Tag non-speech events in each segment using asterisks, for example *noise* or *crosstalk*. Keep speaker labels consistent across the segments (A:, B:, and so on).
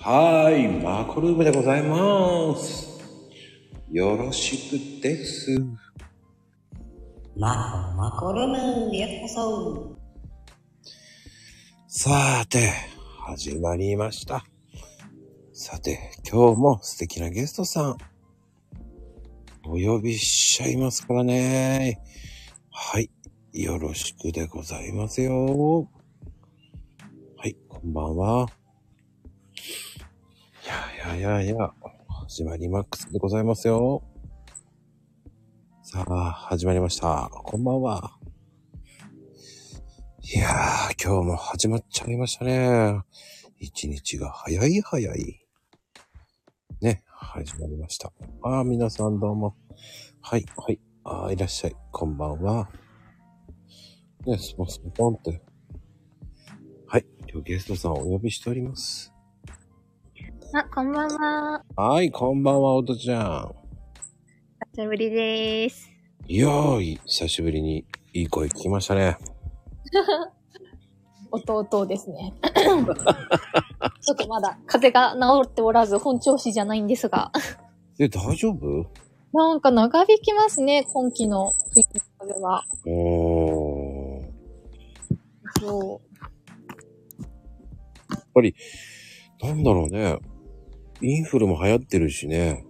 A: はーい、マコルームでございます。よろしくです。
B: マホマコルームへようこそ。
A: さーて、始まりました。さて、今日も素敵なゲストさん、お呼びしちゃいますからね。はい、よろしくでございますよ。はい、こんばんは。いやいやいやいや、始まりマックスでございますよ。さあ、始まりました。こんばんは。いやー、今日も始まっちゃいましたね。一日が早い早い。ね、始まりました。あー、皆さんどうも。はい、はい。あー、いらっしゃい。こんばんは。ね、スポンスポンって。はい、今日ゲストさんをお呼びしております。
C: あ、こんばんは。
A: はい、こんばんは、おとちゃん。
C: 久しぶりです。
A: いやー、い久しぶりにいい声聞きましたね。
D: 弟ですね。 *laughs* ちょっとまだ風邪が治っておらず本調子じゃないんですが。
A: え、大丈夫
D: *laughs* なんか長引きますね、今季の冬の風邪は。
A: おー。
D: そう。
A: なんだろうね。インフルも流行ってるしね。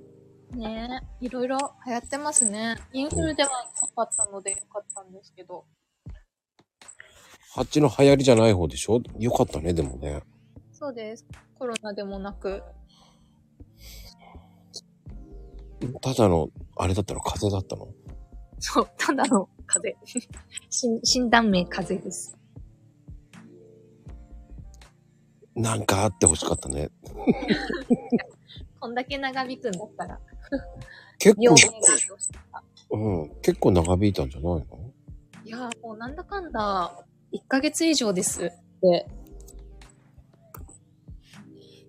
D: ねえ、いろいろ流行ってますね。インフルではなかったのでよかったんですけど。
A: ハッチの流行りじゃない方でしょよかったね、でもね。
D: そうです。コロナでもなく。
A: ただの、あれだったの風邪だったの
D: そう、ただの風 *laughs* 邪。診診断名風邪です。
A: なんかあってほしかったね。
D: こんだけ長引くんだったら、
A: 結
D: 病
A: 構
D: 名、があってほしい
A: うん、結構長引いたんじゃないの
D: いやーもうなんだかんだ、1ヶ月以上です。で、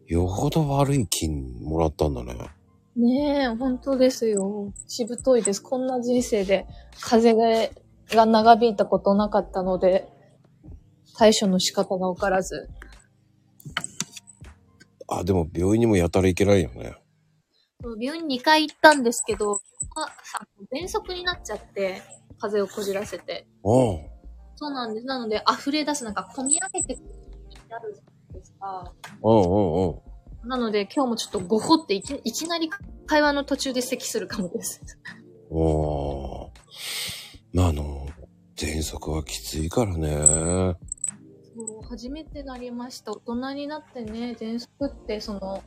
A: よほど悪い菌もらったんだね。
D: ねえ、本当ですよ。しぶといです。こんな人生で風邪が長引いたことなかったので、対処の仕方がわからず。
A: あ、でも病院にもやたらいけないよね。
D: 病院2回行ったんですけど、あ、あの喘息になっちゃって、風邪をこじらせて。
A: うん。
D: そうなんです。なので、溢れ出す、なんか、込み上げてくるようになるじゃないですか。
A: うんうんうん。
D: なので、今日もちょっとごほっていき、いきなり会話の途中で咳するかもです。
A: おー。まあ、あの、喘息はきついからね。
D: そう初めてなりました。大人になってね、喘息ってその、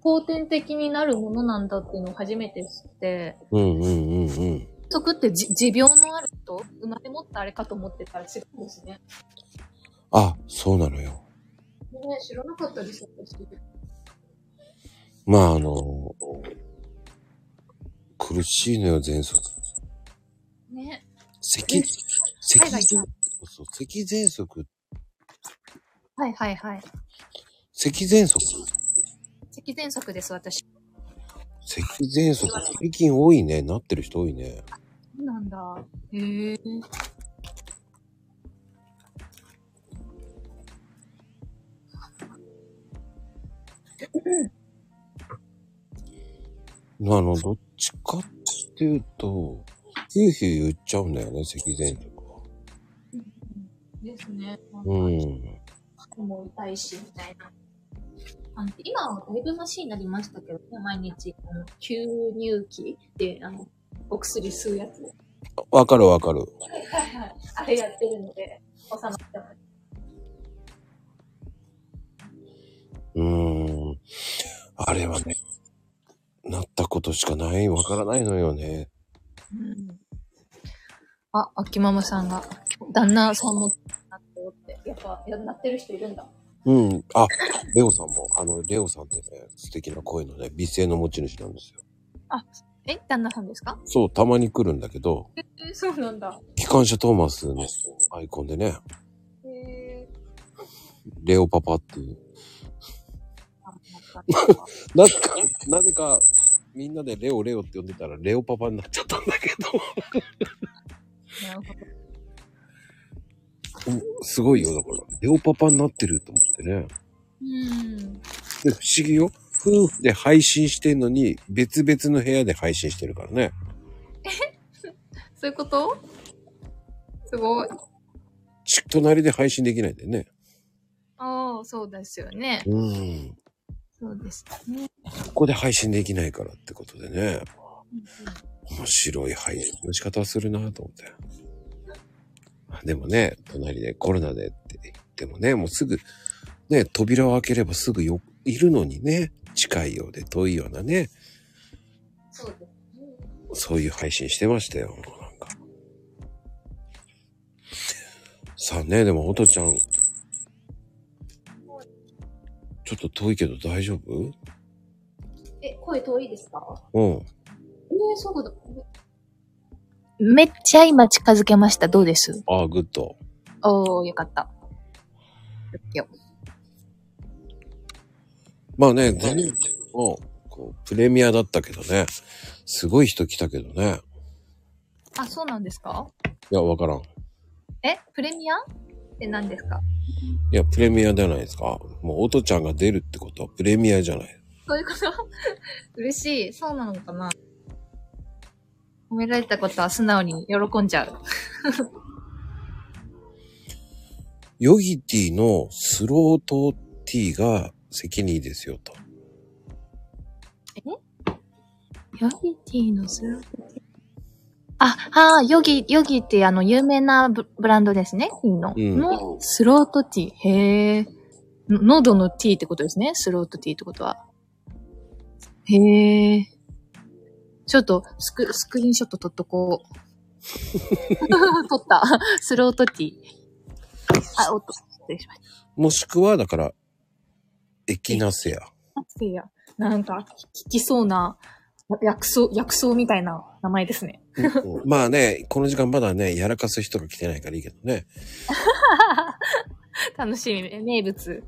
D: 後天的になるものなんだっていうのを初めて知って、
A: うんうんうんうん。
D: 喘息ってじ持病のある人生まれ持ったあれかと思ってたら違うんですね。
A: あ、そうなのよ。
D: ね知らなかったです、私。
A: まああの、苦しいのよ、喘息。
D: ね。
A: 咳、
D: え
A: 咳
D: 海外
A: 喘
D: 行っ
A: そう、咳喘息、
D: はいはいはい。
A: 咳喘息
D: 咳喘息です、私。そ
A: 咳喘息、最近多いね、なってる人多いね。
D: うなんだ。へえ。
A: あの、どっちかっていうと、ヒューヒュー言っちゃうんだよね、咳喘息は。
D: ですね。
A: うん。
D: もう痛いし、みたいな。あの今はだいぶマシになりましたけどね、毎日、あの吸入器で、あの、お薬吸うやつ。
A: わかるわかる。
D: はいはい。あれやってるので、収まってま
A: う
D: す。
A: ーん。あれはね、なったことしかない、わからないのよね。
D: うん。あ、秋ママさんが、旦那さんも、なっておって。やっぱ、やなってる人いるんだ。
A: うん。あ、レオさんも、あの、レオさんってね、素敵な声のね、美声の持ち主なんですよ。
D: え、旦那さんですか
A: そう、たまに来るんだけど、
D: え、そうなんだ。
A: 機関車トーマスのアイコンでね、
D: へえ。
A: レオパパっていう。
D: あな
A: な
D: んか
A: ぜか、なぜか、みんなでレオレオって呼んでたら、レオパパになっちゃったんだけ
D: なるほど
A: ど。すごいよ、だから。レオパパになってると思ってね。
D: うん。
A: で不思議よ。夫婦で配信してんのに、別々の部屋で配信してるからね。
E: そういうことすごい。
A: ち隣で配信できないんだよね。
E: ああ、そうですよね。
A: うん。
E: そうですね。
A: ここで配信できないからってことでね。面白い配信の仕方をするなと思って。でもね、隣でコロナでって言ってもね、もうすぐ、ね、扉を開ければすぐよ、いるのにね、近いようで遠いようなね、
E: そうです。
A: そういう配信してましたよ、なんか。さあね、でも、おとちゃん。ちょっと遠いけど大丈夫
E: え、声遠いですか
A: うん。
E: えそうだ。
D: めっちゃ今近づけました。どうです
A: ああ、グッド。
D: おー、よかった。よ
A: まあね、前年も、こう、プレミアだったけどね。すごい人来たけどね。
D: あ、そうなんですか
A: いや、わからん。い
D: え、プレミアって何ですか
A: や、プレミアじゃないですか。もう、おとちゃんが出るってことはプレミアじゃない。
D: そういうこと嬉しい。そうなのかな褒められたことは素直に喜んじゃう。
A: ヨギティのスロートティーが責任ですよ、と。
D: ヨギティのスローティー。あ、はあ、ヨギ、ヨギってあの、有名なブブランドですね、ティーの。
A: うん
D: のスロートティー。へえ。の喉のティーってことですね、スロートティーってことは。へえ。ちょっと、スク、スクリーンショット撮っとこう。 *laughs* 撮った。スロートティー。あ、おっと、失礼しまし
A: もしくは、だから、エキナセア。
D: た。せいや。なんか、聞きそうな、薬草、薬草みたいな名前ですね。
A: まあね、この時間まだね、やらかす人が来てないからいいけどね。
D: 楽しみ、名物。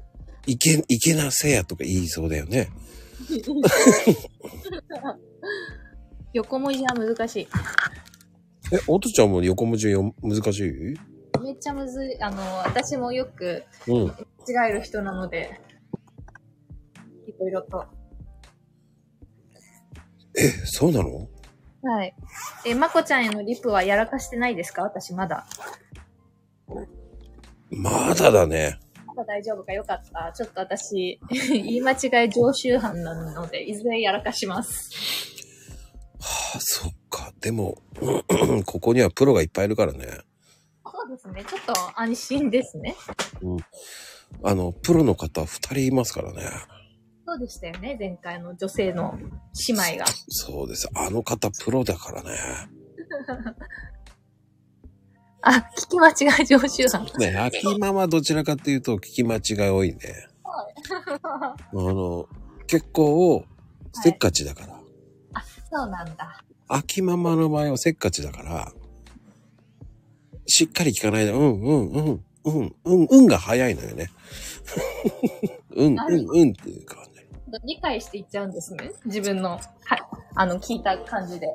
A: いけ、いけなせやとか言いそうだよね。
D: 横文字は難し
A: え、おとちゃんも横文字よ難しい
D: い。めっちゃむずい。あの、私もよく
A: うん。
D: 間違える人なので、いろいろと。
A: え、そうなの
D: はい。え、まこちゃんへのリプはやらかしてないですか私まだ。
A: まだだね。
D: まだ大丈夫かよかった。ちょっと私、 *laughs* 言い間違い常習犯なので、いずれやらかします。
A: はあ、そっか。でも、 *clears throat* ここにはプロがいっぱいいるからね。
D: そうですね。ちょっと安心ですね。
A: あの、プロの方二人いますからね。
D: そうでしたよね。前回の女性の姉妹が。
A: そうです。あの方プロだからね。
D: あ、聞き間違い常習犯。
A: ね、秋ママどちらかというと聞き間違い多いね。あの、結構、せっかちだから。
D: そうなんだ。
A: 秋ママの場合はせっかちだから、しっかり聞かないで、うんうんうん、うん、うん、うんが早いのよね。うん、うん、うんっていう感じ。
D: 理解していっちゃうんですね。自分の、はい。あの、聞いた感じで。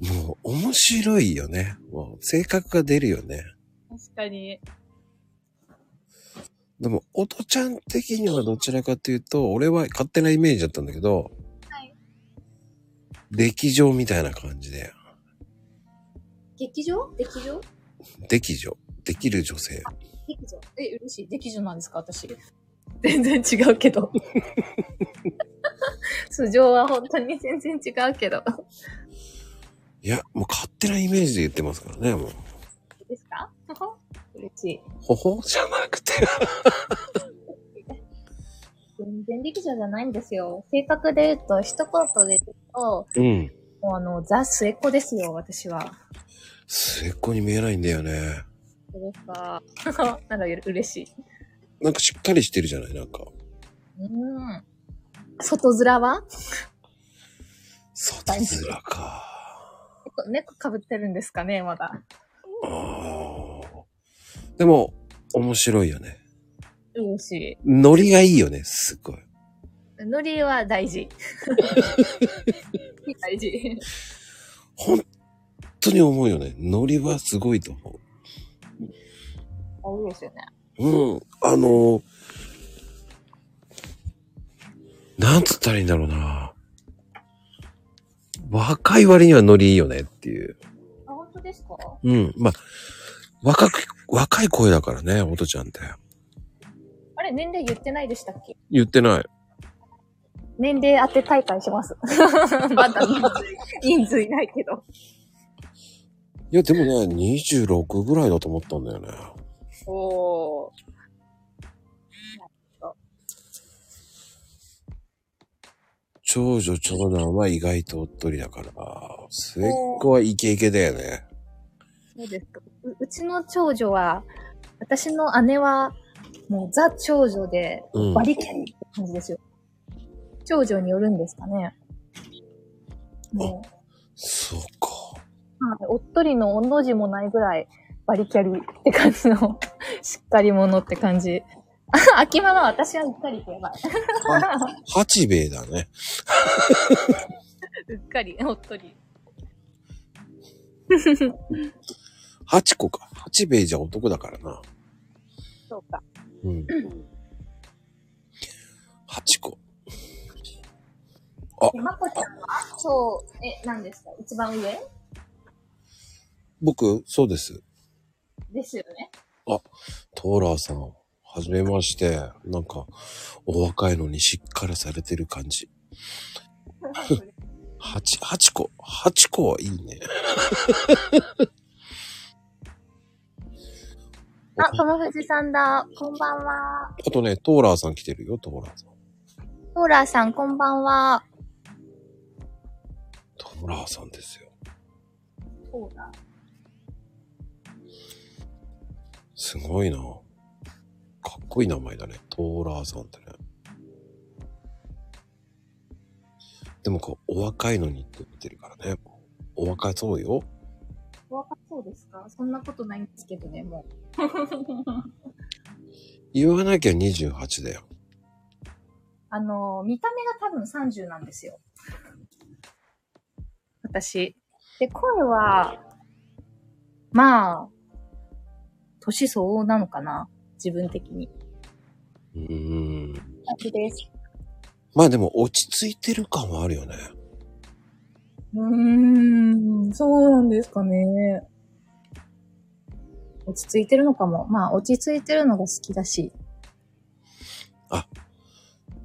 A: もう面白いよね。もう性格が出るよね。
D: 確かに。
A: でも、音ちゃん的にはどちらかというと、俺は勝手なイメージだったんだけど、
D: はい
A: 歴上みたいな感じで、
D: 劇場劇場
A: 歴女、できる女性。
D: 劇場え、嬉しい。劇場なんですか私。全然違うけ *laughs* ど。素性は本当に *laughs* 全然違うけど。
A: いや、もう勝手なイメージで言ってますからね、もう。
D: ですか *laughs* 嬉しい。
A: ほほじゃなくて。
D: 全然劇場じゃないんですよ。性格で言うと、一言で言うと、
A: うん。
D: もうあの、ザ・末っ子ですよ、私は。
A: 末っ子に見えないんだよね。
D: そうですか。 *laughs* なんか嬉しい。
A: なんかしっかりしてるじゃないなんか。
D: うん。外面は
A: 外面か。
D: 猫かぶってるんですかね、まだ。
A: あーでも、面白いよね。
D: 嬉し
A: ノリがいいよね、すごい。
D: い。ノリは大事。大事。
A: 本当に思うよね。ノリはすごいと思う。
D: あ、いいですよね。
A: うん、あのー、なんつったらいいんだろうな。若い割にはノリいいよねっていう。
D: あ、本当ですか
A: うん、まあ、若く、若い声だからね、おとちゃんって。
D: あれ、年齢言ってないでしたっけ
A: 言ってない。
D: 年齢当て大会します。 *laughs* まだ人数、人数いないけど。
A: いや、でもね、26ぐらいだと思ったんだよね。
D: おー。
A: 長女、長男は意外とおっとりだから、末っ子はイケイケだよね。
D: そうですか。ううちの長女は、私の姉は、もうザ長女で、
A: うん
D: バ。リキャリって感じですよ。長女によるんですかね。もう、
A: そうか。
D: はいおっとりのおの字もないぐらい、バリキャリって感じの、 *laughs* しっかり者って感じ。 *laughs* あ秋ママ、私はうっかりとやばい。
A: 八兵衛だね。
D: うっかり、おっとり。
A: 八個か。八兵衛じゃ男だからな。
D: そうか。
A: うん。八個。あ
D: え、まこちゃんはそう、え、何ですか一番上
A: 僕、そうです。
D: ですよね。
A: トーラーさん、はじめまして。なんか、お若いのにしっかりされてる感じ。八、八個。八個はいいね。
F: あ、友藤さんだ。こんばんは。
A: あとね、トーラーさん来てるよ、トーラーさん。
F: ホーラーさん、こんばんは。
A: トーラーさんですよ。
D: そうだ。
A: すごいな。かっこいい名前だね。トーラーさんってね。でもこう、お若いのにって言ってるからね。お若そうよ。
D: お若そうですかそんなことないんですけどね、もう。
F: *laughs*
A: 言わなきゃ28だよ。
D: あの、見た目が多分30なんですよ。私。で、声は、まあ、年相応なのかな自分的に。
A: うーん。
D: 感じです。
A: まあでも落ち着いてる感はあるよね。
D: うーん、そうなんですかね。落ち着いてるのかも。まあ、落ち着いてるのが好きだし。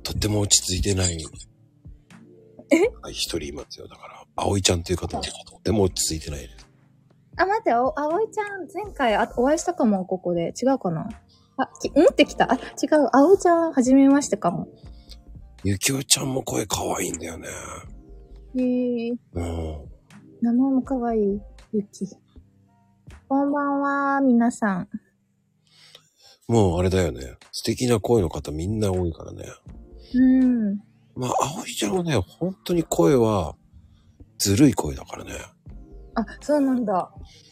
A: とっても落ち着いてない。え一人いますよ。だから、葵ちゃんっていう方もとっても落ち着いてない。
D: あ、待って、お、葵ちゃん、前回あお会いしたかも、ここで。違うかなあ、き、うんってきた。あ、違う。葵ちゃん、はじめましてかも。
A: ゆきおちゃんも声可愛いんだよね。
D: へえ。
A: うん。
D: 名前も可愛い。ゆき。こんばんは、皆さん。
A: もうあれだよね。素敵な声の方みんな多いからね。
D: うん。
A: まあ、葵ちゃんはね、本当に声は、ずるい声だからね。
D: あ、そうなんだ。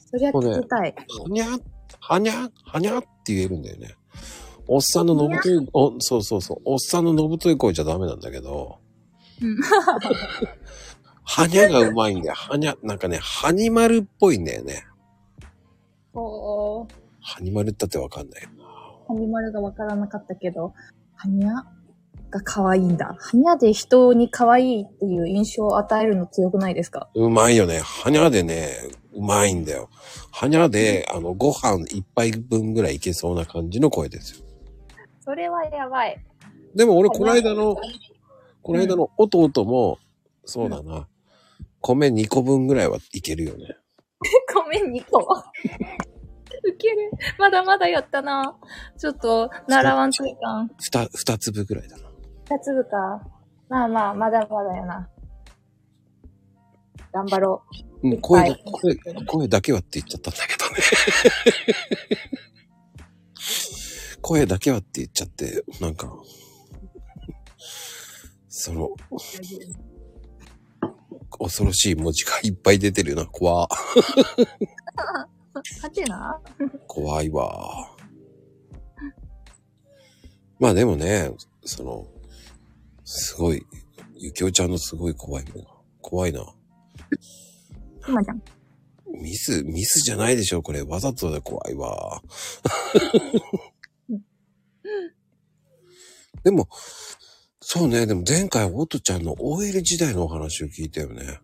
D: そりゃ聞きたい。
A: はにゃ、はにゃ、はにゃって言えるんだよね。おっさんののぶとい、お、そうそうそう。おっさんののぶとい声じゃダメなんだけど。
D: うん
A: はにゃがうまいんだよ。はにゃ、なんかね、はにまるっぽいんだよね。
D: おー。
A: はにまるったってわかんない。
D: はにまるがわからなかったけど、はにゃが可愛いんだ。はにゃで人に可愛いっていう印象を与えるの強くないですか
A: うまいよね。はにゃでね、うまいんだよ。はにゃで、あの、ご飯一杯分ぐらいいけそうな感じの声ですよ。
D: それはやばい。
A: でも俺、この間の、この間の弟も、そうだな。米2個分ぐらいはいけるよね。
D: ごめん、2個。 *laughs* ウケる。まだまだやったな。ちょっと、習わんといかん。
A: ふた、二粒ぐらいだな。
D: 二粒か。まあまあ、まだまだやな。頑張ろ
A: うん、声
D: は
A: だ
D: い、
A: 声、声だけはって言っちゃったんだけどね。 *laughs* 声だけはって言っちゃって、なんか、その、恐ろしい文字がいっぱい出てるな。怖っ。
D: う。はてな
A: 怖いわ。まあでもね、その、すごい、ゆきおちゃんのすごい怖いものが。怖いな。
D: 今じゃん。
A: ミス、ミスじゃないでしょ、これ。わざとで怖いわ。でも、そうね、でも前回、オトちゃんの OL 時代のお話を聞いたよね。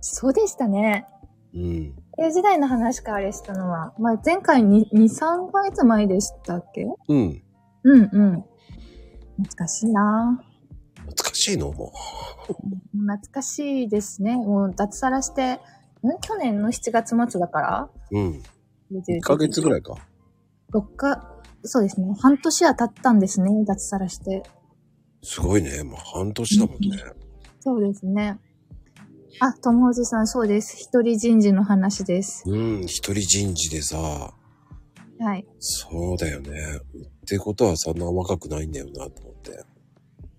D: そうでしたね。
A: うん。
D: 江戸時代の話からあれしたのは、まあ、前回に2、3ヶ月前でしたっけ
A: うん。
D: うんうん。懐かしいなぁ
A: 懐かしいのも
D: 懐かしいですね。もう脱サラして、ん去年の7月末だから
A: う。うん。
D: ?1
A: 1ヶ月ぐらいか。
D: 6か、そうですね。半年は経ったんですね。脱サラして。
A: すごいね。もう半年だもんね。
D: そうですね。あ、友藤さん、そうです。一人人事の話です。
A: うん。一人人事でさ、
D: はい。
A: そうだよね。ってことはそんな若くないんだよなと思って。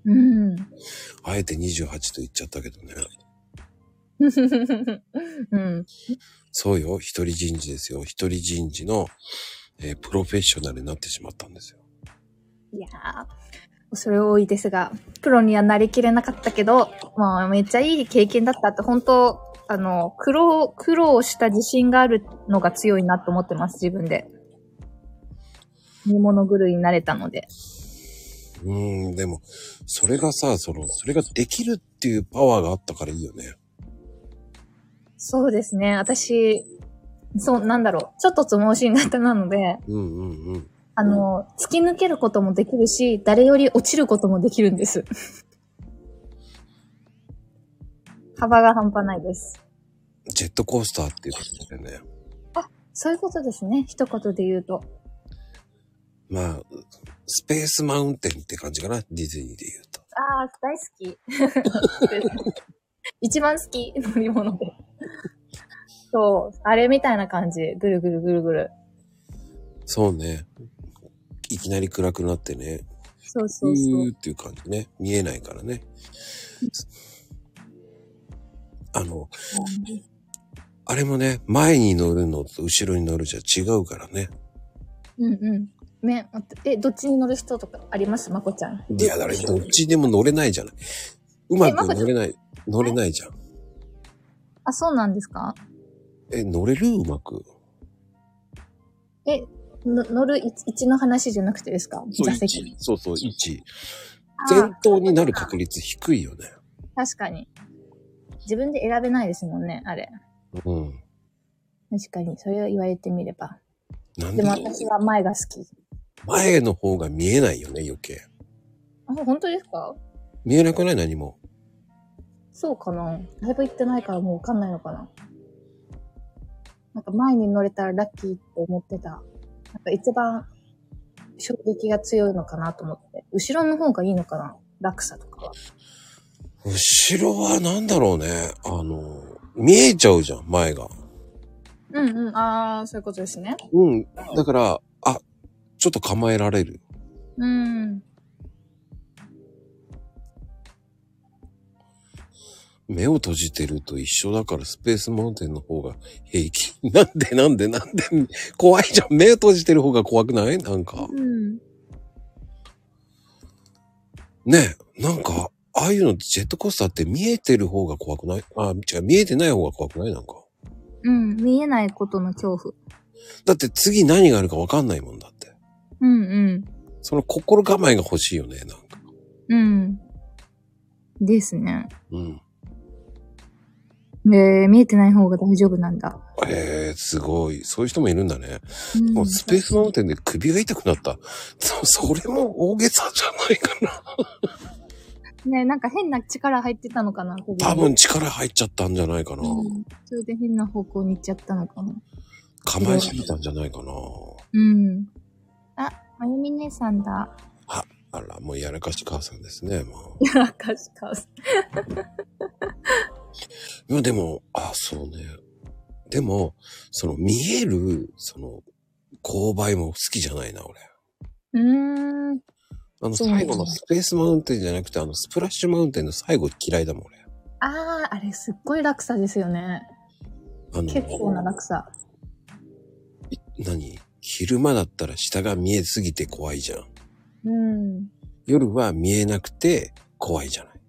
D: うん。 *laughs*
A: あえて28と言っちゃったけどね。
D: うん。
A: そうよ。一人人事ですよ。一人人事の、えープロフェッショナルになってしまったんですよ。
D: いやー、それ多いですが、プロにはなりきれなかったけど、まあ、めっちゃいい経験だったって、本当あの、苦労、苦労した自信があるのが強いなと思ってます、自分で。煮物狂いになれたので。
A: うーん。でも、それがさ、その、それができるっていうパワーがあったからいいよね。
D: そうですね、私、そう、なんだろう、ちょっとつ盲信型なので、
A: うんうんうん。
D: あの、突き抜けることもできるし、誰より落ちることもできるん *laughs* です。幅が半端ないです。
A: ジェットコースターっていうことだよね。
D: そういうことですね。一言で言うと。
A: まあ、スペースマウンテンって感じかな。ディズニーで言うと。
D: ああ、大好き。 *laughs* 一番好き、乗り物で。そう、あれみたいな感じ。ぐるぐるぐるぐる。
A: そうね。いきなり暗くなってね。
D: そうそうそう
A: う。ーっていう感じね。見えないからね。あの、あれもね、前に乗るのと後ろに乗るじゃ違うからね。
D: うんうん。ね、あとえ、どっちに乗る人とかありますまこちゃん。
A: いや、だからどっちでも乗れないじゃない。うまく乗れない、乗れないじゃん。
D: あ、そうなんですか
A: え、乗れるうまく。
D: の乗る位置位置の話じゃなくてですか
A: そう、
D: 座席。
A: 1。そうそう、1。
D: あー
A: 前頭になる確率低いよね。
D: 確かに。自分で選べないですもんね、あれ。
A: うん。
D: 確かに、それを言われてみれば。
A: なん
D: で
A: で
D: も私は前が好き。
A: 前の方が見えないよね、余計。
D: あ、本当ですか
A: 見えなくない何も。
D: そうかなだいぶ行ってないからもうわかんないのかななんか前に乗れたらラッキーって思ってた。なんか一番衝撃が強いのかなと思って。後ろの方がいいのかな落差とかは。
A: 後ろはなんだろうね。あの、見えちゃうじゃん、前が。
D: うんうん。ああ、そういうことですね。
A: うん。だから、あ、ちょっと構えられる。
D: うん。
A: 目を閉じてると一緒だからスペースマウンテンの方が平気。なんで *laughs* なんでなんで怖いじゃん。目を閉じてる方が怖くないなんか。
D: うん。
A: ねえ、なんか、ああいうのジェットコースターって見えてる方が怖くないあ、違う、見えてない方が怖くないなんか。
D: うん。見えないことの恐怖。
A: だって次何があるかわかんないもんだって。
D: うんうん。
A: その心構えが欲しいよね、なんか。
D: うん。ですね。
A: うん。
D: えー、見えてない方が大丈夫なんだ。
A: ええすごい。そういう人もいるんだね。
D: うん
A: もうスペースマウンテンで首が痛くなった。そ、それも大げさじゃないかな。
D: ね、なんか変な力入ってたのかな多
A: 多分力入っちゃったんじゃないかな。
D: うんそれで変な方向に行っちゃったのかな。
A: 構えすぎたんじゃないかな。
D: うん。あ、まゆみ姉さん *laughs* だ。
A: あら、もうやらかし母さんですね、
D: *laughs*
A: も
D: いや、かしかし。
A: う。いや、でも、あ、そうね。でも、その見える、その、勾配も好きじゃないな、俺。
D: うーん。
A: あの、
D: そうなんだ
A: 最後のスペースマウンテンじゃなくて、あの、スプラッシュマウンテンの最後嫌いだもん、俺。
D: あー、あれすっごい落差ですよね。
A: あの、
D: 結構な落差。
A: 何昼間だったら下が見えすぎて怖いじゃん。
D: うん。
A: 夜は見えなくて怖いじゃない。 *laughs*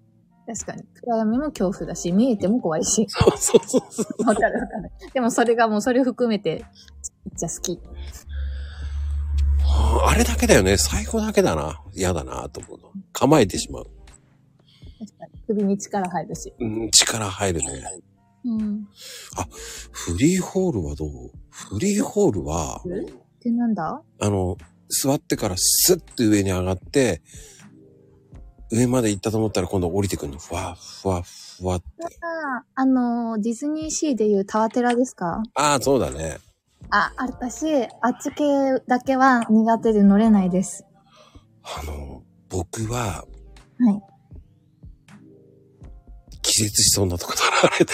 D: 確かに。暗闇も恐怖だし、見えても怖いし。
A: そうそうそうそう。
D: *laughs* わかるわかる。でもそれがもうそれを含めて、めっちゃ好き。
A: ああれだけだよね。最後だけだな。嫌だなと思うの。構えてしまう。
D: 確かに。首に力入るし。
A: うん、力入るね。
D: うん。
A: フリーホールはどうフリーホールは、
D: ってなんだ
A: あの、座ってからスッて上に上がって、上まで行ったと思ったら今度降りてくるの。ふわ、ふわ、ふわって。
D: あ、あのー、ディズニーシーでいうタワテラですか
A: ああ、そうだね。
D: あ、あたし、あっち系だけは苦手で乗れないです。
A: あの、僕は、
D: はい。
A: 気絶しそうなとこられて。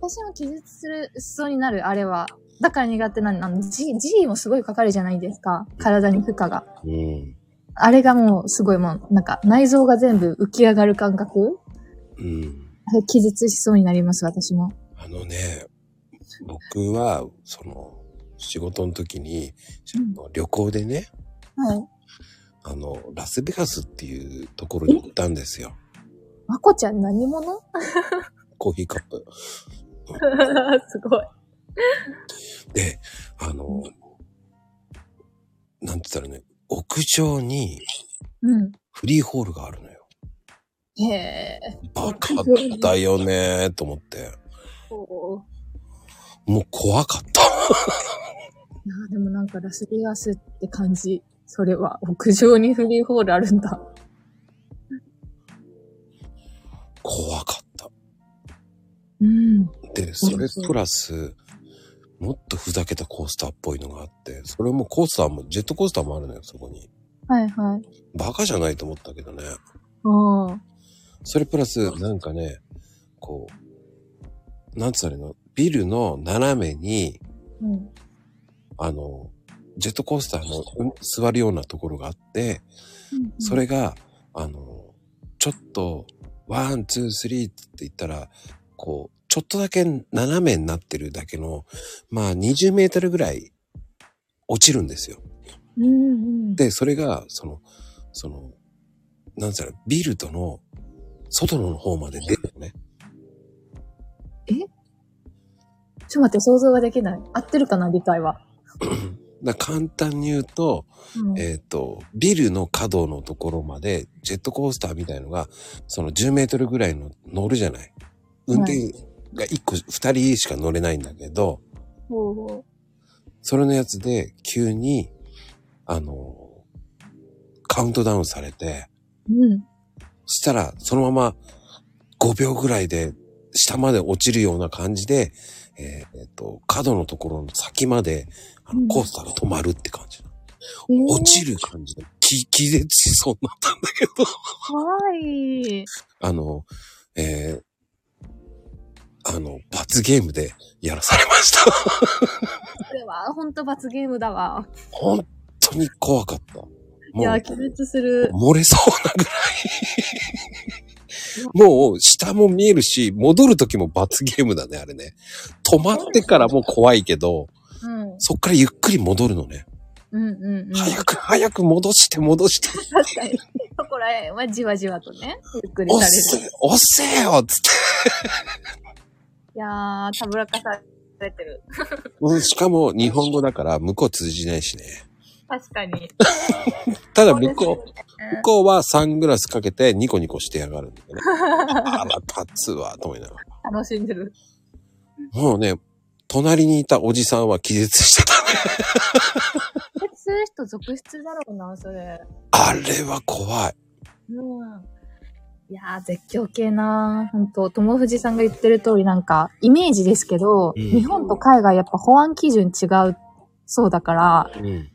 D: 私も気絶する、しそうになる、あれは。だから苦手なの。あの、G、G もすごいかかるじゃないですか。体に負荷が。
A: うん。
D: あれがもうすごいもう、なんか内臓が全部浮き上がる感覚
A: うん。
D: あれ気絶しそうになります、私も。
A: あのね、僕は、その、仕事の時に、旅行でね、
D: はい。
A: あの、ラスベガスっていうところに行ったんですよ。
D: まこちゃん何者
A: コーヒーカップ。
D: *laughs* すごい。
A: で、あの、なんて言ったらね、屋上に
D: う
A: フリーホールがあるのよ。
D: ん。へえ。
A: バカだよねーと思って。
D: おー
A: もう怖かった。
D: いやーでもなんかラスベガスって感じ。それは、屋上にフリーホールあるんだ。
A: 怖かった。
D: うん。
A: で、それプラス、もっとふざけたコースターっぽいのがあって、それもコースターも、ジェットコースターもあるのよ、そこに。
D: はいはい。
A: バカじゃないと思ったけどね。
D: ああ。
A: それプラス、なんかね、こう、なんつうの、ビルの斜めに、
D: うん。
A: あの、ジェットコースターのうん座るようなところがあって、それが、あの、ちょっと、ワン、ツー、スリーって言ったら、こう、ちょっとだけ斜めになってるだけの、まあ20メートルぐらい落ちるんですよ。
D: うんうん。
A: で、それが、その、その、なんつうの、ビルとの外の方まで出るのね。
D: ちょっと待って、想像ができない。合ってるかな、理解は。
A: だから簡単に言うと、
D: うん
A: えっ、と、ビルの角のところまで、ジェットコースターみたいのが、その10メートルぐらいの乗るじゃない。運転が1個、2人しか乗れないんだけど、
D: ほうほ
A: それのやつで急に、あの、カウントダウンされて、
D: う。うん。
A: そしたら、そのまま5秒ぐらいで、下まで落ちるような感じで、えっ、えーと、角のところの先まで、あ
D: う
A: の、
D: ん
A: コースターが止まるって感じ。
D: えー
A: 落ちる感じで、気、気絶しそうになったんだけど。
D: かわいい。
A: あの、えー、あの、罰ゲームでやらされました。
D: *laughs* これは、ほんと罰ゲームだわ。
A: 本当に怖かった。も
D: いや、
A: う、
D: 気絶する。
A: 漏れそうなぐらい。もう、下も見えるし、戻る時も罰ゲームだね、あれね。止まってからも怖いけど、
D: うん。うん
A: そっからゆっくり戻るのね。
D: うんうん。
A: 早く早く戻して戻
D: *laughs*
A: して、
D: 確かに。そこら辺はじわじわとね、ゆっくり
A: 押
D: さ
A: せ
D: れる。、
A: 押せよっつって。
D: いやー、たぶらかされてる。
A: うんしかも、日本語だから、向こう通じないしね。
D: 確かに。
A: ただ向こう、向こうはサングラスかけてニコニコしてやがるん *laughs* だけど、ね、あら、立つわ、と思いながら。
D: 楽しんでる。
A: もうね、隣にいたおじさんは気絶してたね。
D: 気絶する人続出だろうな、それ。
A: あれは怖い。
D: うん。いやー、絶叫系なー。ほんと、友藤さんが言ってる通りなんか、イメージですけど、
A: うん
D: 日本と海外やっぱ保安基準違うそうだから、
A: うん。うん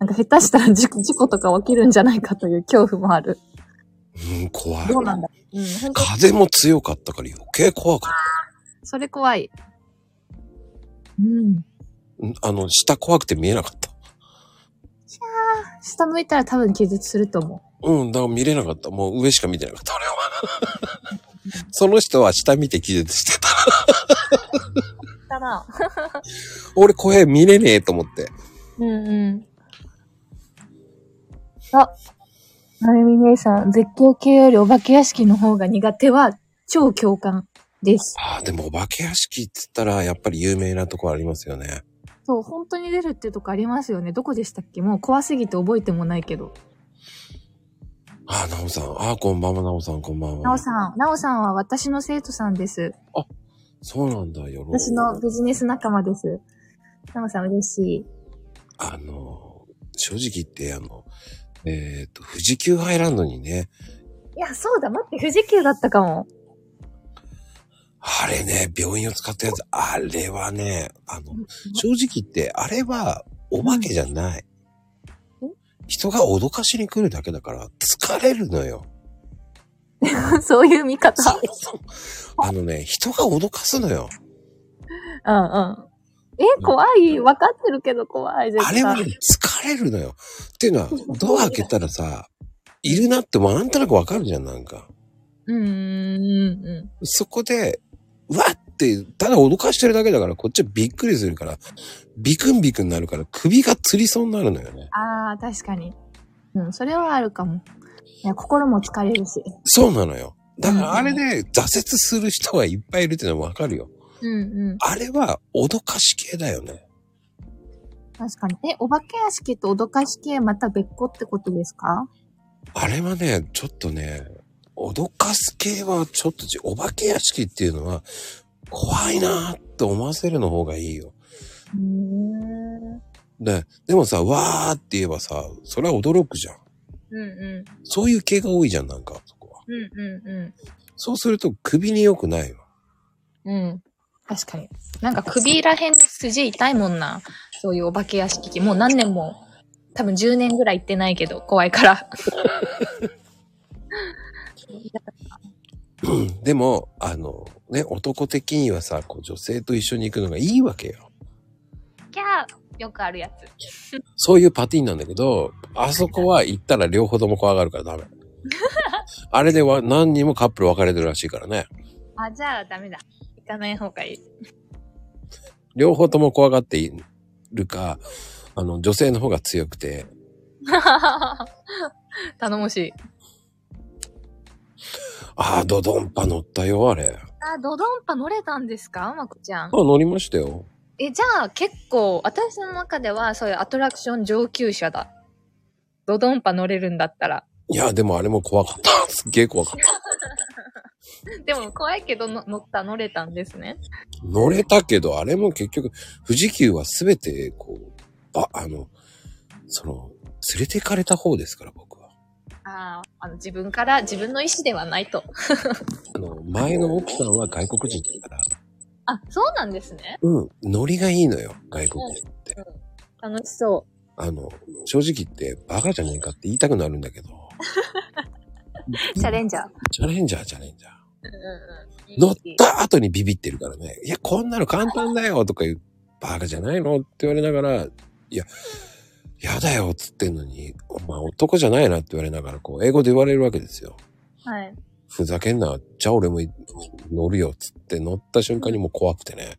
D: なんか下手したら事故事故とか起きるんじゃないかという恐怖もある。
A: 怖い。
D: どうなんだうん、ほんと、
A: 風も強かったから余計怖かっ
D: それ怖い。う
A: た
D: ん。
A: うん。あの、下怖くて見えなかった。
D: 下向いたら多分気絶すると思
A: うん、だから見れなかった。もう上しか見てなかった、俺は。その人は下見て気絶してた。
D: う。だな。
A: 俺声見れねえと思って。
D: うんうん。あ、まゆみ姉さん、絶叫系よりお化け屋敷の方が苦手は超共感です。
A: ああ、でもお化け屋敷っつったら、やっぱり有名なとこありますよね。
D: そう、本当に出るってとこありますよね。どこでしたっけもう怖すぎて覚えてもないけど。
A: ああ、なおさん。ああ、こんばんは、なおさん、こんばん
D: なお
A: は。
D: さん、なおさんは私の生徒さんです。
A: そうなんだ、よろ
D: 私のビジネス仲間です。なおさん嬉しい。
A: あの、正直言って、あの、えっ、と、富士急ハイランドにね、
D: いや、そうだ、待って、富士急だったかも。 *laughs*
A: あれね、病院を使ったやつ、あれはね、あの、正直言って、あれは、お化けじゃない。人が脅かしに来るだけだから、疲れるのよ。
D: そういう見方。
A: そうそうあのね、人が脅かすのよ。
D: うんうん。え、怖い。分かってるけど怖い。絶
A: あれ
D: 対。
A: はね、疲れるのよ。っていうのは、ドア開けたらさ、いるなってもなんとなくわかるじゃん、なんか。
D: うんうんう
A: そこで、うわって、ただ脅かしてるだけだから、こっちはびっくりするから、ビクンビクンなるから、首が吊りそうになるのよね。
D: ん。ああ、確かに。うん、それはあるかも。いや、心も疲れるし。
A: そうなのよ。だからあ
D: うんう
A: れ
D: ん
A: で挫折する人がいっぱいいるってのはわかるよ。
D: うんうん。
A: あれは脅かし系だよね。
D: 確かに。え、お化け屋敷と脅かし系また別個ってことですか
A: あれはね、ちょっとね、脅かす系はちょっとち、お化け屋敷っていうのは、怖いなーって思わせるの方がいいよ。
D: うーん。
A: で、でもさ、わーって言えばさ、それは驚くじゃん。
D: うんう
A: そういう系が多いじゃん、なんか、そこは。
D: ん。うんうんう
A: そうすると首に良くないわ。
D: ん。うん。確かに。なんか首らへんの筋痛いもんな。そういうお化け屋敷。もう何年も、多分10年ぐらい行ってないけど、怖い *laughs* から。
A: うんでも、あの、ね、男的にはさ、こう女性と一緒に行くのがいいわけよ。
D: キャーよくあるやつ。
A: そういうパティーンなんだけど、あそこは行ったら両方とも怖がるからダメ。あれでは何人もカップル別れてるらしいからね。
D: あ、じゃあダメだ。行かない方がいい。
A: 両方とも怖がっているか、あの、女性の方が強くて、
D: *laughs* 頼もしい。
A: ああ、ドドンパ乗ったよ、あれ。
D: あ、ドドンパ乗れたんですかまこちゃん
A: あ。乗りましたよ。
D: え、じゃあ結構、私の中ではそういうアトラクション上級者だ。ドドンパ乗れるんだったら。
A: いや、でもあれも怖かった。 *laughs* すっげえ怖かった。
D: でも怖いけどの乗った、乗れたんですね。
A: 乗れたけど、あれも結局、富士急はすべて、こう、ば、あの、その、連れて行かれた方ですから、僕は。
D: ああ、あの自分から、自分の意思ではないと。
A: あの、前の奥さんは外国人だから、
D: あ、そうなんですね。
A: うん、ノリがいいのよ、外国人って。
D: 楽しそ
A: あの、正直言って、バカじゃねえかって言いたくなるんだけ *laughs* ど。
D: う。チャレンジャー。
A: チャレンジャー、チャレンジャー。
D: うんうんうん。
A: 乗った後にビビってるからね。いや、こんなの簡単だよとか言う、バカじゃないのって言われながら、いや、やだよっつってんのに、お前男じゃないなって言われながら、こう、英語で言われるわけですよ。
D: はい。
A: ふざけんな。じゃあ俺も乗るよっつって乗った瞬間にもう怖くてね。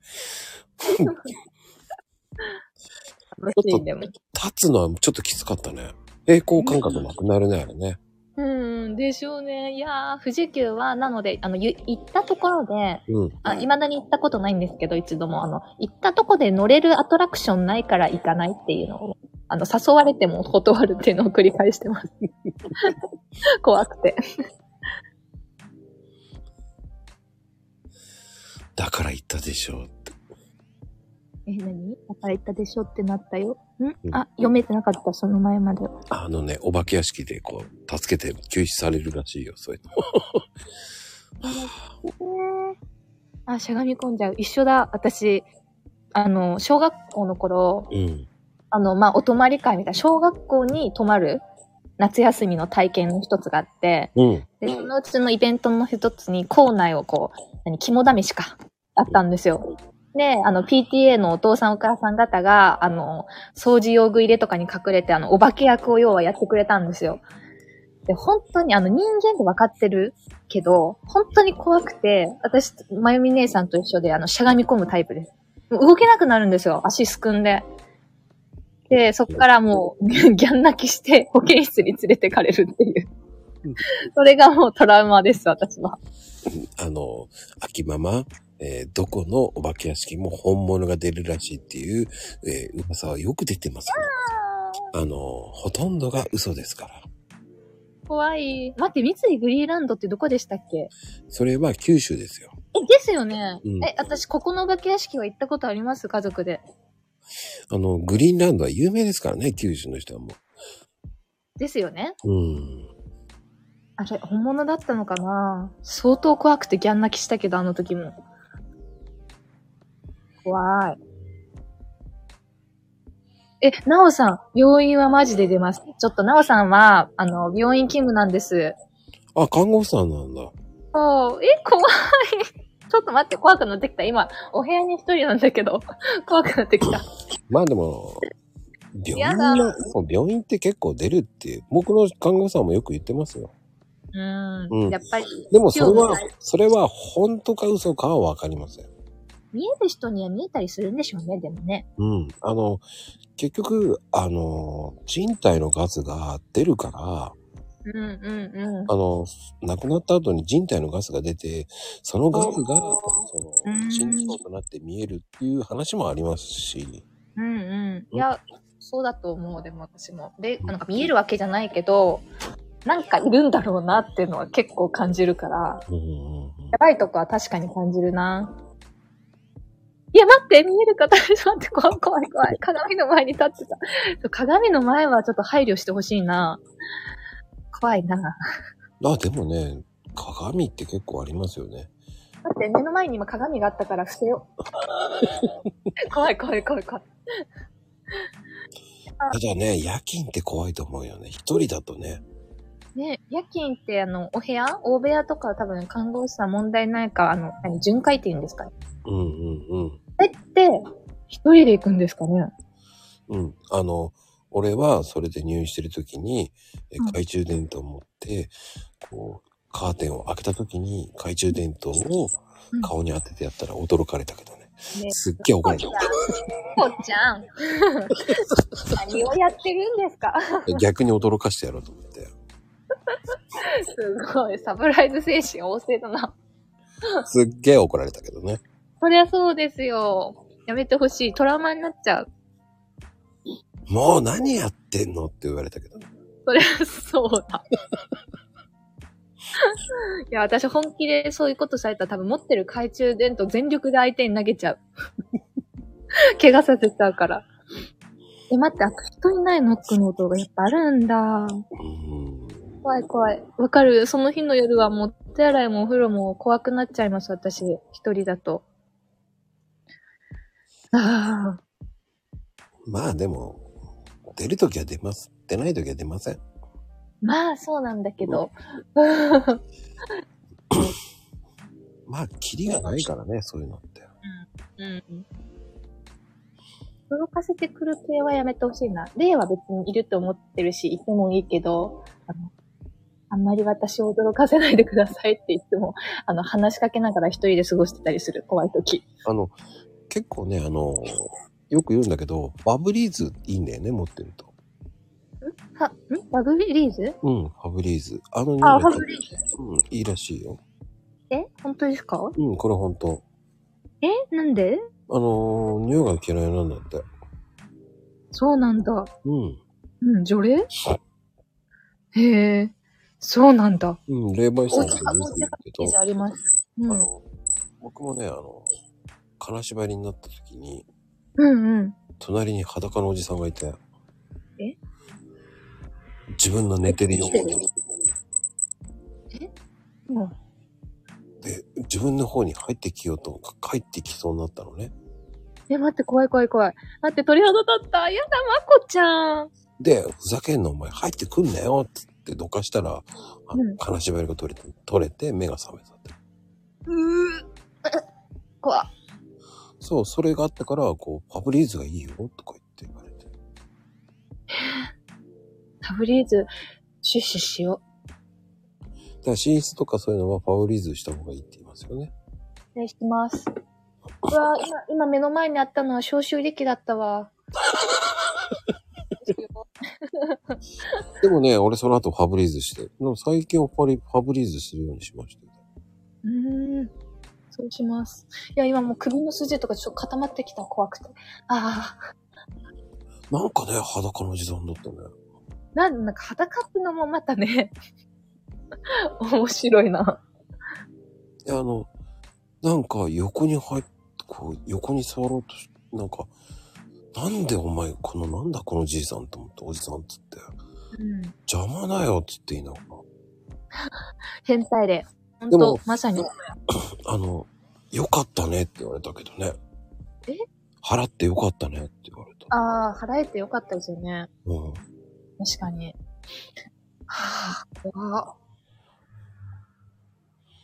D: 楽しいでも。
A: 立つのはちょっときつかったね。平行感覚なくなるね、あれね。
D: うん、でしょうね。いやー、富士急は、なので、あの、ゆ行ったところで、
A: うん。
D: あ、未だに行ったことないんですけど、一度も、あの、行ったとこで乗れるアトラクションないから行かないっていうのを、あの、誘われても断るっていうのを繰り返してます。 *laughs* 怖くて。
A: だから言ったでしょうって。
D: え、何だから行ったでしょってなったよ。
A: うん
D: んあ、読めてなかった、その前まで。
A: あのね、お化け屋敷でこう、助けて救出されるらしいよ、そういうの。
D: あ、しゃがみ込んじゃう。一緒だ、私。あの、小学校の頃、
A: うん。
D: あの、まあ、お泊まり会みたいな、小学校に泊まる夏休みの体験の一つがあって、
A: うん。
D: で、そのうちのイベントの一つに校内をこう、何、肝試しか、あったんですよ。で、あの、PTA のお父さんお母さん方が、あの、掃除用具入れとかに隠れて、あの、お化け役を要はやってくれたんですよ。で、本当にあの、人間って分かってるけど、本当に怖くて、私、まゆみ姉さんと一緒で、あの、しゃがみ込むタイプです。もう動けなくなるんですよ、足すくんで。で、そっからもう、ギャン泣きして保健室に連れてかれるっていう
A: うん。
D: それがもうトラウマです、私は。
A: あの、秋ママ、えーどこのお化け屋敷も本物が出るらしいっていう、えー噂はよく出てますね。あの、ほとんどが嘘ですから。
D: 怖い。待って、三井グリーランドってどこでしたっけ
A: それは九州ですよ。
D: え、ですよね。
A: うん
D: え、私、ここのお化け屋敷は行ったことあります家族で。
A: あの、グリーンランドは有名ですからね、九州の人はも
D: ですよね。
A: う。うん。
D: あれ、本物だったのかな相当怖くてギャン泣きしたけど、あの時も。怖い。え、なおさん、病院はマジで出ます。ちょっとなおさんは、あの、病院勤務なんです。
A: あ、看護婦さんなんだ。
D: おうえ、怖い。 *laughs* ちょっと待って、怖くなってきた。今、お部屋に一人なんだけど、 *laughs* 怖くなってきた。
A: まあでも、病院
D: やだ
A: の、そう病院って結構出るって、僕の看護婦さんもよく言ってますよ。
D: う
A: うん
D: ん。やっぱり、
A: でもそれは
D: 興味、
A: それは本当か嘘かはわかりません。
D: 見える人には見えたりするんでしょうね、でもね。
A: うん。あの、結局、あの、人体のガスが出るから、
D: うんうんうん。
A: あの、亡くなった後に人体のガスが出て、そのガスが、そ
D: うん
A: の、心臓となって見えるっていう話もありますし、
D: うんうん。いや、そうだと思う、でも私も。で、なんか見えるわけじゃないけど、なんかいるんだろうなっていうのは結構感じるから、
A: うんうんうん
D: やばいとこは確かに感じるな。いや、待って、見えるか、大丈夫待って、怖い、怖い、怖い。鏡の前に立ってた。鏡の前はちょっと配慮してほしいな。怖いな。だ
A: あ、でもね、鏡って結構ありますよね。
D: って、目の前に今鏡があったから伏せよう。 *laughs* 怖い、怖い、怖い、怖い。
A: ただね、夜勤って怖いと思うよね。一人だとね。
D: ね、夜勤ってあの、お部屋大部屋とかは多分看護師さん問題ないか、あの、何、巡回って言うんですかね。
A: うんうん
D: えって、一人で行くんですかね。
A: うん。うん。あの、俺はそれで入院してる時に、え
D: うん
A: 懐中電灯を持って、こう、カーテンを開けた時に懐中電灯を
D: うん
A: 顔に当ててやったら驚かれたけどね。
D: ね
A: すっげえ怒られた。
D: こっちゃん。何をやってるんですか
A: 逆に驚かしてやろうと思って。
D: すごい、サプライズ精神旺盛だな。
A: すっげえ怒られたけどね。
D: そりゃそうですよ。やめてほしい。トラウマになっちゃう。
A: もう何やってんのって言われたけどね。
D: そりゃそうだ。いや、私本気でそういうことされたら多分持ってる懐中電灯全力で相手に投げちゃう。怪我させちゃうから。え、待って、あ人いないノックの音がやっぱあるんだ。
A: うん。
D: 怖い怖い。わかる。その日の夜はもう手洗いもお風呂も怖くなっちゃいます、私。一人だと。ああ。
A: まあでも、出る時は出ます。出ない時は出ません。
D: まあ、そうなんだけど。
A: まあ、キリがないからね、そういうのって。
D: うん。驚かせてくる系はやめてほしいな。例は別にいると思ってるし、いてもいいけど、あの、あんまり私を驚かせないでくださいっていつも、あの、話しかけながら一人で過ごしてたりする、怖い時。
A: あの、結構ね、あの、よく言うんだけど、ファブリーズいいんだよね、持ってると。
D: は、んラグビーリーズ
A: うん、ファブリーズ。あの匂い
D: あ、
A: が
D: ファブリーズ。
A: うん、いいらしいよ。
D: え本当ですか
A: うん、これ本当
D: えなんで
A: あの、匂いが嫌いなんだって。
D: そうなんだ。
A: うん。
D: うん、除霊へえ、そうなんだ。
A: うん、霊媒師さんって言うんだけ
D: 記事
A: ど、
D: あります。う
A: あ
D: ん。
A: の、僕もね、あの、金縛りになった時に、
D: うんうん。
A: 隣に裸のおじさんがいて。
D: え
A: 自分の寝てるように。
D: うん
A: で、自分の方に入ってきようと、帰ってきそうになったのね。
D: え、待って、怖い怖い怖い。待って、鳥肌立った。やだ、まこちゃん。
A: で、ふざけんなお前、入ってくんなよってってどかしたら、あ
D: うん
A: の、金縛りが取れて、取れて目が覚めたって。
D: うー。怖
A: そう、それがあったから、こう、ファブリーズがいいよ、とか言って言われて。
D: サブリーズ、シュッシュしよ
A: だから寝室とかそういうのはファブリーズした方がいいって言いますよね。
D: う。失礼します。うわ、今、今目の前にあったのは消臭力だったわ。
A: でもね、俺その後ファブリーズして、でも最近やっぱりファブリーズするようにしました。
D: うーん。そうします。いや、今もう首の筋とかちょっと固まってきた、怖くて。ああ。
A: なんかね、裸の時短だったね。
D: なんなんか裸ってのもまたね、 *laughs* 面白いな。
A: で、あの、なんか横に入って、こう、横に座ろうとし、なんか、なんでお前、この、なんだこのじいさんと思って、おじさんっつって、
D: うん。
A: 邪魔だよっつって言いながら、
D: 変態例。本
A: でも
D: 当まさに。
A: あの、よかったねって言われたけどね。
D: え
A: 払ってよかったねって言われた。
D: ああ、払えてよかったですよね。
A: うん。
D: 確かに。はあ、怖っ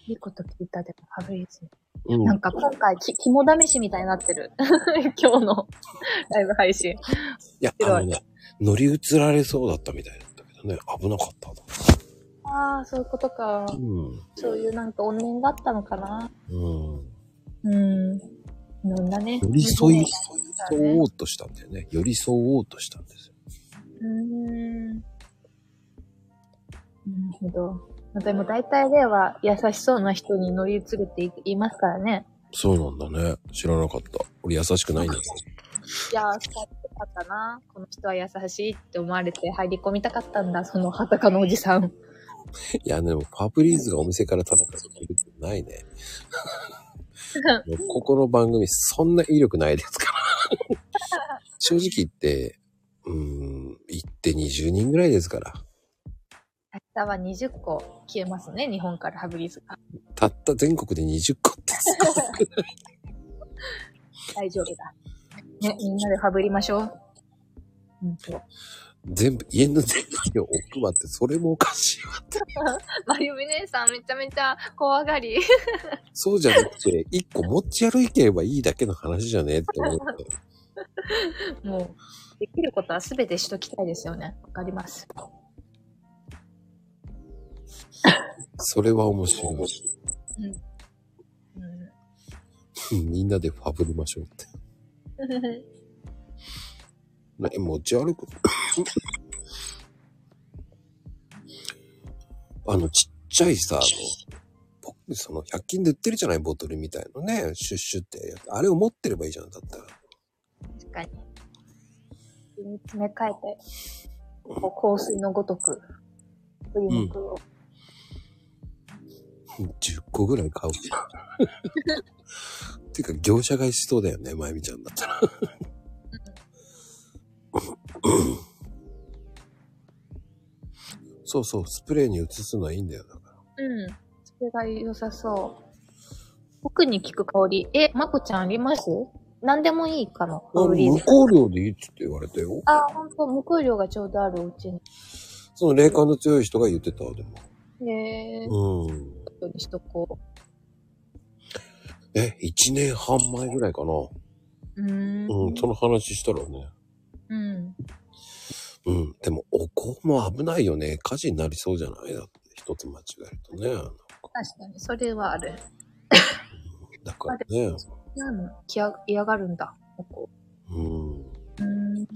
D: いいこと聞いた、でも、ファブリーズ。
A: うん
D: なんか今回き、肝試しみたいになってる。 *laughs* 今日の *laughs* ライブ配信。
A: いや、あ
D: 白い
A: のね、乗り移られそうだったみたいだったけどね、危なかったと。
D: ああ、そういうことか。
A: うん。
D: そういうなんか怨念があったのかな。
A: うん。
D: うん。飲んだね。
A: 寄り添い、寄り
D: う
A: 添おうとしたんだよね。寄り添おうとしたんですよ。
D: ん。なるほど。まあでも大体例は優しそうな人に乗り移るってい言いますからね。
A: そうなんだね。知らなかった。俺優しくないんだけど。
D: いやー、伝わってよかったな。この人は優しいって思われて入り込みたかったんだ、その裸のおじさん。
A: いや、でも、ファブリーズがお店から食べたことない *laughs* ね。もうここの番組、そんな威力ないですから。 *laughs* 正直言って、うーん、行って20人ぐらいですから。
D: 明日は20個消えますね、日本からハブリーズが。
A: たった全国で20個って少なくない
D: 大丈夫だ。ね、みんなでハブりましょう。うんと。
A: *laughs* 全部、家の全部を置くわって、それもおかしいわ。
D: まゆみ姉さんめちゃめちゃ怖がり。
A: そうじゃなくて、1個持ち歩けばいいだけの話じゃねえって思って。
D: もう、できることは全てしときたいですよね。わかります。
A: それは *laughs* 面白い。
D: *laughs* うん。
A: みんなでファブりましょうって。ね、持ち *laughs* 歩く。あの、ちっちゃいさ、あの、ポッその、100均で売ってるじゃない、ボトルみたいのね、シュッシュってやつ。あれを持ってればいいじゃん、だったら。
D: 確かに。詰め替えて、こう香水のごとく、冬服を。
A: 10個ぐらい *laughs* 買うじゃん。てか、業者買いしそうだよね、まゆみちゃんだった *laughs* ら。そうそう、スプレーに移すのはいいんだよ。だから
D: うん。それが良さそう。奥に効く香り。え、まこちゃんあります何でもいいかな、
A: あ
D: フブリー
A: 無
D: ズ。
A: 香料でいいっつって言われたよ。
D: あ、ほんと、無香料がちょうどあるお家に。
A: その霊感の強い人が言ってた、で
D: へえー、
A: も。うん。
D: ことにしとこ
A: え、1年半前ぐらいかな。
D: う。うーん。
A: うん、その話したらね。
D: うん。
A: うん。でも、お香も危ないよね。火事になりそうじゃないだって、一つ間違えるとね。
D: 確かに、それはある。
A: だからね。
D: うん。きや嫌がるんだ、ここ。
A: うん。
D: うーん。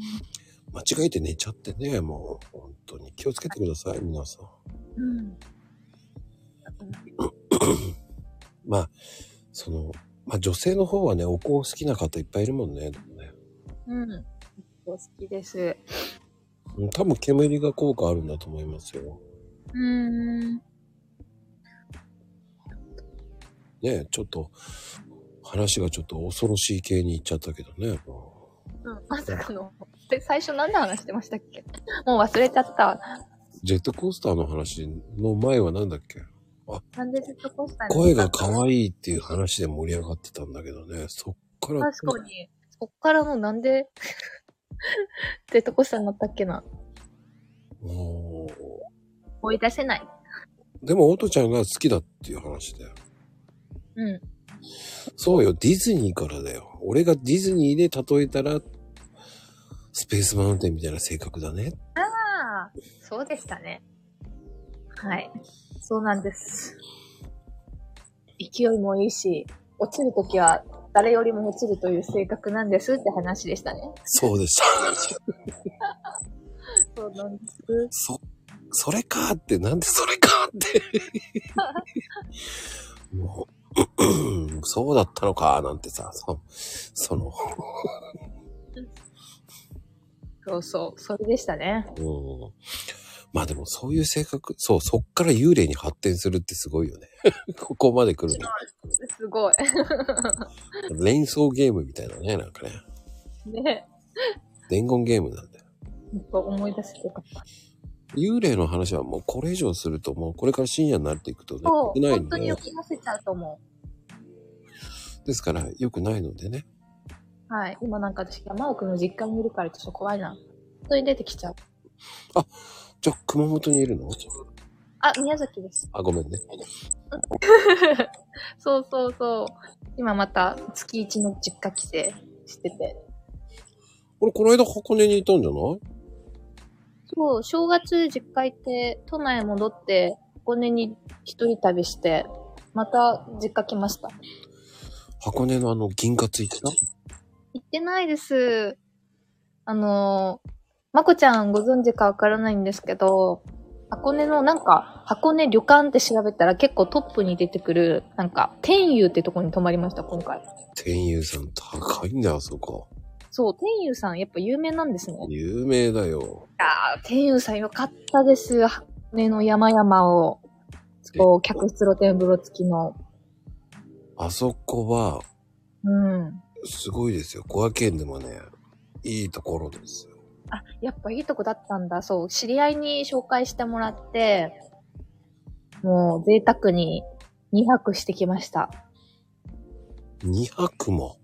A: 間違えて寝ちゃってね、もう、本当に気をつけてください、皆さん。
D: うん。
A: まあ、その、まあ女性の方はね、お香好きな方いっぱいいるもんね。でもね
D: うん。お好きです。
A: うん多分煙が効果あるんだと思いますよ。
D: うーん。
A: ねちょっと、話がちょっと恐ろしい系に行っちゃったけどね。も
D: うん、まさかの。で、最初何の話してましたっけもう忘れちゃった。
A: うジェットコースターの話の前はなんだっけ
D: なんでジェットコースターに
A: 声が可愛いっていう話で盛り上がってたんだけどね、そっから。
D: 確かに。そっからもうなんで、ジェットコースターになったっけな。
A: も
D: 思い出せない。
A: うでも、オトちゃんが好きだっていう話だよ。
D: うん。
A: そうよ、ディズニーからだよ。俺がディズニーで例えたら、スペースマウンテンみたいな性格だね。
D: ああ、そうでしたね。はい。そうなんです。勢いもいいし、落ちるときは誰よりも落ちるという性格なんですって話でしたね。
A: そうでした。
E: そうなんです。
A: そ、それかーって、なんでそれか
D: *laughs*
A: ーって。もう、そうだったのかーなんてさ、そその、
D: そうそう、それでしたね。
A: うん。まあでもそういう性格、そう、そっから幽霊に発展するってすごいよね。 *laughs* ここまで来る
D: すごい。
A: の。連想ゲームみたいなね、なんかね。
D: *laughs* ね。
A: 伝言ゲームなんだよ。
D: 思い出してよかった。
A: 幽霊の話はもうこれ以上するともうこれから深夜になっていくとね、
D: そう、
A: 良くない
D: 本
A: の
D: 当に
A: で、
D: 読み出せちゃうと思
A: ですから良くないのでね。
D: う。はい。今なんか私、山奥の実家にいるからちょっと怖いな。本当に出てきちゃう。
A: じゃあ熊本にいるの
D: あ、宮崎
A: *laughs*
D: です。
A: あ、ごめんね。
D: そうそうそう。今また月一の実家帰省してて。
A: 俺この間箱根にいたんじゃない
D: そう、正月実家行って、都内戻って、5年に一人旅して、また実家来ました。
A: 箱根のあの銀河ついてた
D: 行ってないです。あのー、まこちゃんご存知かわからないんですけど、箱根のなんか、箱根旅館って調べたら結構トップに出てくる、なんか、天佑ってとこに泊まりました、今回。
A: 天佑さん高いんだよ、あそこ。
D: そう、天佑さんやっぱ有名なんですね。
A: 有名だよ。
D: あー天佑さんよかったです。箱根の山々を、こう、客室露天風呂付きの。
A: あそこは、
D: うん。
A: すごいですよ。小和県でもね、いいところですよ。
D: あ、やっぱいいとこだったんだ。そう、知り合いに紹介してもらって、もう贅沢に2泊してきました。
A: 2泊も。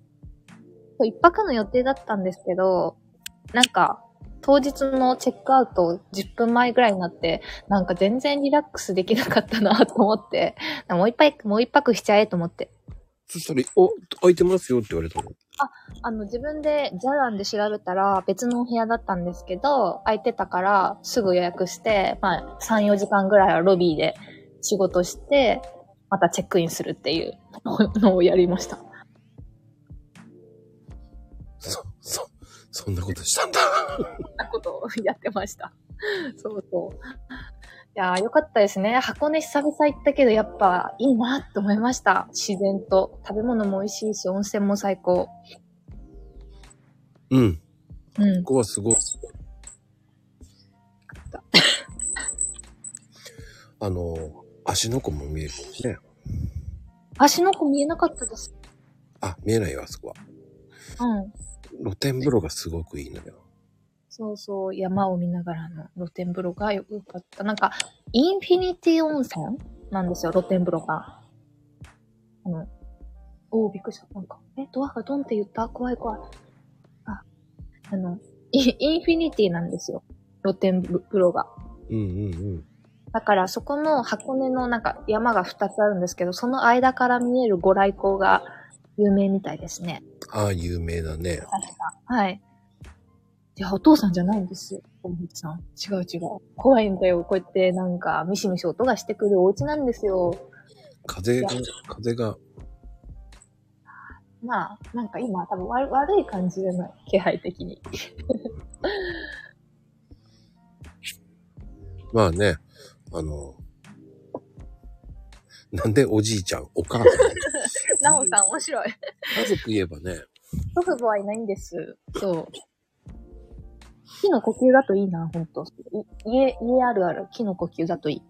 D: そう1泊の予定だったんですけど、なんか、当日のチェックアウト10分前ぐらいになって、なんか全然リラックスできなかったなと思って、もう一泊、もう一泊しちゃえと思って。
A: そしたら、お、空いてますよって言われたの。
D: あの、自分でジャランで調べたら別のお部屋だったんですけど、空いてたからすぐ予約して、まあ、3、4時間ぐらいはロビーで仕事して、またチェックインするっていう *laughs* のをやりました。
A: そ、そ、そんなことしたんだ。
D: そんなことをやってました。そうそう。いやー、よかったですね。箱根久々行ったけど、やっぱいいなと思いました。自然と。食べ物も美味しいし、温泉も最高。
A: うん。こ
D: うん。
A: こはすごい。あの、足の子も見えるしね。
D: 足の子見えなかったです。
A: あ、見えないよ、あそこは。
D: うん。
A: 露天風呂がすごくいいのよ。
D: そうそう、山を見ながらの露天風呂がよかった。なんか、インフィニティ温泉なんですよ、露天風呂が。あの、おおびっくりした。なんか、え、ドアがドンって言った怖い怖い。あ、あの、インインフィニティなんですよ、露天風呂が。
A: うんうんうん。
D: だから、そこの箱根のなんか山が2つあるんですけど、その間から見えるご来光が有名みたいですね。
A: ああ、有名だね。
D: はい。いや、お父さんじゃないんですよ、おじさん。違う違う。怖いんだよ。こうやってなんか、ミシミシ音がしてくるお家なんですよ。
A: 風が、風が、
D: まあ、なんか今、多分悪悪い感じじゃない。気配的 *laughs* に。
A: まあね、あの、なんでおじいちゃん、お母さん。
D: なおさん、面白い。
A: 家族言えばね、
D: 祖父母はいないんです。そう。木の呼吸だといいな、ほんと。い家、家あるある。木の呼吸だといい。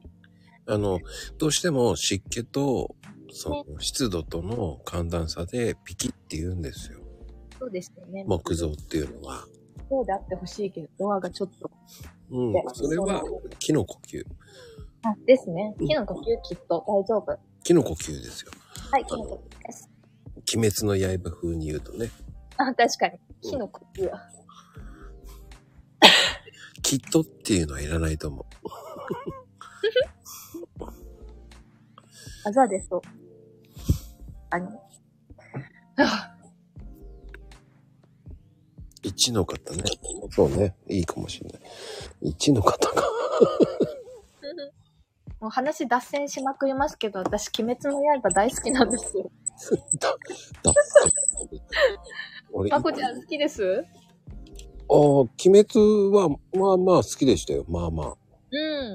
A: あの、どうしても湿気と、その湿度との寒暖差でピキって言うんですよ。
D: そうですよね。
A: 木造っていうのは。
D: そうであってほしいけど、ドアがちょっと。
A: うん
D: ね、
A: それは木の呼吸。
D: あ、ですね。木の呼吸きっと大丈夫。は
A: 木の呼吸ですよ。
D: い、木の呼吸です。
A: 鬼滅の刃風に言うとね、
D: あ、確かに。木の呼吸は。
A: きっとっていうのはいらないと思う。
D: あざですと。あの、
A: 一の方ね。そうね。いいかもしれない。一の方が。
D: もう話脱線しまくりますけど、私、鬼滅の刃大好きなんですよ。
A: だ、だ、俺、
D: まこちゃん好きです
A: ああ、鬼滅は、まあまあ好きでしたよ。まあまあ。
D: う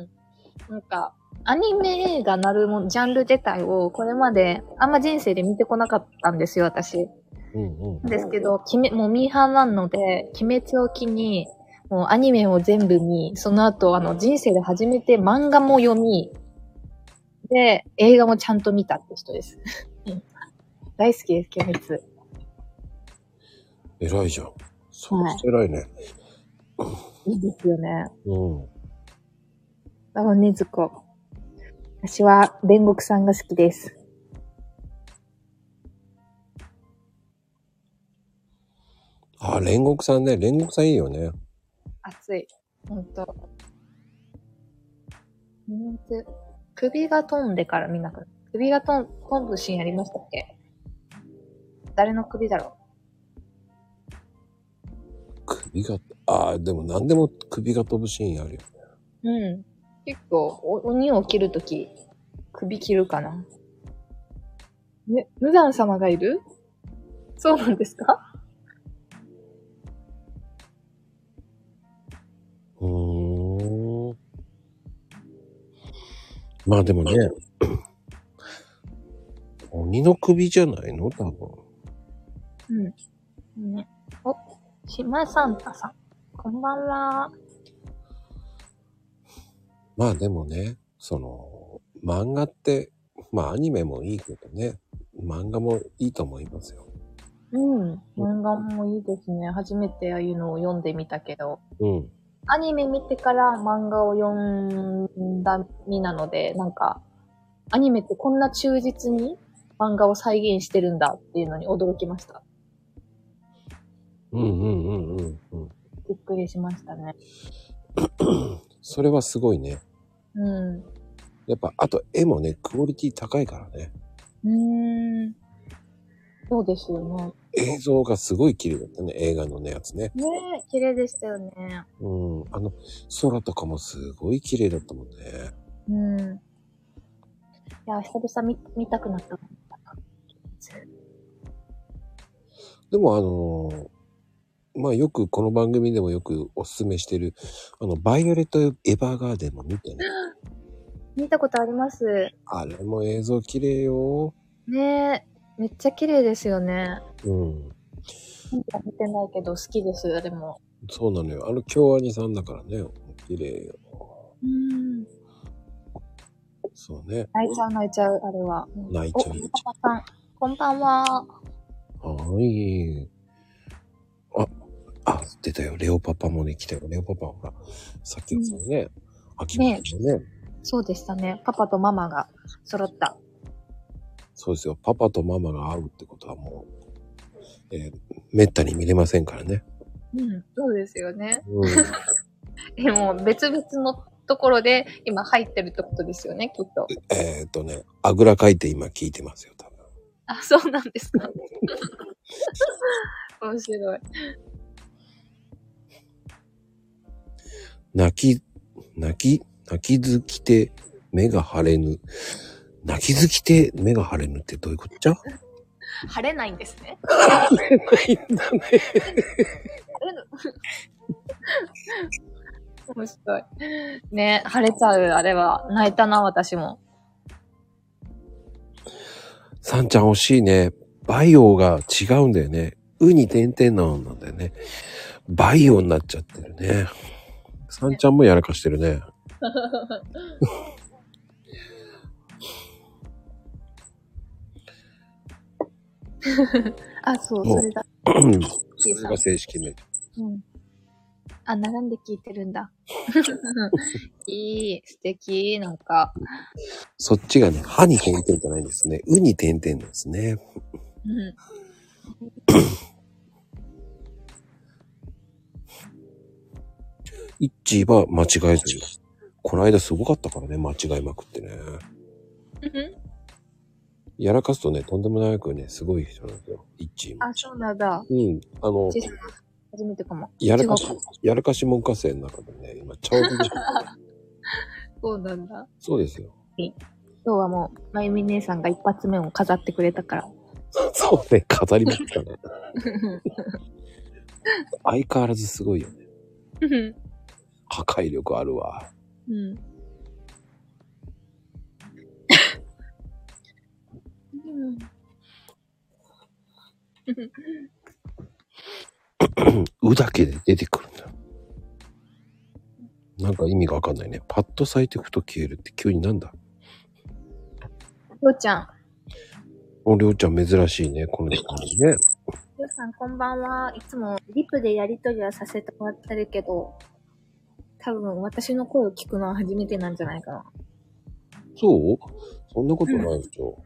D: ん。なんか、アニメ映画なるもん、ジャンル自体をこれまであんま人生で見てこなかったんですよ、私。
A: うんうん。
D: ですけど、鬼滅もうミーハーなので、鬼滅を機に、もうアニメを全部見、その後、あの、人生で初めて漫画も読み、で、映画もちゃんと見たって人です。うん *laughs* 大好きです、鬼滅。
A: 偉いじゃん。そうして偉いね。
D: いいですよね。
A: うん。
D: あ、ねずこ。私は煉獄さんが好きです。
A: ああ、煉獄さんね。煉獄さんいいよね。
D: 熱い。ほんと。鬼滅首が飛んでから見なくな首が飛ん飛ぶシーンありましたっけ誰の首だろ
A: 首が、ああ、でも何でも首が飛ぶシーンあるよ。
D: ううん。結構、お鬼を切るとき、首切るかな。ね、無惨様がいるそうなんですか
A: うーん。まあでもね、鬼の首じゃないの多分。
D: ね。お、島サンタさん。こんばんは。
A: まあでもね、その、漫画って、まあアニメもいいけどね、漫画もいいと思いますよ。
D: うん。漫画もいいですね。初めてああいうのを読んでみたけど。
A: うん。
D: アニメ見てから漫画を読んだ身なので、なんか、アニメってこんな忠実に漫画を再現してるんだっていうのに驚きました。
A: うんうんうんうんうん。
D: びっくりしましたね。
A: *clears throat* それはすごいね。
D: うん。う
A: やっぱ、あと絵もね、クオリティ高いからね。
D: ーん。そうですよね。
A: 映像がすごい綺麗だったね、映画のねやつね。
D: ねえ、綺麗でしたよね。
A: うん。あの、空とかもすごい綺麗だったもんね。
D: うん。いや、久々見見たくなった。
A: でもあのーまあよくこの番組でもよくおすすめしてる、あの、バイオレット・エヴァーガーデンも見てね。
D: 見たことあります。
A: あれも映像綺麗よ。
D: ねえ、めっちゃ綺麗ですよね。
A: うん。
D: 見てないけど好きです、でも。
A: そうなのよ。あの、京アニさんだからね。綺麗よ。
D: うん。
A: そうね。
D: 泣いちゃう泣いちゃう、あれは。
A: 泣いちゃう。
D: お、パパさん、こんばんは。
A: はい。あ、あ、出たよ。レオパパもね、来たよ。レオパパ、ほら、さっきのね、秋元のね、
D: そうでしたね。パパとママが揃った。
A: そうですよ。パパとママが会うってことはもう、えー、めったに見れませんからね。
D: うん、そうですよね。
A: うん。
D: でも、別々のところで今入ってるってことですよね、きっと。
A: えーっとね、あぐらかいて今聞いてますよ、多分。
D: あ、そうなんで
A: *laughs*
D: すか。面白い。
A: 泣き、泣き、泣きずきて目が腫れぬ。泣きずきて目が腫れぬってどういうことじゃ
D: 晴れないんですね。
A: 腫れないんだね。
D: 晴れる面白い。ね、晴れちゃう、あれは。泣いたな、私も。
A: *laughs* さんちゃん惜しいね。バイオが違うんだよね。うに点々なんだよね。バイオになっちゃってるね。さんちゃんもやらかしてるね。
D: あ、そう、
A: お
D: それだ。
A: うんそれが正式名称。
D: うん。あ、並んで聞いてるんだ。 *laughs* いい、素敵、なんか。
A: *clears throat* そっちがね、歯に点々じゃないんですね。うに点々なんですね。
D: うん。
A: イッチーは間違えずよ。この間すごかったからね、間違いまくってね。やらかすとね、とんでもなくね、すごい人なんですよ。イッチーも。
D: あ、そうなんだ。
A: うん。あの、
D: 実は初めてかも。
A: やらかし
D: 違う、
A: やらかし文科生の中でね、今、ちょうど、 *laughs*
D: そうなんだ。
A: そうですよ。
D: 今日はもう、まゆみ姉さんが一発目を飾ってくれたから。
A: そうね、飾りましたね。 *laughs* 相変わらずすごいよね。
G: うん。
A: 破壊力あるわ。
G: うん。
A: うだけで出てくるんだ。なんか意味がわかんないね。パッと咲いてふと消えるって急になんだ
D: りょうちゃん。
A: お、りょうちゃん珍しいね。この時間にね。
D: りょうさんこんばんは。いつもリプでやりとりはさせてもらってるけど、多分私の声を聞くのは初めてなんじゃないかな。
A: そうそんなことないでしょ。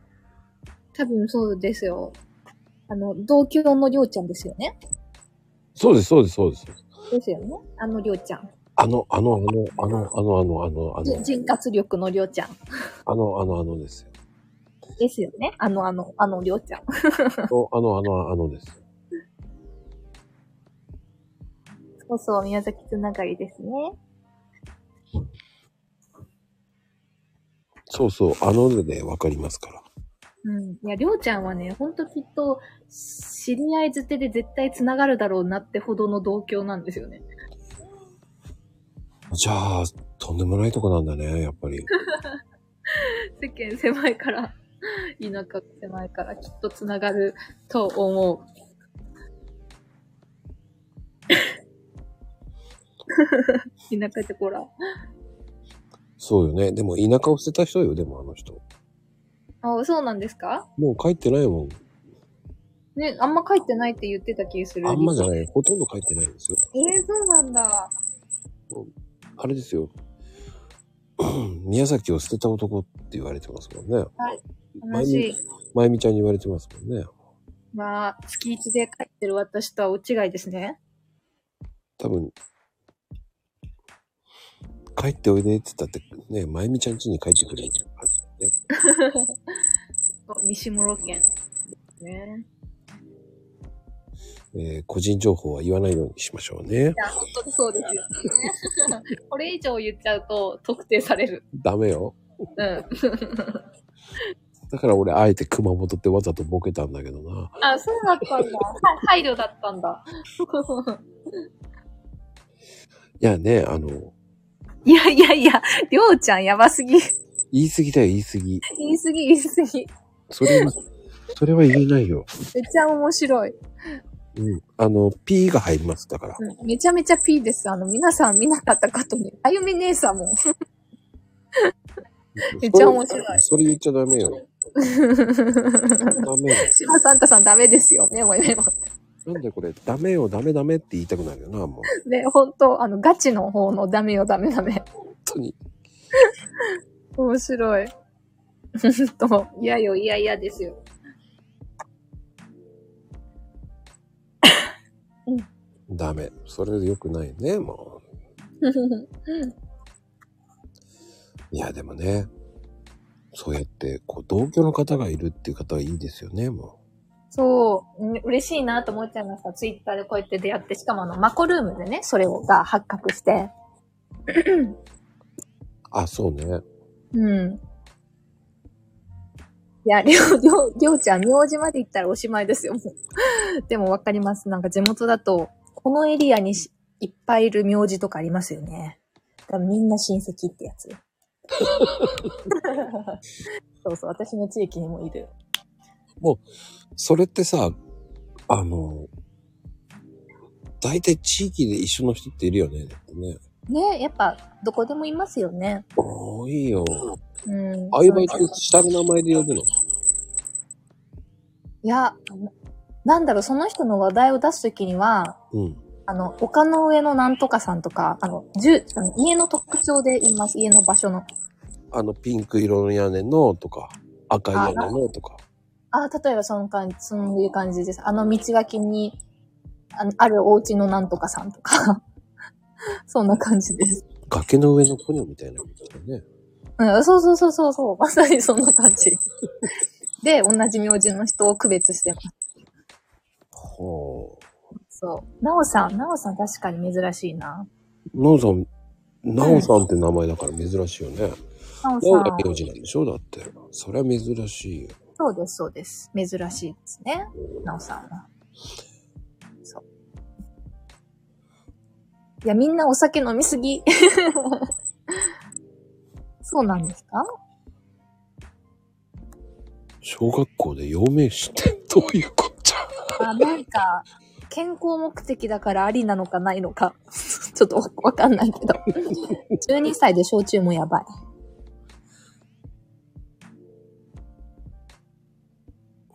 D: 多分そうですよ。あの、同居のりょうちゃんですよね。
A: そうです、そうです、そうです。
D: ですよね。あのりょうちゃん。
A: あの、あの、あの、あの、あの、あの、あの、あ
D: じ
A: の、
D: 人活力のりょうちゃん。
A: あの、あの、あのですよ。
D: ですよね。あの、あの、あのりょうちゃん。 *laughs*
A: あの、あの、あの、あのですよ。
D: そうそう、宮崎つながりですね。
A: そうそう、あのでわかりますから。
D: うん。いや、りょうちゃんはね、ほんときっと、知り合いづてで絶対つながるだろうなってほどの同居なんですよね。 *laughs*
A: じゃあ、とんでもないとこなんだね、やっぱり。
D: 世間狭いから、 *laughs* 田舎狭いから、きっとつながると思う。 *laughs* 田舎ってこら。
A: そうよね。でも田舎を捨てた人よ、でもあの人。
D: あ、そうなんですか
A: もう帰ってないもん。
D: ね、あんま書いてないって言ってた気する。
A: あんまじゃない。ほとんど帰ってないんですよ。
D: えー、そうなんだ。
A: あれですよ。 *clears throat* 宮崎を捨てた男って言われてますもんね。
D: 悲しい。
A: まゆみちゃんに言われてますもんね。
D: まあ、月一で書いてる私とは大違いですね。
A: 多分、帰っておいでって言ったって、ね、まゆみちゃん家に帰ってくれるはずだよね。
D: 西室県。ね。
A: えー個人情報は言わないようにしましょうね。
D: いや、本当にそうですよ *laughs* ね。これ以上言っちゃうと特定される。
A: ダメよ。
D: うん。
A: だから俺、あえて熊本ってわざとボケたんだけどな。
D: あ、そうだったんだ。は配慮だったんだ。
A: いやね、あの、
D: *laughs* いやいやいや、りょうちゃんやばすぎ。
A: 言い過ぎだよ、言い過ぎ。
D: 言いすぎ言いすぎ。
A: それは、 *laughs* それは言えないよ。
D: めっちゃ面白い。
A: うん。あの、P が入ります、だから。
D: うん、めちゃめちゃ P です。あの、皆さん見なかったことに。あゆみ姉さん *laughs* も。めっちゃ面白い
A: それ言っちゃダメよ。ダメよ。
D: しばサンタさんダメですよ。メモメモ。
A: なんでこれ、ダメよ、ダメダメって言いたくなるよな、もう。
D: ね、本当あの、ガチの方のダメよ、ダメダメ。
A: 本当に。
D: 面白い。 *laughs* 本当いやよ、いやいやですよ。 *laughs*
A: ダメ。それで良くないね、もう。いや、でもね、そうやって、こう、同居の方がいるっていう方はいいですよね、も
D: そう、うん嬉しいなと思っちゃいました。ツイッターでこうやって出会って、しかもあの、マコルームでね、それをが発覚して。
A: う。あ、そうね。
D: うん。いや、りょう、りょう、りょうちゃん、名字まで行ったらおしまいですよ、もう。 *laughs* でもわかります。なんか地元だと、このエリアにしいっぱいいる名字とかありますよね。だからみんな親戚ってや
A: *laughs*
D: つ。そうそう、私の地域にもいる。
A: それってさ、あの、大体地域で一緒の人っているよね、だってね。
D: ねやっぱ、どこでもいますよね。
A: 多いよ。
D: うん。
A: ああいう場合って下の名前で呼ぶの
D: いや、なんだろう、その人の話題を出すときには、
A: うん。
D: あの、丘の上のなんとかさんとか、あの、じゅあの家の特徴で言います。家の場所の。
A: あの、ピンク色の屋根のとか、赤い屋根のとか。
D: ああ、例えばその感じ、そういう感じです。あの道脇に、あのあるお家のなんとかさんとか。 *laughs* そんな感じです。
A: 崖の上のポニョみたいなことだね。
D: うん、そうそうそうそうそう。まさにそんな感じ。で、同じ名字の人を区別してます。
A: ほ
D: そう。なおさん、なおさん確かに珍しいな。
A: う。なおさん、なおさんって名前だから珍しいよね。
D: なお
A: なお
D: さ
A: が
D: ん。
A: 名字なんでしょだって。それは珍しいよ。
D: そうです、そうです。珍しいですね。なおさんは。そう。いや、みんなお酒飲みすぎ。 *laughs* そうなんですか
A: 小学校で陽明酒ってどういうこっちゃ
D: あ、なんか、健康目的だからありなのかないのか、 *laughs* ちょっとわわかんないけど。12歳で焼酎もやばい。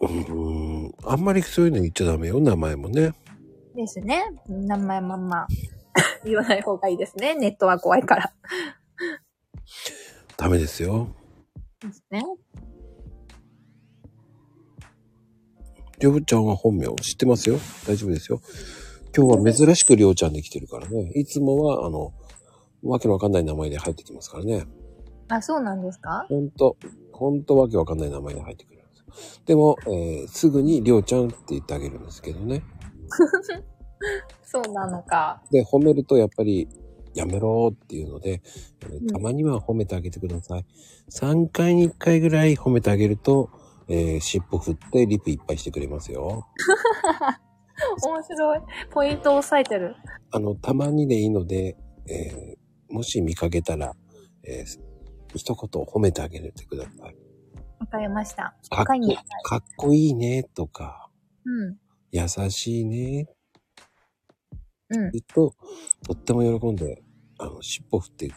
A: うーん、あんまりそういうの言っちゃダメよ、名前もね。
D: ですね。名前まんま言わない方がいいですね。ネットは怖いから。
A: ダメですよ。
D: ですね。
A: りょうちゃんは本名を知ってますよ。大丈夫ですよ。今日は珍しくりょうちゃんで来てるからね。いつもは、あの、わけのわかんない名前で入ってきますからね。
D: あ、そうなんですか
A: ほんと、ほんとわけわかんない名前で入ってくるんですよ。でも、えーすぐにりょうちゃんって言ってあげるんですけどね。
D: そうなのか。
A: で、褒めるとやっぱり、やめろっていうので、えー
D: うん
A: たまには褒めてあげてください。3回に1回ぐらい褒めてあげると、えー尻尾振ってリプいっぱいしてくれますよ。
D: 面白い。ポイントを押さえてる。
A: あの、たまにでいいので、えーもし見かけたら、えー一言褒めてあげてください。
D: わかりました。
A: かっ
D: 他に
A: こかっこいいねとか、
D: うん。
A: 優しいね
D: う
A: 言
D: ん。
A: うと、とっても喜んで、あの、尻尾振って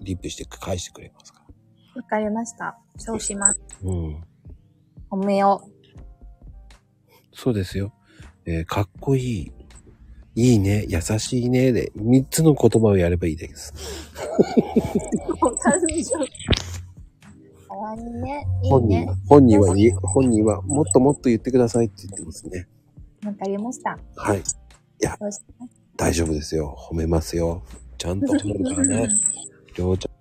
A: リプして返してくれますから。
D: わかりました。そうします。
A: うん。
D: 褒めよう。
A: そうですよ。えーかっこいい。いいね、優しいね、で、三つの言葉をやればいいです。
D: お誕生日。かわいいね。いい
A: 本人
D: ね
A: は。、本人は言え、本人は、もっともっと言ってくださいって言ってますね。
D: わかりました。
A: はい。いや
D: よし、
A: 大丈夫ですよ。褒めますよ。ちゃんと褒めるからね。りょうちゃん、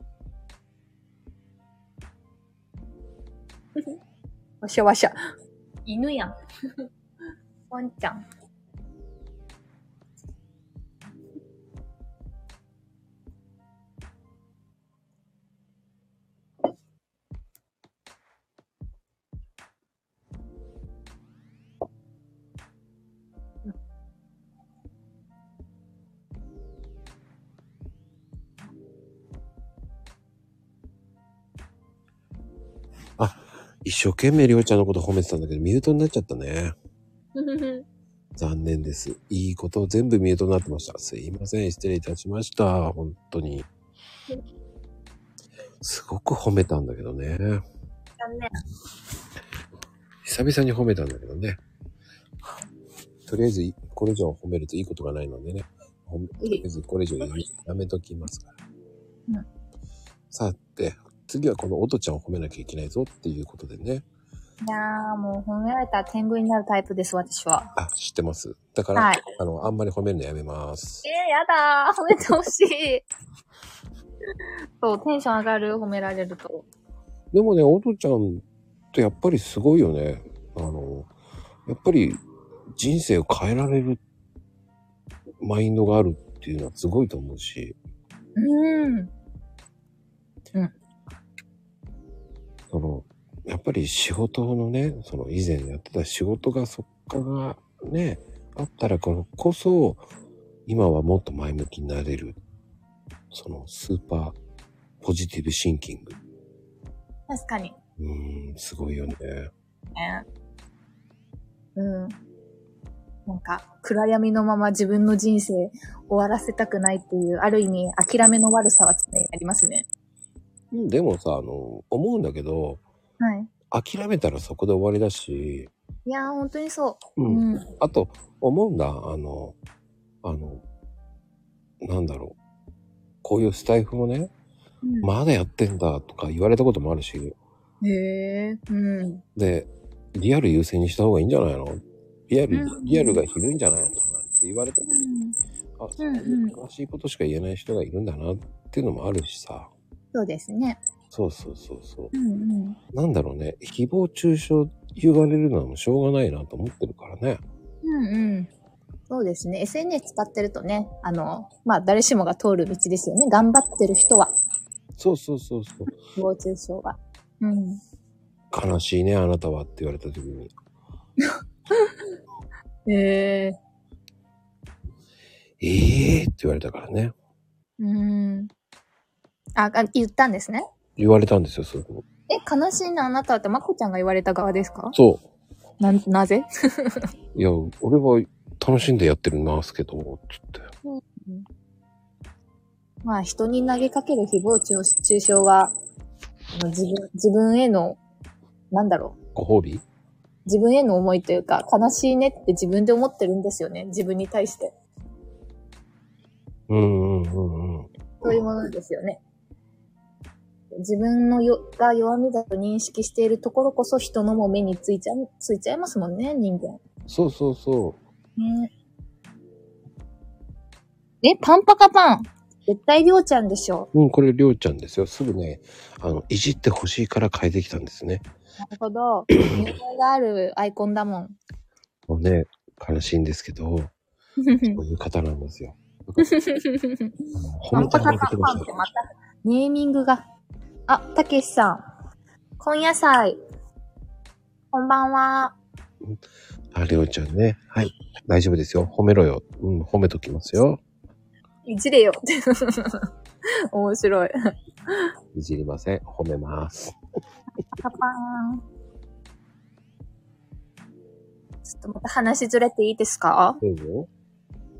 D: わしゃわしゃ。犬やん。ワンちゃん。
A: 一生懸命りょうちゃんのこと褒めてたんだけど、ミュートになっちゃったね。残念です。いいこと全部ミュートになってました。すいません。失礼いたしました。本当に。すごく褒めたんだけどね。
D: 残念。
A: 久々に褒めたんだけどね。とりあえず、これ以上褒めるといいことがないのでね。ほんとりあえず、これ以上やめやめときますから。
D: うん
A: さて、次はこの音ちゃんを褒めなきゃいけないぞっていうことでね。
D: いやー、もう褒められたら天狗になるタイプです、私は。
A: あ、知ってます。だから、
D: はい。
A: あの、あんまり褒めるのやめます
D: え。ー、やだー。褒めてほしい。そう、テンション上がる、褒められると。
A: でもね、音ちゃんってやっぱりすごいよね。あの、やっぱり人生を変えられるマインドがあるっていうのはすごいと思うし。
D: うん。
A: その、やっぱり仕事のね、その以前やってた仕事がそっからね、あったらこのこそ、今はもっと前向きになれる、そのスーパーポジティブシンキング。
D: 確かに。
A: うーん、すごいよね。
D: ね。うん。なんか、暗闇のまま自分の人生終わらせたくないっていう、ある意味、諦めの悪さは常にありますね。
A: うんでもさ、あの、思うんだけど、
D: はい。
A: 諦めたらそこで終わりだし、
D: いやー、本当にそう。
A: う
D: うんん。
A: あと、思うんだ、あの、あの、なんだろう。こういうスタイフもね、まだやってんだとか言われたこともあるし、
D: へえ。うん。
A: で、リアル優先にした方がいいんじゃないのリアル、
D: うん
A: リアルがひどいんじゃないのって言われて、あ、そう
D: うん
A: いううん悲しいことしか言えない人がいるんだなっていうのもあるしさ。
D: そうですね。
A: そうそうそうそ
D: うんうん。
A: う。なんだろうね。誹謗中傷言われるのはもうしょうがないなと思ってるからね。
D: うんうん。そうですね。SNS 使ってるとね、あの、まあ、誰しもが通る道ですよね。頑張ってる人は、
A: そうそうそうそう。
D: 誹謗中傷が。うん。
A: 悲しいね、あなたはって言われた時に。
D: へえ。
A: ええー、って言われたからね。
D: うん。あ、あ言ったんですね。
A: 言われたんですよ、すごく。
D: え、悲しいな、あなたはって、まこちゃんが言われた側ですか
A: そ
D: な、なぜ
A: う。いや、俺は楽しんでやってるんですけど、つって。
D: まあ、人に投げかける誹謗中中傷は、あの自分、自分への、なんだろう、
A: ご褒美
D: 自分への思いというか、悲しいねって自分で思ってるんですよね。自分に対して。
A: うんうんうんうん。
D: そういうものですよね。自分のよが弱みだと認識しているところこそ人のも目についちゃう、ついちゃいますもんね、人間。
A: そうそうそ
D: ねえ、パンパカパン絶対りょうちゃんでしょ。
A: う。うん、これ、りょうちゃんですよ。すぐね、あの、いじってほしいから変えてきたんですね。
D: なるほど。見覚えがあるアイコン
A: *laughs*
D: だもん。
A: もうね、悲しいんですけど、こういう方なんです
D: *laughs*
A: よ。あの褒
D: パ
A: め
D: ンパ
A: たら
D: カ
A: 負けて
D: パ
A: ま
D: ン
A: し
D: って
A: た。
D: また、ネーミングが。あ、たけしさん。今夜祭。こんばんは。
A: あ、りょうちゃんね。はい。大丈夫ですよ。褒めろよ。うん、褒めときますよ。
D: いじれよ。 *laughs* 面白い。
A: いじりません。褒めます。
D: パパーン。ちょっとまた話ずれていいですか
A: どうぞ。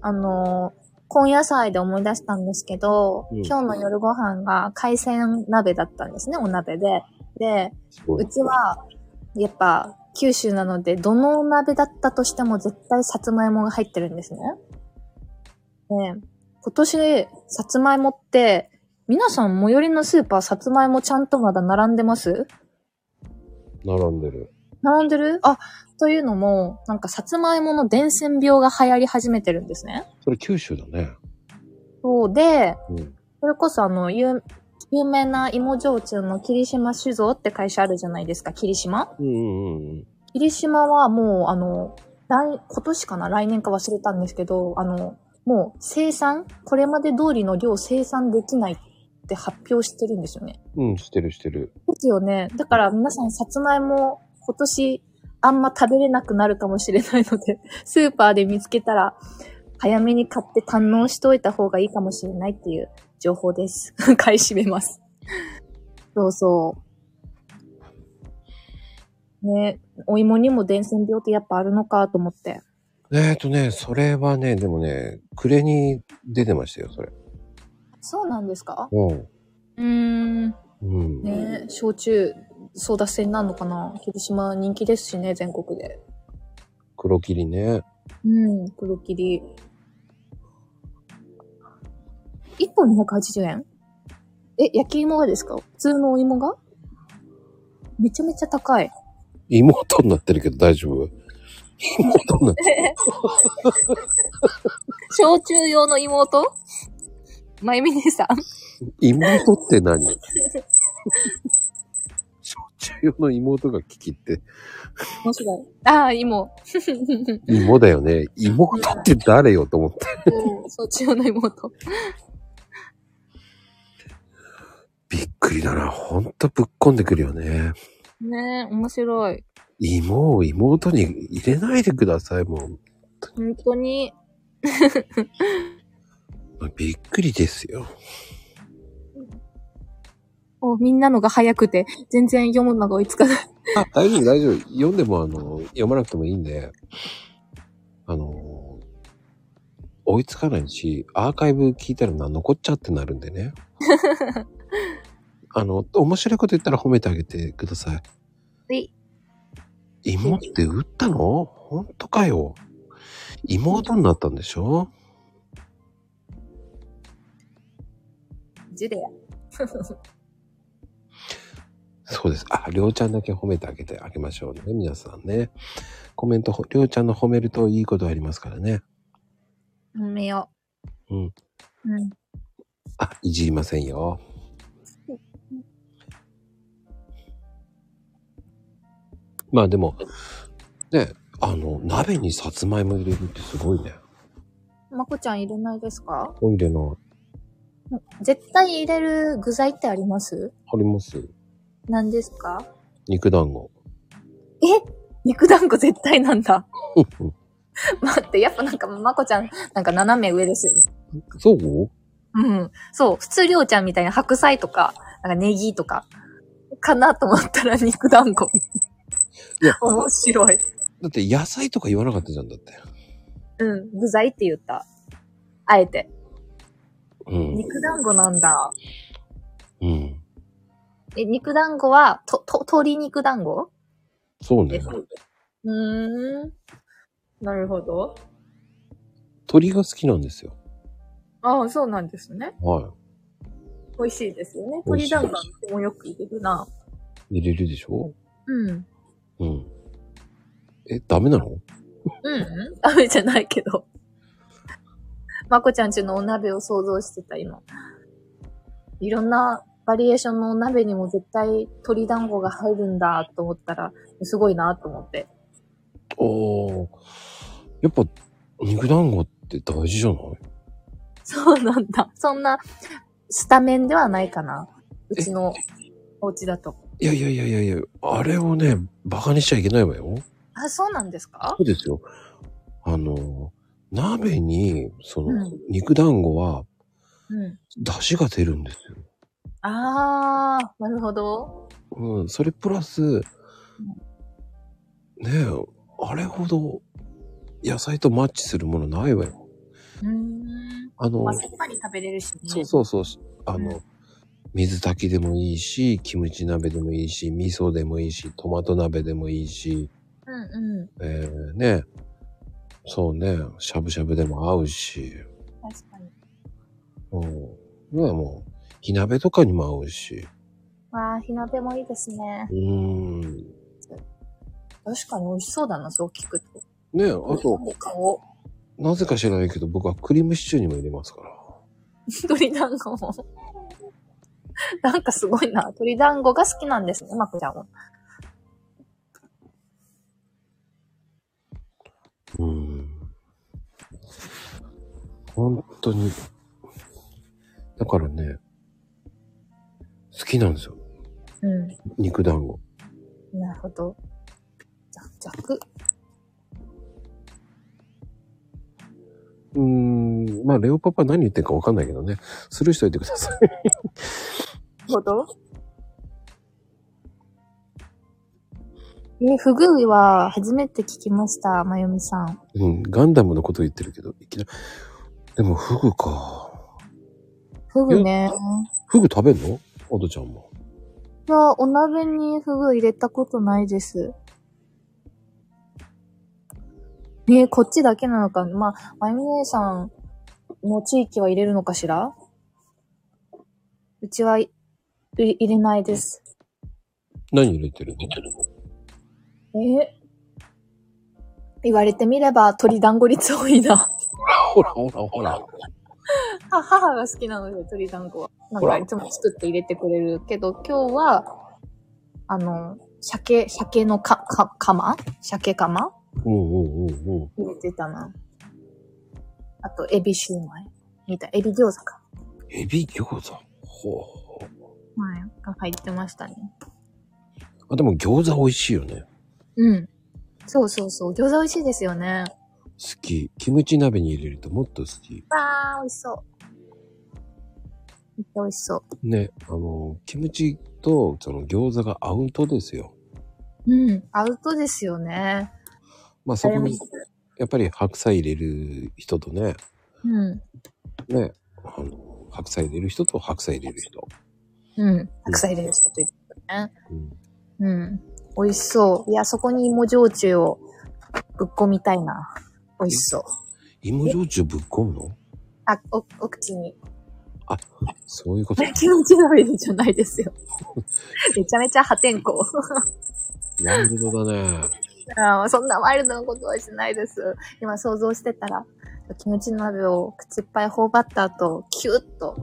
D: あのー、今夜祭で思い出したんですけど、
A: うん
D: 今日の夜ご飯が海鮮鍋だったんですね、お鍋で。で、
A: すご
D: う
A: い。
D: ちは、やっぱ、九州なので、どのお鍋だったとしても絶対さつまいもが入ってるんですね。で、今年、さつまいもって、皆さん最寄りのスーパーさつまいもちゃんとまだ並んでます
A: 並んでる。
D: 並んでるあ、というのも、なんかさつまいもの伝染病が流行り始めてるんですね。
A: それ九州だね。
D: そうで、
A: うん。
D: それこそあの、有有名な芋焼酎の霧島酒造って会社あるじゃないですか、霧島
A: うんうんうん。
D: 霧島はもう、あの、来、今年かな来年か忘れたんですけど、あの、もう生産、これまで通りの量生産できないって発表してるんですよね。
A: うん、してるしてる。
D: ですよね。だから皆さん、さつまいも今年あんま食べれなくなるかもしれないので、 *laughs* スーパーで見つけたら、早めに買って堪能しておいた方がいいかもしれないっていう情報です。 *laughs* 買い占めます。そうそう。ねお芋にも伝染病ってやっぱあるのかと思って。
A: えーとね、それはね、でもね、暮れに出てましたよ、それ。
D: そうなんですか
A: うん。
D: うーん。
A: うん。
D: ね焼酎争奪戦になるのかな広島人気ですしね、全国で。
A: 黒霧ね。
D: うん、黒霧。1本280円え、焼き芋がですか普通のお芋がめちゃめちゃ高い。
A: 妹になってるけど大丈夫妹になってる。
D: *laughs* 焼酎用の妹まゆみ姉さん。
A: 妹って何焼酎用の妹が聞きって。
D: 面白い。ああ、芋。
A: 芋だよね。妹って誰よと思って。
D: うん *laughs* 焼酎用の妹。
A: びっくりだな。ほんとぶっこんでくるよね。
D: ねえ、面白い。
A: 芋を妹に入れないでください、もう。
D: 本当に。
A: びっくりですよ。
D: お、みんなのが早くて、全然読むのが追いつかない。
A: あ、大丈夫、大丈夫。読んでも、あの、読まなくてもいいんで、あの、追いつかないし、アーカイブ聞いたらな、残っちゃってなるんでね。あの、面白いこと言ったら褒めてあげてくださ
D: はい
A: い。芋って打ったの本当かよ。妹になったんでしょ
D: ジュレや。
A: そうです。あ、りょうちゃんだけ褒めてあげてあげましょうね。皆さんね。コメントほ、りょうちゃんの褒めるといいことありますからね。
D: 褒めよ
A: う
D: う。
A: ん。
D: うん。
A: あ、いじりませんよ。まあでも、ね、あの、鍋にさつまいも入れるってすごいね。
D: まこちゃん入れないですか
A: トイレの、
D: 絶対入れる具材ってあります
A: あります
D: 何ですか
A: 肉団子。
D: 肉団子絶対なんだ。 *laughs* 待って、やっぱなんか、まこちゃん、なんか斜め上ですよね。
A: そう
D: うん。そう、普通りょうちゃんみたいな白菜とか、なんかネギとか、かなと思ったら *laughs* 肉団子。
A: いや
D: 面白い。
A: だって野菜とか言わなかったじゃんだって。
D: うん、具材って言った。あえて。
A: うん。
D: 肉団子なんだ。
A: うん。
D: え、肉団子は、と、と、鶏肉団子
A: そう
D: で
A: ね
D: す。。うーん。なるほど。
A: 鳥が好きなんですよ。
D: ああ、そうなんですね。
A: は
D: 美味しいですよね。
A: 美味し
D: 鶏
A: い
D: 団子はとてもよく入れるな。
A: い。入れるでしょ
D: うん。
A: うん。え、ダメなの
D: うんダメじゃないけど。 *laughs* まこちゃんちのお鍋を想像してた、今。いろんなバリエーションのお鍋にも絶対鶏団子が入るんだと思ったら、すごいなと思って。
A: おー。やっぱ、肉団子って大事じゃない
D: そうなんだ。そんな、スタメンではないかな。うちのお家だと。
A: いやいやいやいやいや、あれをね、馬鹿にしちゃいけないわよ。
D: あ、そうなんですか
A: そうですよ。あの、鍋に、その
D: うん、
A: 肉団子は、
D: うん。
A: 出汁が出るんですよ。
D: あー、なるほど。
A: うん、それプラス、ねえ、あれほど野菜とマッチするものないわよ。
D: うーん。
A: あの
D: まあ、、さっぱり食べれるしね。
A: そうそうそう、あの、水炊きでもいいし、キムチ鍋でもいいし、味噌でもいいし、トマト鍋でもいいし、
D: うんうん。
A: えー、ねえ、そうね、しゃぶしゃぶでも合うし、
D: 確かに。
A: うん、ねえもう、火鍋とかにも合うし、
D: わあ、火鍋もいいですね。
A: うーん、
D: 確かに美味しそうだな、そう聞くと。
A: ねえ、あと、
D: 顔。
A: なぜか知らないけど、僕はクリームシチューにも入れますから。
D: 鳥団子も。なんかすごいな。鳥団子が好きなんですね、まこちゃんも。
A: うん。本当に。だからね、好きなんですよ。
D: うん。
A: 肉団子。
D: なるほど。ザクザク。
A: うーん。まあ、レオパパ何言ってるかわかんないけどね。スルーしといてください。
D: ほど。え、フグは初めて聞きました、まゆみさん。
A: うん。ガンダムのこと言ってるけど、いきなり。でも、フグか。
D: フグね。
A: フグ食べんのおとちゃんも。
D: いや、お鍋にフグ入れたことないです。ねえ、こっちだけなのか。まあ、まゆみ姉さんの地域は入れるのかしらうちはい、い入れないです。
A: 何入れてるの
D: え言われてみれば鳥団子率多いな。
A: ほらほらほら。
D: *laughs* あ母が好きなので、鳥団子は。なん
A: ほら
D: かいつも作って入れてくれるけど、今日は、あの、鮭、鮭のか、か、釜鮭釜
A: うんうんうんうん。
D: 入れてたな。あと、エビシューマイ。みたい。エビ餃子か。
A: エビ餃子。ほうほう。
D: はい。が入ってましたね。
A: あ、でも餃子美味しいよね。
D: うん。そうそうそう。餃子美味しいですよね。
A: 好き。キムチ鍋に入れるともっと好き。
D: わー、美味しそう。めっちゃ美味しそう。
A: ね、あの、キムチとその餃子が合うとですよ。
D: うん。アウトですよね。
A: まあそこに、やっぱり白菜入れる人とね、
D: うん。
A: ね、あの、白菜入れる人と白菜入れる人。
D: うん。白菜入れる人と言ってね。
A: うん、
D: うん。美味しそう。いや、そこに芋焼酎をぶっ込みたいな。美味しそう。
A: 芋焼酎ぶっ込むの
D: あ、お、お口に。
A: そういうこと。
D: キムチ鍋じゃないです *laughs* よ。めちゃめちゃ破天荒。
A: ワイルドだね。
D: あーそんなワイルドなことはしないです。今想像してたら、キムチ鍋を口いっぱい頬張った後、キュッと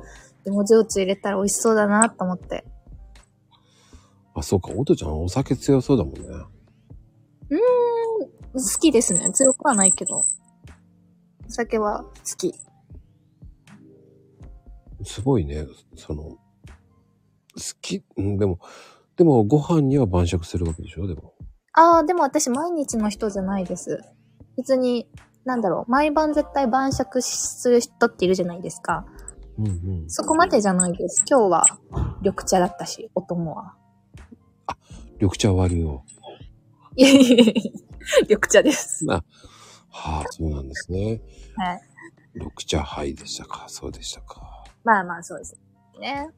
D: 芋焼酎入れたら美味しそうだなと思って。
A: あ、そうか、おとちゃんお酒強そうだもんね。
D: 好きですね。強くはないけど。お酒は好き。
A: すごいね、その、好き、うん、でも、でもご飯には晩酌するわけでしょでも。
D: ああ、でも私毎日の人じゃないです。別に、なんだろう、毎晩絶対晩酌する人っているじゃないですか。
A: うんうん。
D: そこまでじゃないです。今日は緑茶だったし、お供は。
A: 緑茶割りを。
D: いえいえいえ *laughs* 緑茶です。
A: はあ、そうなんですね。
D: はい。
A: 緑茶杯でしたか。そうでしたか。
D: まあまあ、そうです。ね。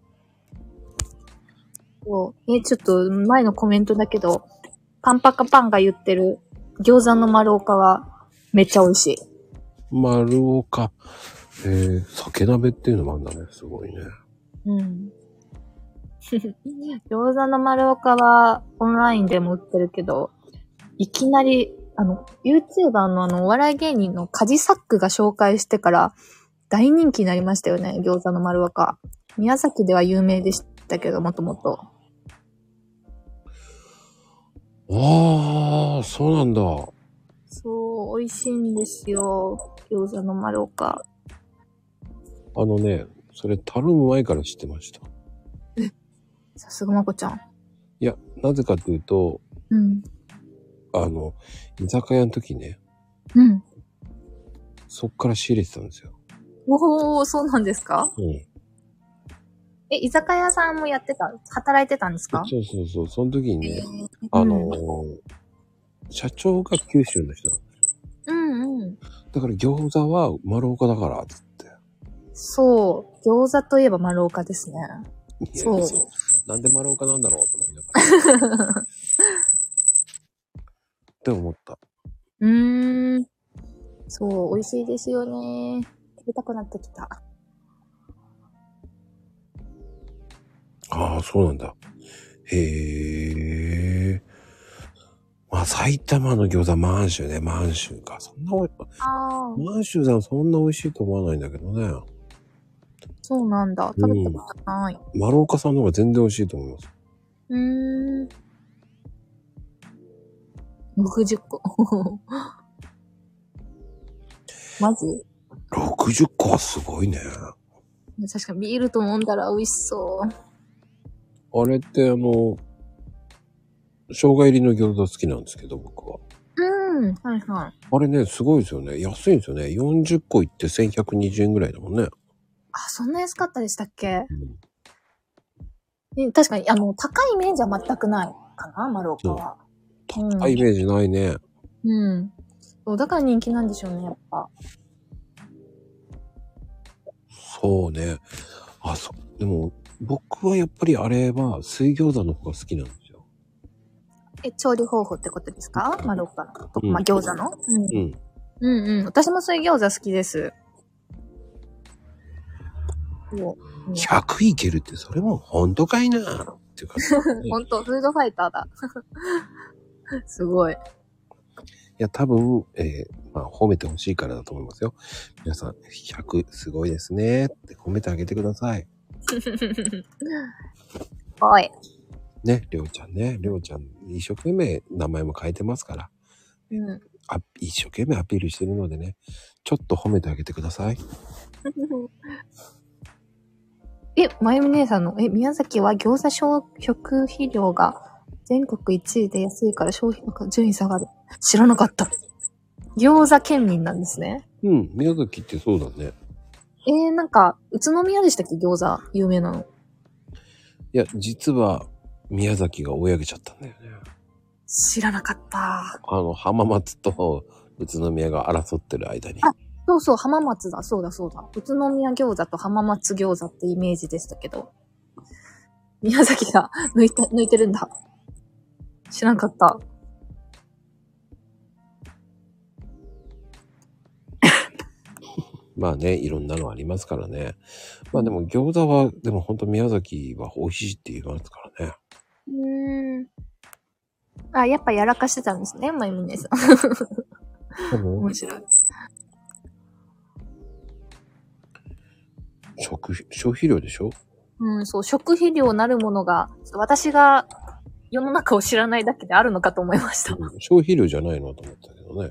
D: そう。ね、ちょっと前のコメントだけど、パンパカパンが言ってる餃子の丸岡はめっちゃ美味しい。
A: 丸岡。えー、酒鍋っていうのもあんだね。すごいね。
D: うん。餃子の丸岡はオンラインでも売ってるけど、いきなり、あの、YouTuber のあの、お笑い芸人のカジサックが紹介してから大人気になりましたよね、餃子の丸岡。宮崎では有名でしたけど、もともと。
A: ああ、そうなんだ。
D: そう、美味しいんですよ。餃子の丸岡。
A: あのね、それ頼む前から知ってました。
D: さすがまこちゃん。
A: いや、なぜかというと、
D: うん。
A: あの、居酒屋の時ね、
D: うん。
A: そっから仕入れてたんですよ。
D: おー、そうなんですか
A: うん。
D: え、居酒屋さんもやってた、働いてたんですか
A: そうそうそう。その時にね、あのー社長が九州の人だ。
D: うんうん。
A: だから餃子は丸岡だから、つって。
D: そう。餃子といえば丸岡ですね。
A: いや
D: そう
A: なんで丸岡なんだろうと思いなが
D: *laughs*
A: ら。って思った。
D: うーん。そう、美味しいですよね。食べたくなってきた。
A: ああ、そうなんだ。へえ。まあ、埼玉の餃子、満州ね、満州か。そんなおい、
D: ああ、
A: 満州さんそんな美味しいと思わないんだけどね。
D: そうなんだ。食べたことない。
A: 丸岡さんの方が全然美味しいと思います。
D: うーん。60個。 *laughs* マジ
A: 60個はすごいね。
D: 確かにビールと飲んだら美味しそう。
A: あれってあの、生姜入りの餃子好きなんですけど、僕は。
D: うん。はいはい。
A: あれね、すごいですよね。安いんですよね。40個いって1120円ぐらいだもんね。
D: あ、そんな安かったでしたっけ
A: うん
D: え確かに、あの、高いイメージは全くないかな、丸岡は。
A: 高いイメージないね。
D: うん。そう、だから人気なんでしょうね、やっぱ。
A: そうね。あ、そう。でも、僕はやっぱりあれは水餃子の方が好きなんですよ。
D: え、調理方法ってことですか丸岡の。
A: うん
D: まあ、餃子の、うん、
A: うん。
D: うんうん。私も水餃子好きです。そう。
A: 100いけるって、それも本当かいなっていうか。い
D: ほんと、フードファイターだ。 *laughs* すごい。
A: や、多分、えーまあ、褒めてほしいからだと思いますよ。皆さん、100すごいですねって褒めてあげてください。
D: おい。
A: ね、りょうちゃんね、りょうちゃん、一生懸命名前も変えてますから、
D: うん。
A: あ一生懸命アピールしてるのでね、ちょっと褒めてあげてください。
D: え、まゆみ姉さんの、え、宮崎は餃子消食費量が全国1位で安いから消費の順位下がる。知らなかった。餃子県民なんですね。
A: うん、宮崎ってそうだね。
D: えー、なんか、宇都宮でしたっけ餃子、有名なの。
A: いや、実は、宮崎が追い上げちゃったんだよね。
D: 知らなかった。
A: あの、浜松と宇都宮が争ってる間に。
D: あそうそう、浜松だ、そうだ、そうだ。宇都宮餃子と浜松餃子ってイメージでしたけど。宮崎が *laughs* 抜いて、抜いてるんだ。知らなかった。
A: まあね、いろんなのありますからね。まあでも餃子は、でも本当宮崎は美味しいって言いますからね。
D: うーん。あ、やっぱやらかしてたんですね、まゆみねさん。
A: でも、
D: 面白い。
A: 食費、消費量でしょ
D: うん、そう、食肥料なるものが、ちょっと私が世の中を知らないだけであるのかと思いました。
A: うん消費量じゃないなと思ったけど
D: *laughs*
A: ね。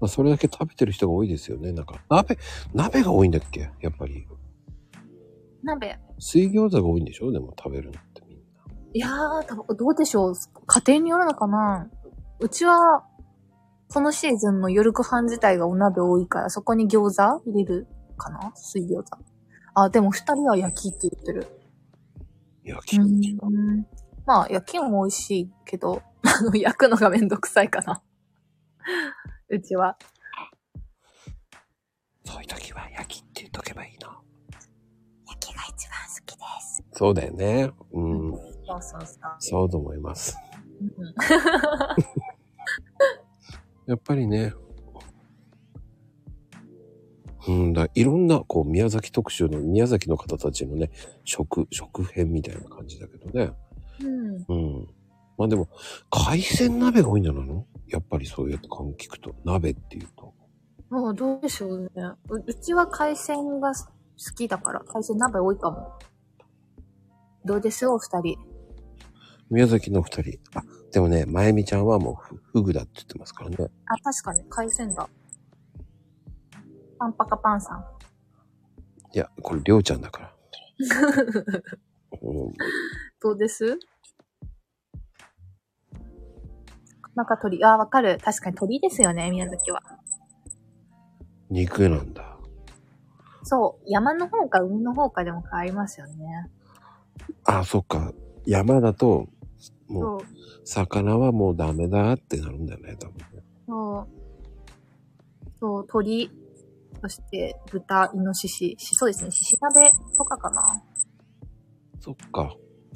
A: まあそれだけ食べてる人が多いですよね。なんか、鍋、鍋が多いんだっけやっぱり。
D: 鍋。
A: 水餃子が多いんでしょでも食べるのってみんな。
D: いやー、多分どうでしょう家庭によるのかなうちは、このシーズンの夜ご飯自体がお鍋多いから、そこに餃子入れるかな水餃子。あ、でも二人は焼きって言ってる。
A: 焼き餅が。
D: うんまあ、焼きも美味しいけど、あの焼くのがめんどくさいかな。うちは。
A: そういう時は焼きって言っとけばいいな。
H: 焼きが一番好きです。
A: そうだよね。うん。
D: そうそうそう。
A: そうと思います。
D: うん
A: やっぱりね。うんだ、いろんな、こう、宮崎特集の、宮崎の方たちのね、食、食編みたいな感じだけどね。
D: うん。
A: うん。まあでも、海鮮鍋が多いんじゃないのやっぱりそうやって感じ聞くと、鍋っていうと。
D: まあ、どうでしょうね。ううちは海鮮が好きだから、海鮮鍋多いかも。どうですお二人。
A: 宮崎の二人。あ、でもね、まゆみちゃんはもうフ、フグだって言ってますからね。
D: あ、確かに、海鮮だ。パンパカパンさん。
A: いや、これ、りょうちゃんだから。うん
D: どうですなんか鳥、あ、わかる。確かに鳥ですよね、宮崎は。
A: 肉なんだ。
D: そう、山の方か海の方かでも変わりますよね。
A: あ、そっか。山だと、も、
D: そうう、
A: 魚はもうダメだってなるんだよね、多分ね。
D: そう、そう、鳥、そして豚、イノシシ、しそうですね、シシ鍋とかかな。
A: そっか。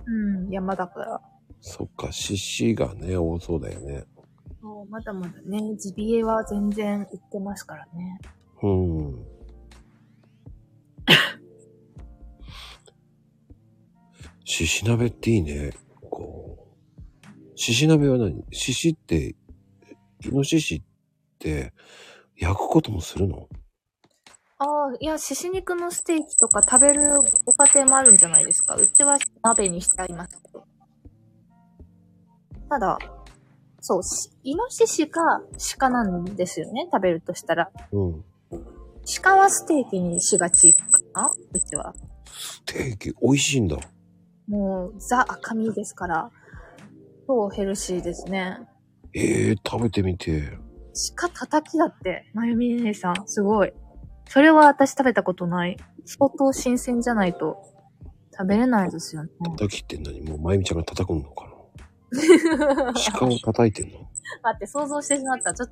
D: うん、山だから。
A: そっか。獅子がね、多そうだよね。
D: そう、まだまだね、ジビエは全然売ってますからね。
A: うん。 *laughs* 獅子鍋っていいね。こう。獅子鍋は何獅子って、イノシシって、焼くこともするの
D: ああ、いや、獅子肉のステーキとか食べるご家庭もあるんじゃないですか。うちは鍋にしちゃいますけど。ただ、そう、しイノシシか鹿なんですよね、食べるとしたら。
A: うん。
D: 鹿はステーキにしがちかなうちは。
A: ステーキ、美味しいんだ。
D: もう、ザ赤身ですから、超ヘルシーですね。
A: ええ食べてみて。
D: 鹿叩きだって、まゆみ姉さん、すごい。それは私食べたことない。相当新鮮じゃないと食べれないですよね。
A: 叩きって何もう、まゆみちゃんが叩くのかな鹿を叩いてんの
D: *laughs* 待って、想像してしまった。ちょ、ち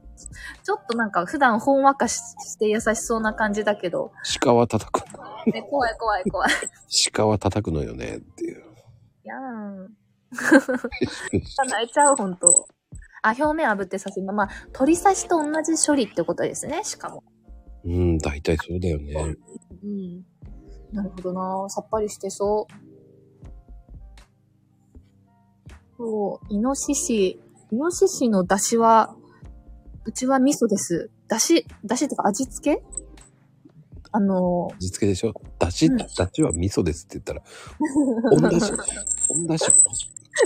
D: ょっとなんか普段ほんわかしして優しそうな感じだけど、
A: 鹿は叩く。
D: ね、怖い怖い怖い。
A: 鹿は叩くのよねっていう。
D: *laughs* いやーん。 *laughs* 泣いちゃう、ほんと。あ、表面炙って刺す。まあ、鳥刺しと同じ処理ってことですね、しかも。
A: うん、大体そうだよね。
D: うん。なるほどなさっぱりしてそう。そう、イノシシ。イノシシの出汁は、うちは味噌です。出汁、出汁とか味付けあの、
A: 味付けでしょだし、
D: うん
A: だしは味噌ですって言った *laughs* ら、おんだし、おんだし、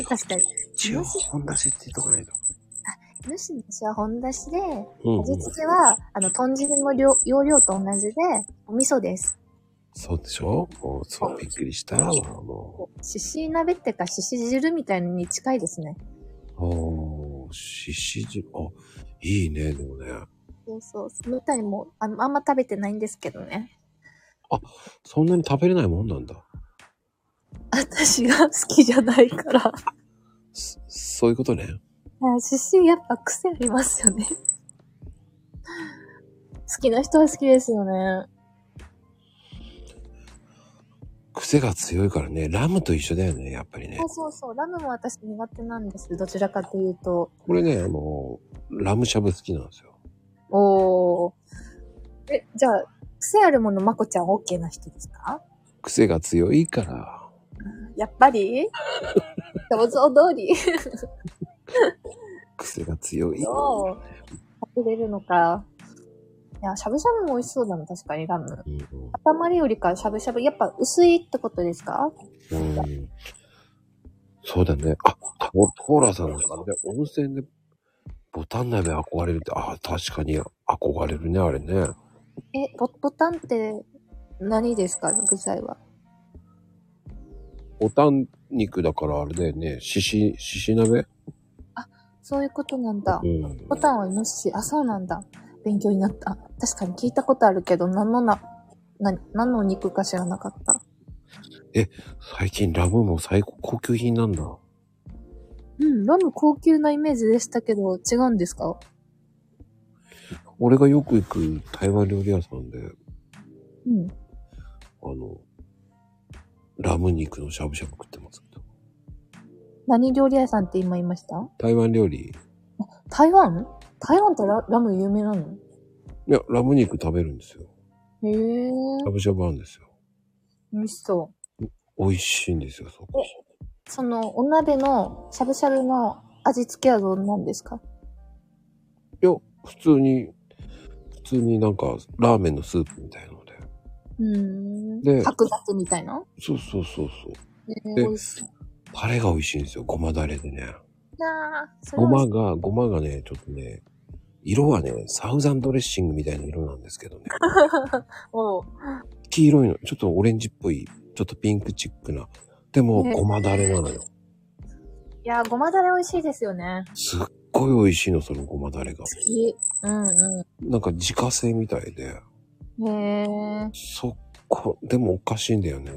D: 確かに。
A: 一応、おんだしって言っとかないと。
D: イノシシの出汁は本出汁で、
A: うん、うん
D: 味。付けは、あの、豚汁の量容量と同じで、お味噌です。
A: そうでしょもう、そう、びっくりした。も
D: しし鍋ってか、しし汁みたいに近いですね。
A: う、おー、ししじ、あ、いいね、でもね。
D: そうそう。その他にもあの、あんま食べてないんですけどね。 *laughs*
A: そんなに食べれないもんなんだ。
D: 私が好きじゃないから。
A: そそういうことね。
D: ししやっぱ癖ありますよね。 *laughs* 好きな人は好きですよね。
A: 癖が強いからね、ラムと一緒だよね、やっぱりね
D: あ。そうそう。ラムも私苦手なんです。どちらかというと。
A: これね、あの、ラムしゃぶ好きなんですよ。
D: おー。え、じゃあ、癖あるもの、まこちゃん OK な人ですか
A: 癖が強いから。
D: やっぱり想像通り。
A: 癖が強い。
D: *laughs* そう。食べれるのか。いや、しゃぶしゃぶも美味しそうだな、確かに、ラム。
A: うん
D: 塊よりかしゃぶしゃぶ、やっぱ薄いってことですか
A: うんそうだね。あ、トトーラさんなんかね、温泉でボタン鍋憧れるって、ああ、確かに憧れるね、あれね。
D: え、ボボタンって何ですか具材は。
A: ボタン肉だからあれだよね、しし、しし鍋
D: そういうことなんだ
A: う。ん。
D: ボタンは無視。あ、そうなんだ。勉強になった。確かに聞いたことあるけど、何のな、な、何のお肉か知らなかった。
A: 最近ラムも最高高級品なんだ。
D: うん、ラム高級なイメージでしたけど、違うんですか
A: 俺がよく行く台湾料理屋さんで、
D: うん。
A: あの、ラム肉のしゃぶしゃぶ食ってますけど。
D: 何料理屋さんって今言いました
A: 台湾料理
D: 台湾台湾ってララム有名なの
A: いや、ラム肉食べるんですよ。
D: へえ。
A: しゃぶしゃぶあるんですよ。
D: 美味しそ
A: 美味しいんですよ、そこ。
D: う。その、お鍋のしゃぶしゃぶの味付けはどうなんですか
A: いや、普通に、普通になんか、ラーメンのスープみたいので。
D: うー
A: で
D: ん。白濁みたいな
A: そうそうそうそう。
D: へえ、
A: で
D: 美味しそう。
A: タレが美味しいんですよ、ごまだれでね。
D: なあ、それ
A: ご
D: は美味
A: ま
D: し
A: が、ごまがね、ちょっとね、色はね、サウザンドレッシングみたいな色なんですけどね。
D: そう。
A: 黄色いの、ちょっとオレンジっぽい、ちょっとピンクチックな。でも、
D: ね
A: ごまだれなのよ。
D: いや、ごまだれ美味しいですよね。
A: すっごい美味しいの、そのごまだれが。
D: 好き。うんう
A: なんか自家製みたいで。
D: ん。へえ。
A: そこ、でもおかしいんだよね。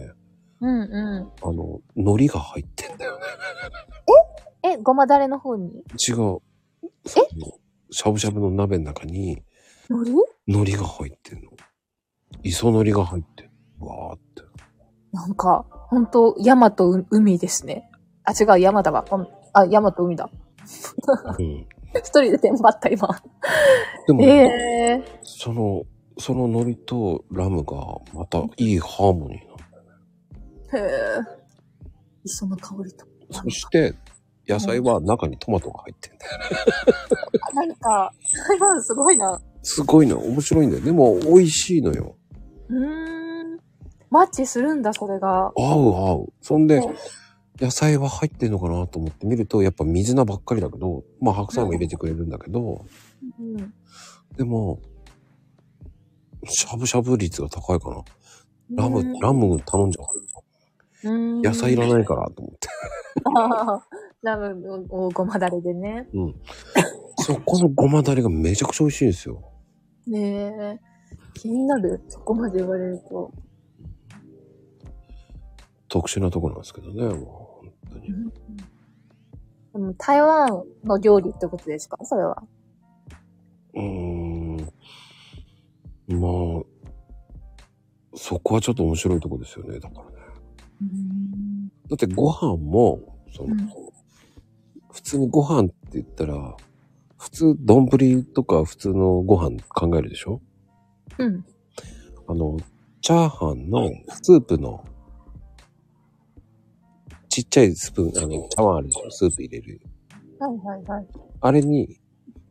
D: うんう
A: あの、海苔が入ってんだよね。
D: ん。え、ごまだれの方に
A: 違う。えしゃぶしゃぶの鍋の中に、
D: 海苔
A: 海苔が入ってんの。磯海苔が入ってんの。わーって。
D: なんか、ほんと、山とう海ですね。あ、違う、山だわ。うんあ、山と海だ。
A: うん。
D: 一人でテンパった、今。
A: でも、
D: ええ
A: その、その海苔とラムが、またいいハーモニーなの。
D: へえ。磯の香りと。
A: そして、野菜は中にトマトが入ってんだよ。
D: あなんか、台湾すごいな。
A: すごいな、面白いんだよ。でも、美味しいのよ。
D: うーん。マッチするんだ、それが。
A: 合う合う。そんで
D: うん、
A: 野菜は入ってんのかなと思って見ると、やっぱ水菜ばっかりだけど、まあ白菜も入れてくれるんだけど、
D: うん。
A: でも、しゃぶしゃぶ率が高いかな。ラ
D: う
A: ム、
D: ん
A: ラム頼んじゃう。
D: うん
A: 野菜いらないからと思って。
D: あーラムをごまだれでね。
A: うん。そこのごまだれがめちゃくちゃ美味しいんですよ。
D: ねえ。気になるそこまで言われると。
A: 特殊なとこなんですけどね、もう本当に。
D: でも台湾の料理ってことですかそれは。
A: うーん。まあ、そこはちょっと面白いとこですよね、だからね。だってご飯も、その、
D: うん
A: 普通にご飯って言ったら、普通、丼とか普通のご飯考えるでしょ
D: うん。
A: あの、チャーハンのスープの、ちっちゃいスプーン、あの、茶碗あるでしょスープ入れる。
D: はいはいはい。
A: あれに、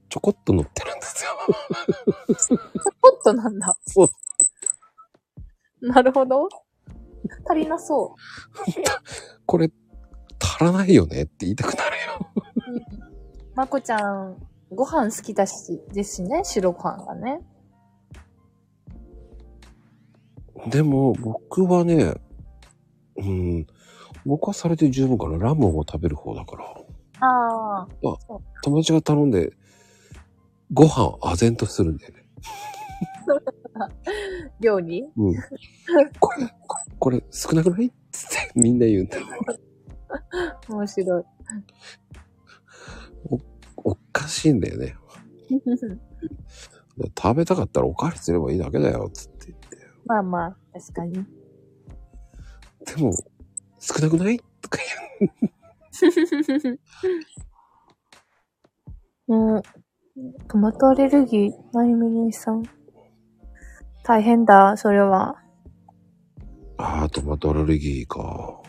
A: ちょこっと乗ってるんですよ。
D: ポットなんだ。
A: そう。
D: なるほど。足りなそ
A: これ、足らないよねって言いたくなるよ。
D: う。まこちゃん、ご飯好きだし、ですしね、白ご飯がね。
A: でも、僕はね、うん、僕はそれで十分かな。ラムを食べる方だから。
D: ああ。
A: 友達が頼んで、ご飯を唖然とするんだよね。
D: 料理
A: うん。これ、これ、これ少なくないっつってみんな言うんだよ。
D: 面白 *laughs* い。
A: おかしいんだよね。食べたかったらおかわりすればいいだけだよ、つって言っ
D: まあまあ、確かに。
A: て。でも、少なくないとか言
D: うん。トマトアレルギー、なゆみにさん。大変だ、それは。
A: う。ああ、トマトアレルギーか。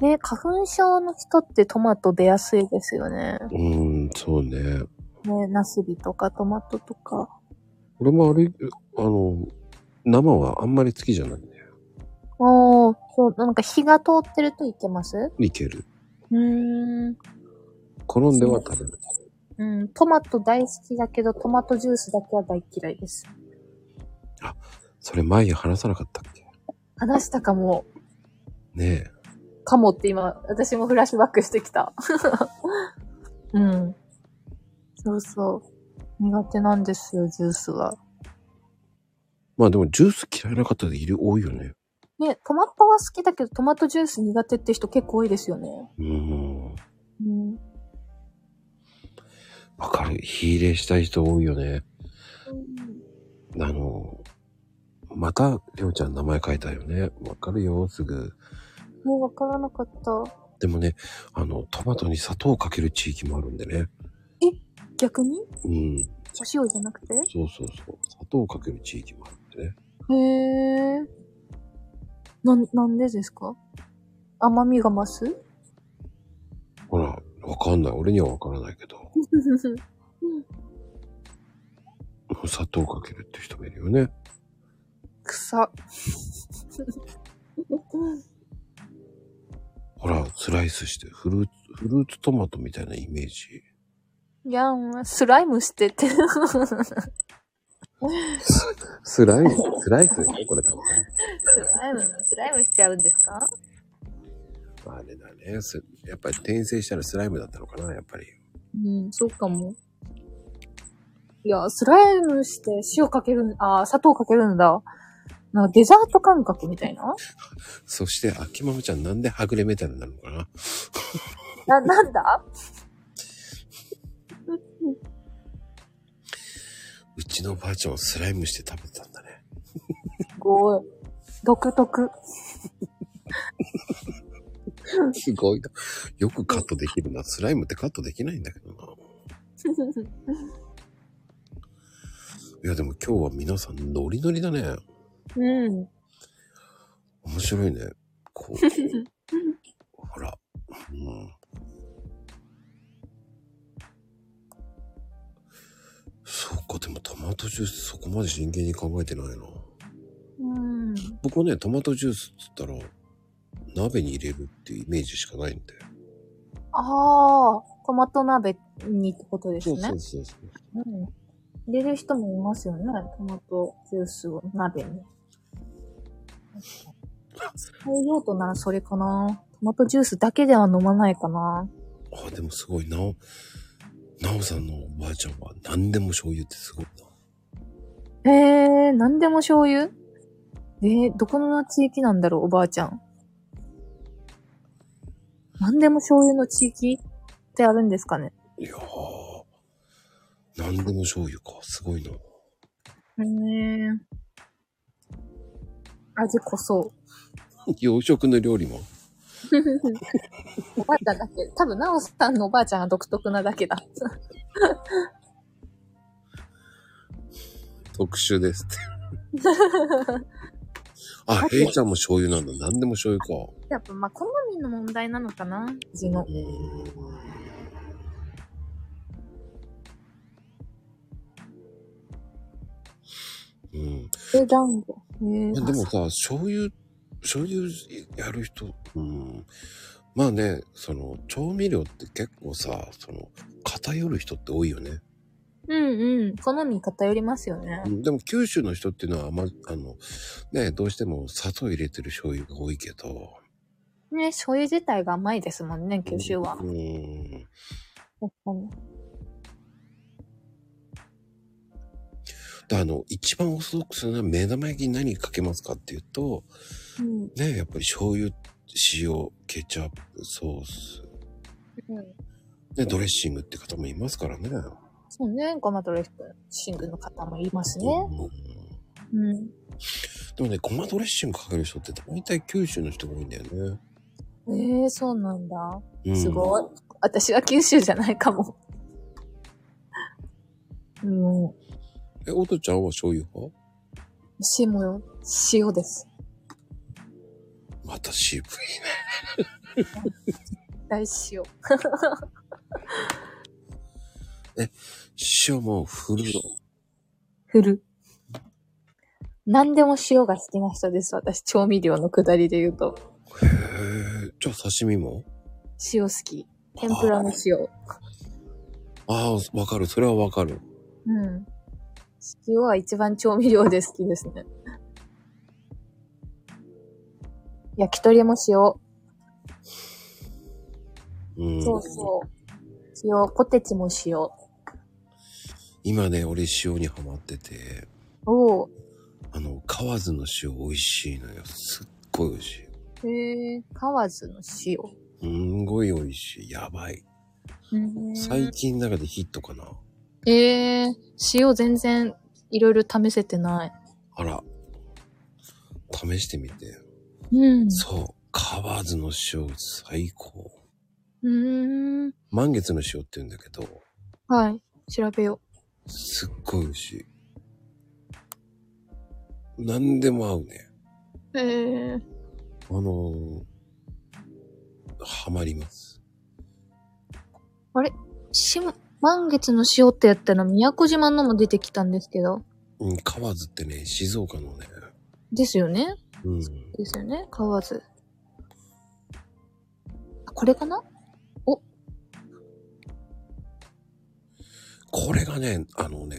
D: ね、花粉症の人ってトマト出やすいですよね。
A: うーん、そうね。
D: ね、ナスビとかトマトとか。
A: 俺もあれ、あの、生はあんまり好きじゃないんだよ。
D: おー、そう、なんか火が通ってるといけます
A: いける。
D: うーん。
A: 好んでは食べる。
D: うん、トマト大好きだけど、トマトジュースだけは大嫌いです。
A: それ前に話さなかったっけ
D: 話したかも、
A: ねえ。
D: *laughs* かもって今、私もフラッシュバックしてきた。うん。そうそう。苦手なんですよ、ジュースは。
A: まあでもジュース嫌いな方でいる、多いよね。
D: ね、トマトは好きだけど、トマトジュース苦手って人結構多いですよね。
A: うーん。
D: うん。
A: わかる。火入れしたい人多いよね。あの、また、りょうちゃん名前書いたよね。わかるよ、すぐ。
D: もうわからなかった。
A: でもね、あの、トマトに砂糖をかける地域もあるんでね。
D: 逆に
A: うん。
D: お塩じゃなくてへ
A: そうそうそう。砂糖をかける地域もあるんでね。
D: え。な、なんでですか甘みが増 *laughs* す
A: ほら、わかんない。俺にはわからないけど。 *laughs* 砂糖かけるって人もいるよね。
D: *laughs* 草。
A: ほら、スライスして、フルーツ、フルーツトマトみたいなイメージ。
D: いやん、スライムしてて。ス
A: スライス、 *laughs* スライスでしょこれ多分ね。
I: ライム、スライムしちゃうんですか
A: まああれだね。すやっぱり転生したらスライムだったのかな、やっぱり。
D: うん、そうかも。いや、スライムして塩かける、あー、砂糖かけるんだ。なんかデザート感覚みたいな
A: そして、秋ママちゃんなんではぐれメタルなのかな
D: な、なんだ
A: うちのばあちゃんはスライムして食べてたんだね。
D: すごい。独特。
A: すごいな。よくカットできるな。スライムってカットできないんだけどな。いや、でも今日は皆さんノリノリだね。
D: うん。
A: 面白いね。こう。ほら。うん。そっか、でもトマトジュースそこまで真剣に考えてないな。
D: うん。
A: 僕はね、トマトジュースっつったら、鍋に入れるっていうイメージしかないんで。
D: ああ、トマト鍋にってことですね。
A: そうそうそう。
D: うん。入れる人もいますよね。トマトジュースを鍋に。使う用途ならそれかな。トマトジュースだけでは飲まないかな。
A: あ、でもすごい、なお、なおさんのおばあちゃんは何でも醤油ってすごいな。
D: へえー、なんでも醤油えー、どこの地域なんだろう、おばあちゃん。なんでも醤油の地域ってあるんですかね。
A: いやー、何でも醤油か、すごいな。
D: へえー。味こそ。
A: 洋食の料理も。
D: おばあちゃんだけ、多分、なおさんのおばあちゃんが独特なだけだ。
A: 特殊ですって。 *laughs* あ、ヘイちゃんも醤油なんだ。何でも醤油か。
J: やっぱ、まあ、好みの問題なのかな。
D: 味の
A: う。ーん。うん。
D: え、団子。えー、
A: まあでもさ、醤油、醤油やる人、うん。まあね、その、調味料って結構さ、その、偏る人って多いよね。
D: うんうん。好み偏りますよね
A: う。んでも九州の人っていうのは、ま、あの、ね、どうしても砂糖入れてる醤油が多いけど。
D: ね、醤油自体が甘いですもんね、九州は
A: う。ん。であの、一番オーソドックスなのは目玉焼きに何かけますかっていうと、
D: うん。
A: ね、やっぱり醤油、塩、ケチャップ、ソース、
D: うん
A: ね、ドレッシングって方もいますからね。
D: そうね、ごまドレッシングの方もいますね。
A: うん
D: うん。
A: でもね、ごまドレッシングかける人って大体九州の人が多いんだよね。
D: ええー、そうなんだ。
A: うん、
D: すごい。私は九州じゃないかも。うん。
A: え、おとちゃんは醤油派
D: 塩もよ、塩です。
A: また渋いね。
D: 大塩。
A: 塩も振るの。
D: 振る。何でも塩が好きな人です。私、調味料のくだりで言うと。
A: へえ。じゃあ刺身も
D: 塩好き。天ぷらの塩。
A: ああ、わかる。それはわかる。
D: うん。塩は一番調味料で好きですね。焼き鳥も塩。
A: うん。
D: そうそう。塩、ポテチも塩。
A: 今ね、俺塩にハマってて、
K: おう。
A: あの、河津の塩美味しいのよ。すっごい美味しい。
K: へえ、河津の塩。
A: すんごい美味しい。やばい。最近の中でヒットかな。
K: ええ、塩全然いろいろ試せてない。
A: あら。試してみて。
K: うん。
A: そう。河津の塩最高。
K: うーん。
A: 満月の塩って言うんだけど、
K: はい。調べよ
A: すっごい美味しい。何でも合うね。
K: う。ええ。
A: あのー、ハマります。
K: し、満月の塩ってやったら宮古島のも出てきたんですけど。
A: うん、河津ってね、静岡のね、
K: ですよね
A: うん、
K: ですよね河津。あこれかな
A: これがね、あのね、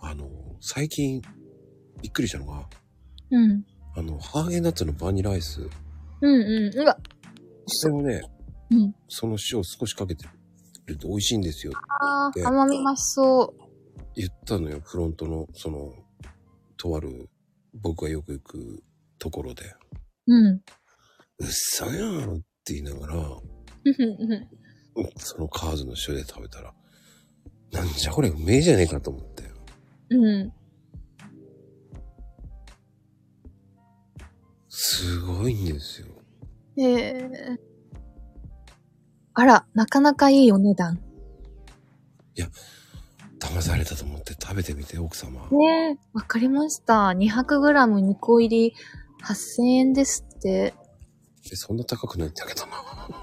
A: あのー、最近、びっくりしたのが、
K: うん。
A: あの、ハーゲンダッツのバニラアイス、
K: うんうん。うわ、
A: それをね、
K: うん
A: その塩少しかけてると美味しいんですよ。
K: あ
A: で
K: ー甘み増しそう。
A: 言ったのよ、フロントの、その、とある、僕がよく行くところで。
K: うん。
A: うっさやんって言いながら、そのカーズの塩で食べたら、なんじゃこれうめえじゃねえかと思って。
K: うん。
A: すごいんですよ。
K: ええあら、なかなかいいお値段。
A: 騙されたと思って食べてみて、奥様。
K: ねえ。わかりました。200g2 個入り8000円ですって。
A: えそんな高くないんだけどな。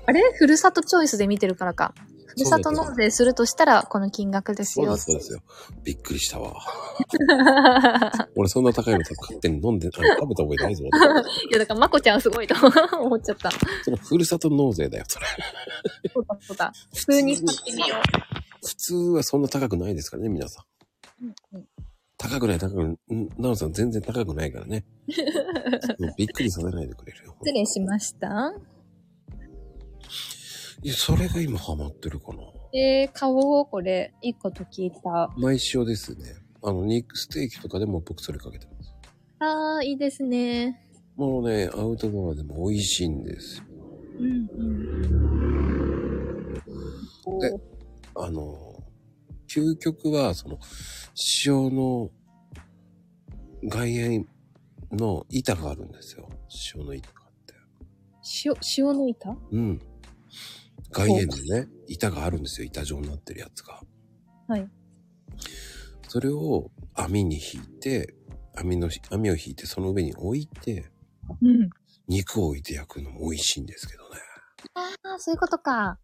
K: あれふるさとチョイスで見てるからか。ふるさと納税するとしたら、この金額です
A: そう
K: よ
A: です、。そうですよ。びっくりしたわ。俺そんな高いの買って飲んで、あの食べた覚えないぞ。
D: いや、だから、まこちゃん
K: *laughs*
D: すごいと思っちゃった。
A: そのふるさと納税だよ、それ。
D: そうだ、そうだ。
A: 普
D: 普通に買ってみよ
A: 普通はそんな高くないですからね、皆さん。高くない、高くない。うんなおさん全然高くないからね。もうびっくりさせないでくれるよ。
D: 失礼しました。
A: いや、それが今ハマってるかな。
D: えー、買おう、これ。一個と聞いた。
A: 毎塩ですね。あの、肉、ステーキとかでも僕それかけてます。
D: あー、いいですね。
A: もうね、アウトドアでも美味しいんですよ。
D: うん、うん。
A: であの、究極は、その、塩の外縁の板があるんですよ。塩の板があって。
D: 塩、塩の板
A: うん。外縁のね、板があるんですよ。板状になってるやつが。
D: はい。
A: それを網に引いて、網の、網を引いてその上に置いて、
D: うん。
A: 肉を置いて焼くのも美味しいんですけどね。
D: あー、そういうことか。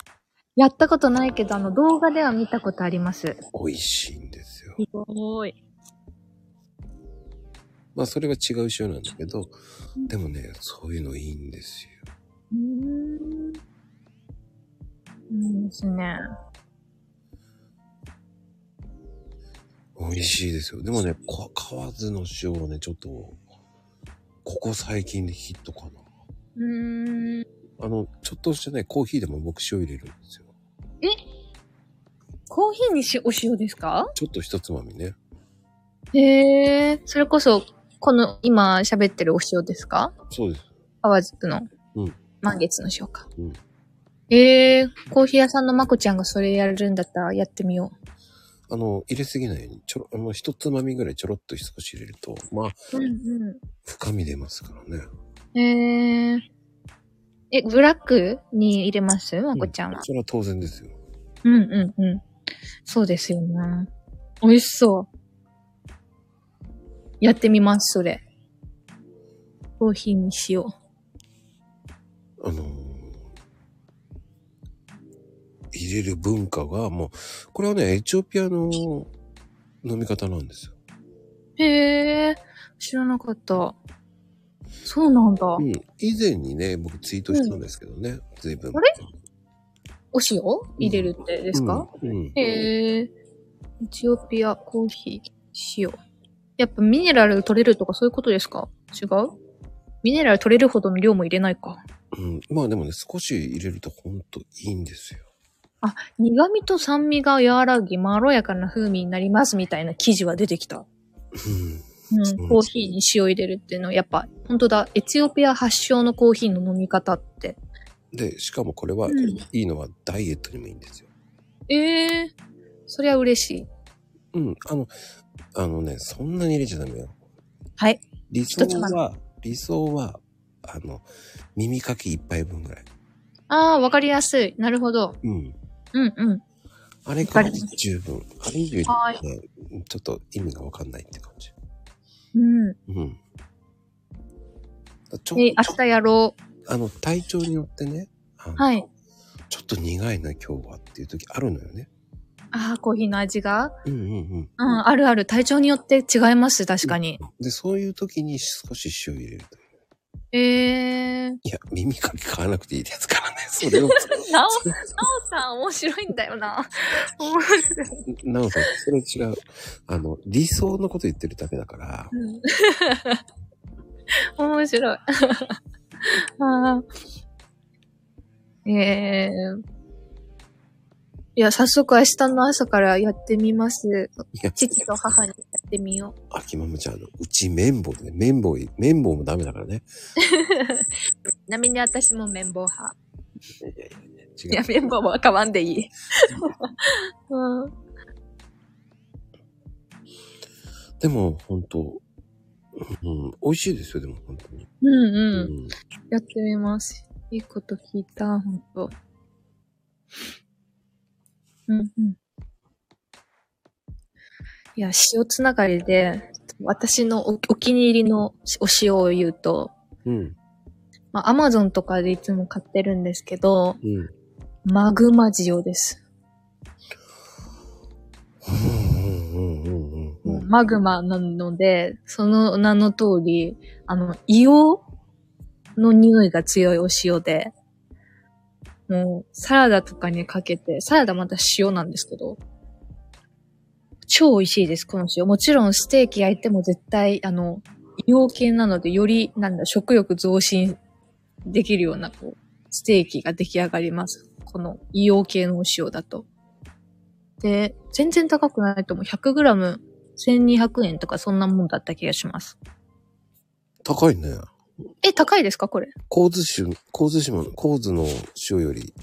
D: やったことないけど、あの、動画では見たことあります。
A: 美味しいんですよ。
D: すごい。
A: まあそれは違う塩なんだけど、でもね、そういうのいいんですよ。
D: うーん。いいですね。
A: 美味しいですよ。でもね、こ河津の塩はね、ちょっと、ここ最近でヒットかな。
D: うーん。
A: あの、ちょっとしたね、コーヒーでも僕塩入れるんですよ。
D: コーヒーにしお塩ですか
A: ちょっと一つまみね。
D: へえ、それこそ、この今喋ってるお塩ですか
A: そうです。
D: 淡津の
A: うん
D: 満月の塩か。
A: うん
D: ええコーヒー屋さんのまこちゃんがそれやるんだったらやってみよ
A: あの、入れすぎないように、ちょろ、あの、一つまみぐらいちょろっと少し入れると、まあ、
D: う。うん
A: 深み出ますからね。
D: うん。えええ、ブラックに入れますまこちゃんは。
A: それは当然ですよ。
D: うんうんうん。そうですよね。美味しそう。やってみます、それ。コーヒーに塩。
A: あのー入れる文化がもう、これはね、エチオピアの飲み方なんですよ。
D: へえ、知らなかった。そうなんだ。
A: うん。以前にね、僕ツイートしたんですけどね、随分。
D: あ
A: れ
D: お塩入れるってですか、
A: うん。うん
D: へえ、エチオピアコーヒー、塩。やっぱミネラル取れるとかそういうことですか違うミネラル取れるほどの量も入れないか。
A: うんまあでもね、少し入れるとほんといいんですよ。
D: あ、苦味と酸味が和らぎ、まろやかな風味になりますみたいな記事は出てきた。
A: うん。
D: うん、コーヒーに塩入れるっていうのは、やっぱ、本当だ、エチオピア発祥のコーヒーの飲み方って。
A: で、しかもこれは、
D: ん
A: いいのはダイエットにもいいんですよ。
D: ええそりゃ嬉しい。
A: うん。あの、あのね、そんなに入れちゃダメよ。
D: はい。
A: 理想
D: 一つま
A: は、理想は、あの、耳かき一杯分ぐらい。
D: ああ、わかりやすい。なるほど。
A: うん。
D: うんうん。
A: あれから
D: わかりま
A: 十分。あれ以上
D: は
A: 入れてね、ちょっと意味がわかんないって感じ。
D: うん。
A: うん。ちょ
D: え、明日やろう。
A: あの、体調によってね、あの
D: はい。
A: ちょっと苦いな今日はっていう時あるのよね。
D: ああ、コーヒーの味が。
A: うんうん
D: うん、あるある。体調によって違います。確かに。
A: うん。で、そういう時に少し塩入れると。
D: ええー。
A: いや、耳かき買わなくていいですから
D: *laughs*
A: ね。それを、
D: なお、なおさん面白いんだよな。面白い。
A: なおさん、それ違う。あの、理想のこと言ってるだけだから、
D: *laughs* 面白い。 *laughs* あーええー。いや、早速明日の朝からやってみます
A: いや。
D: 父と母にやってみよ
A: 秋マムちゃん、あの、うち綿棒で、ね、綿棒、綿棒もダメだからね。
D: う。ちなみに私も綿棒派。
A: 違う。
D: いや、綿棒は買わんで *laughs* いい。うん。
A: でも、本当うん、美味しいですよ、でも、本当に。
D: うん
A: う
D: うん。やってみます。いいこと聞いた、ほんと。うんうん。いや、塩つながりで、私のおお気に入りのお塩を言うと、
A: うん。
D: まあ、アマゾンとかでいつも買ってるんですけど、
A: うん。うん
D: マグマ塩です。
A: うんうんうんうんうん。
D: マグマなので、その名の通り、あの、硫黄の匂いが強いお塩で、もう、サラダとかにかけて、サラダまた塩なんですけど、超美味しいです、この塩。もちろんステーキ焼いても絶対、あの、硫黄系なので、より、なんだ、食欲増進できるような、こう、ステーキが出来上がります。この硫黄系のお塩だと。で、全然高くないと思う。100g 1200円とかそんなもんだった気がします。
A: 高いね。
D: え、高いですかこれ。
A: 神津酒、神津島の、神津の塩より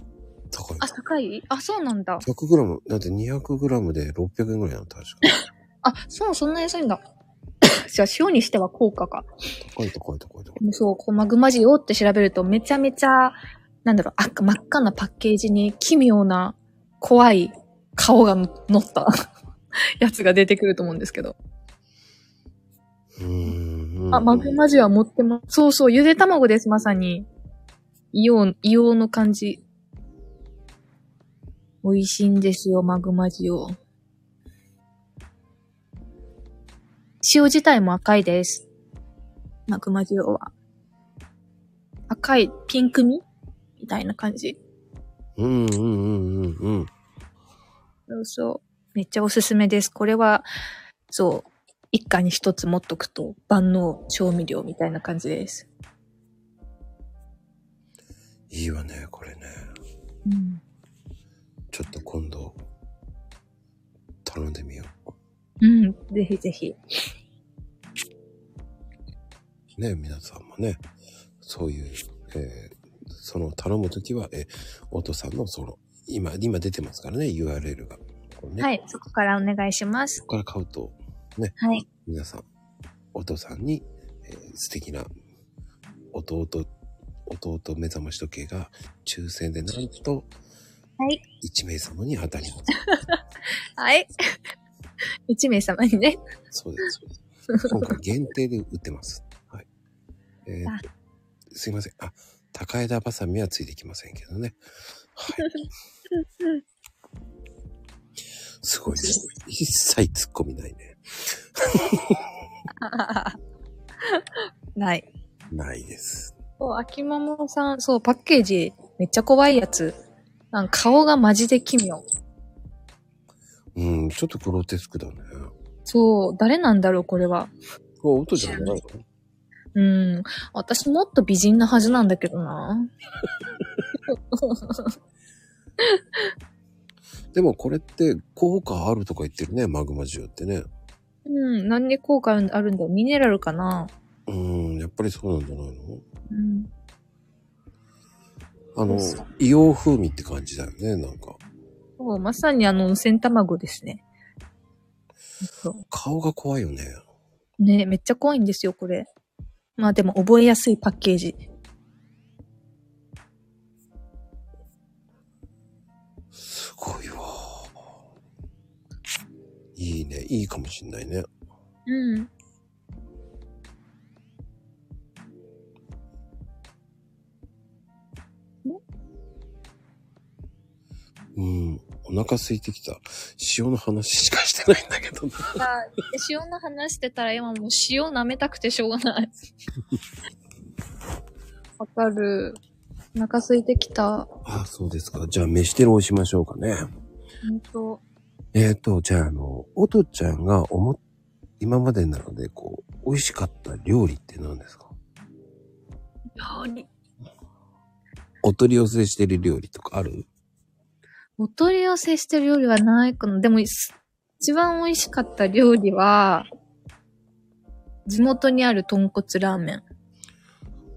A: 高い。
D: あ、高いあ、そうなんだ。
A: 100グラム、だって200グラムで600円ぐらいなの、確か。
D: あ、そう、そんな安いんだ。 *coughs* じゃあ、塩にしては効果か。
A: 高い高い高い高い。
D: もうそう、こうマグマジオって調べるとめちゃめちゃ、なんだろう、赤真っ赤なパッケージに奇妙な、怖い顔がの乗った *laughs* やつが出てくると思うんですけど。
A: うーん。
D: あ、マグマジオは持ってます。そうそう、ゆで卵です、まさに。硫黄、硫黄の感じ。美味しいんですよ、マグマジオ。塩自体も赤いです。マグマジオは。赤いピンク味みたいな感じ。
A: うんうんうんうんうん。
D: そうそう。めっちゃおすすめです。これは、そう。一家に一つ持っとくと万能調味料みたいな感じです。
A: いいわね、これね。
D: うん
A: ちょっと今度、頼んでみよ
D: うん、ぜひぜひ。
A: う。ね、皆さんもね、そういう、えーその頼むときは、えー、お父さんのその、今、今出てますからね、URL が。これね、
D: はい、そこからお願いします。
A: ここから買うと、ね、
D: はい
A: 皆さん、お父さんに、えー素敵な弟、弟目覚まし時計が抽選でなんと、
D: はい
A: 1名様に当たります。
D: はい。 *laughs* 一名様にね。 *laughs*
A: そうです、そうです。今回限定で売ってます。はい。えー
D: あ
A: すいません。あ、高枝バサミはついてきませんけどね。はい。
D: *laughs*
A: すごいね。一切突っ込みないね。
D: ない。
A: ないです。
D: そう、秋ママさん、そう、パッケージ、めっちゃ怖いやつ。なんか顔がマジで奇妙。
A: うん、ちょっとグロテスクだね。
D: そう、誰なんだろう、これは。
A: これ音じゃないの
D: うん。私もっと美人なはずなんだけどな。
A: でもこれって効果あるとか言ってるね、マグマジュってね。
E: うん。なんで効果あるんだろうミネラルかな
A: うーん、やっぱりそうなんじゃないの
E: うん。
A: あの、硫黄風味って感じだよね、なんか。
E: そう、まさにあの、温泉卵ですね。そ
A: 顔が怖いよね。
E: う。ねめっちゃ怖いんですよ、これ。まあでも、覚えやすいパッケージ。
A: すごいわ。いいね、いいかもしんないね。
E: うん。
A: うん、お腹空いてきた。塩の話しかしてないんだけどな。
E: 塩の話してたら今もう塩舐めたくてしょうがない。 *laughs* わかる。お腹空いてきた。
A: あ、そうですか。じゃあ、飯テロをしましょうかね。
E: ほんと。
A: えーと、じゃあ、あの、おとちゃんが思っ、今までの中で、こう、美味しかった料理って何ですか
E: 料理。
A: お取り寄せしてる料理とかある
E: お取り寄せしてる料理はないかな。でも、す一番美味しかった料理は、地元にある豚骨ラーメン。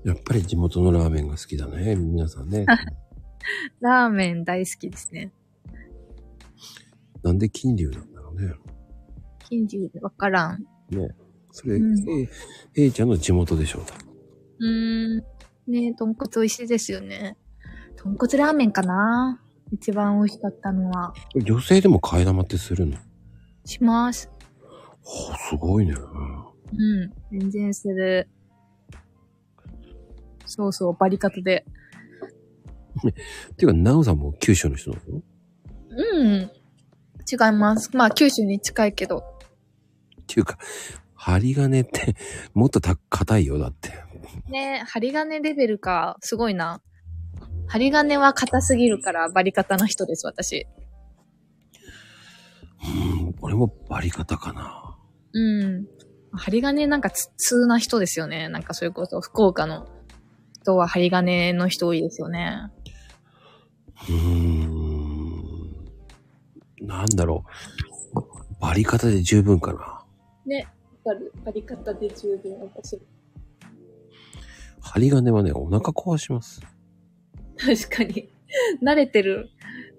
A: やっぱり地元のラーメンが好きだね。皆さん *laughs* ね。
E: ラーメン大好きですね。
A: なんで金龍なんだろうね。
E: 近所でわからん。
A: それ、
E: うん
A: えい、えいちゃんの地元でしょ
E: う
A: う。
E: ーん。ねえ、豚骨美味しいですよね。豚骨ラーメンかな一番美味しかったのは。
A: 女性でも替え玉ってするの
E: します。
A: おすごいね。
E: うん。全然する。
K: そうそう、バリカツで。
A: ていうか、なおさんも九州の人なの
E: うん。違います。まあ、九州に近いけど。
A: っていうか、針金って、 *laughs* もっとた硬いよ、だって。
E: ねえ、針金レベルか。すごいな。針金は硬すぎるから、バリ方の人です、私。
A: うん、俺もバリ方かな。
E: うん。針金なんかつ、通な人ですよね。なんかそれこそ、福岡の人は針金の人多いですよね。
A: うーん。なんだろう。バリ方で十分かな。
K: わかる。バリカツで十分、私。
A: 針金はね、お腹壊します。
E: 確かに。 *laughs* 慣れてる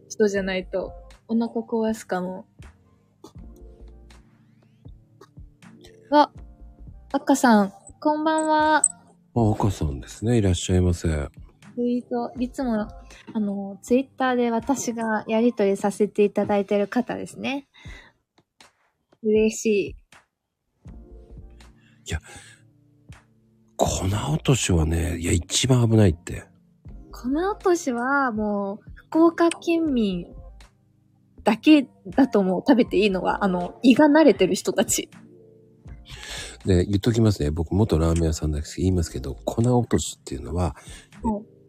E: 人じゃないと、お腹壊すかも。あ、赤さん、こんばんは。
A: あ、赤さんですね。いらっしゃいませ。
D: ツイート、いつも、あの、ツイッターで私がやりとりさせていただいてる方ですね。嬉しい。
A: 粉落としはね、いや、一番危ないって。
D: この落としはもう、福岡県民だけだと思う。食べていいのは、あの、胃が慣れてる人たち。
A: で、言っときますね。僕、元ラーメン屋さんだけど言いますけど、粉落としっていうのは、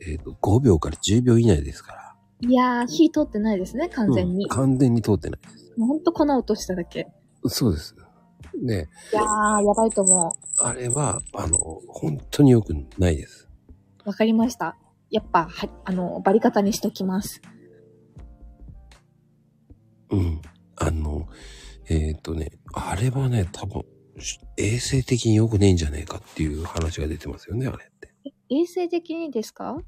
A: えっ、と、5秒から10秒以内ですから。
D: いやー、火通ってないですね、完全
A: うん
D: に。
A: 完全に通ってない。
D: もうほんと粉落としただけ。
A: そうです。ね、
D: いやー、やばいと思
A: あれは、あの、本当に良くないです。
D: う。わかりました。やっぱ、は、あの、バリ方にしときます。
A: うん。あの、えっ、とね、あれはね、多分、し衛生的に良くねえんじゃねえかっていう話が出てますよね、あれって。
D: 衛生的にですか
A: ん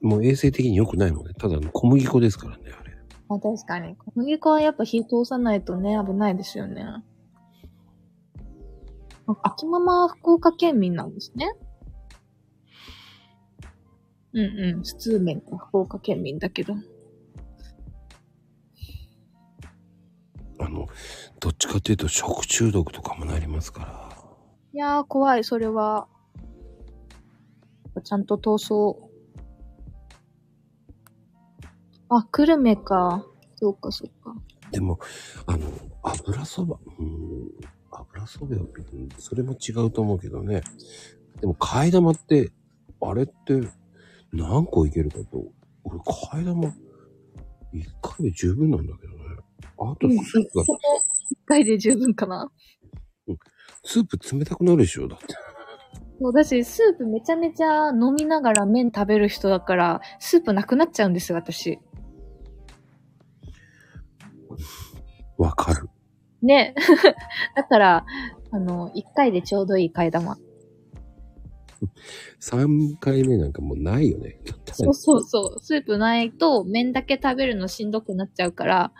A: もう衛生的に良くないもんね。ただの小麦粉ですからね、あれ。
D: まあ確かに。小麦粉はやっぱ火通さないとね、危ないですよね。あ秋ママは福岡県民なんですね。うんうん。普通麺か福岡県民だけど。
A: あの、どっちかっていうと食中毒とかもなりますから。
D: いやー怖い、それは。ちゃんと通そう。あ、久留米か。そうか、そうか。
A: でも、あの、油そば、うん、油そばより、うんそれも違うと思うけどね。でも、替え玉って、あれって、何個いけるかと。俺、替え玉、一回で十分なんだけどね。あと、スープが、
D: 一回で十分かな。
A: スープ冷たくなるでしょ、だって。
D: そうだし、スープめちゃめちゃ飲みながら麺食べる人だから、スープなくなっちゃうんですよ、私。
A: わかる。
D: ね。 *laughs* だから、あの、1回でちょうどいい替え玉。
A: 3回目なんかもうないよね。
D: そうそうそう。スープないと、麺だけ食べるのしんどくなっちゃうから、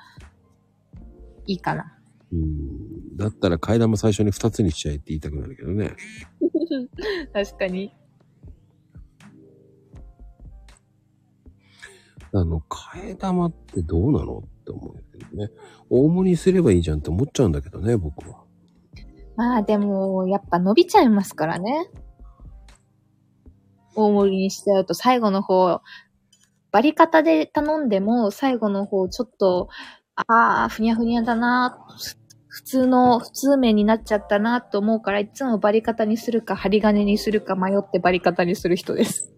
D: いいかな。
A: うん。だったら階段も最初に2つにしちゃえって言いたくなるけどね。
D: 確かに。
A: あの、替え玉ってどうなのって思うんだけどね。大盛りにすればいいじゃんって思っちゃうんだけどね、僕は。
D: まあでも、やっぱ伸びちゃいますからね。大盛りにしちゃうと最後の方、バリカタで頼んでも最後の方ちょっと、ああ、ふにゃふにゃだな、ふ普通の、普通麺になっちゃったなと思うから、いつもバリカタにするか、針金にするか迷ってバリカタにする人です。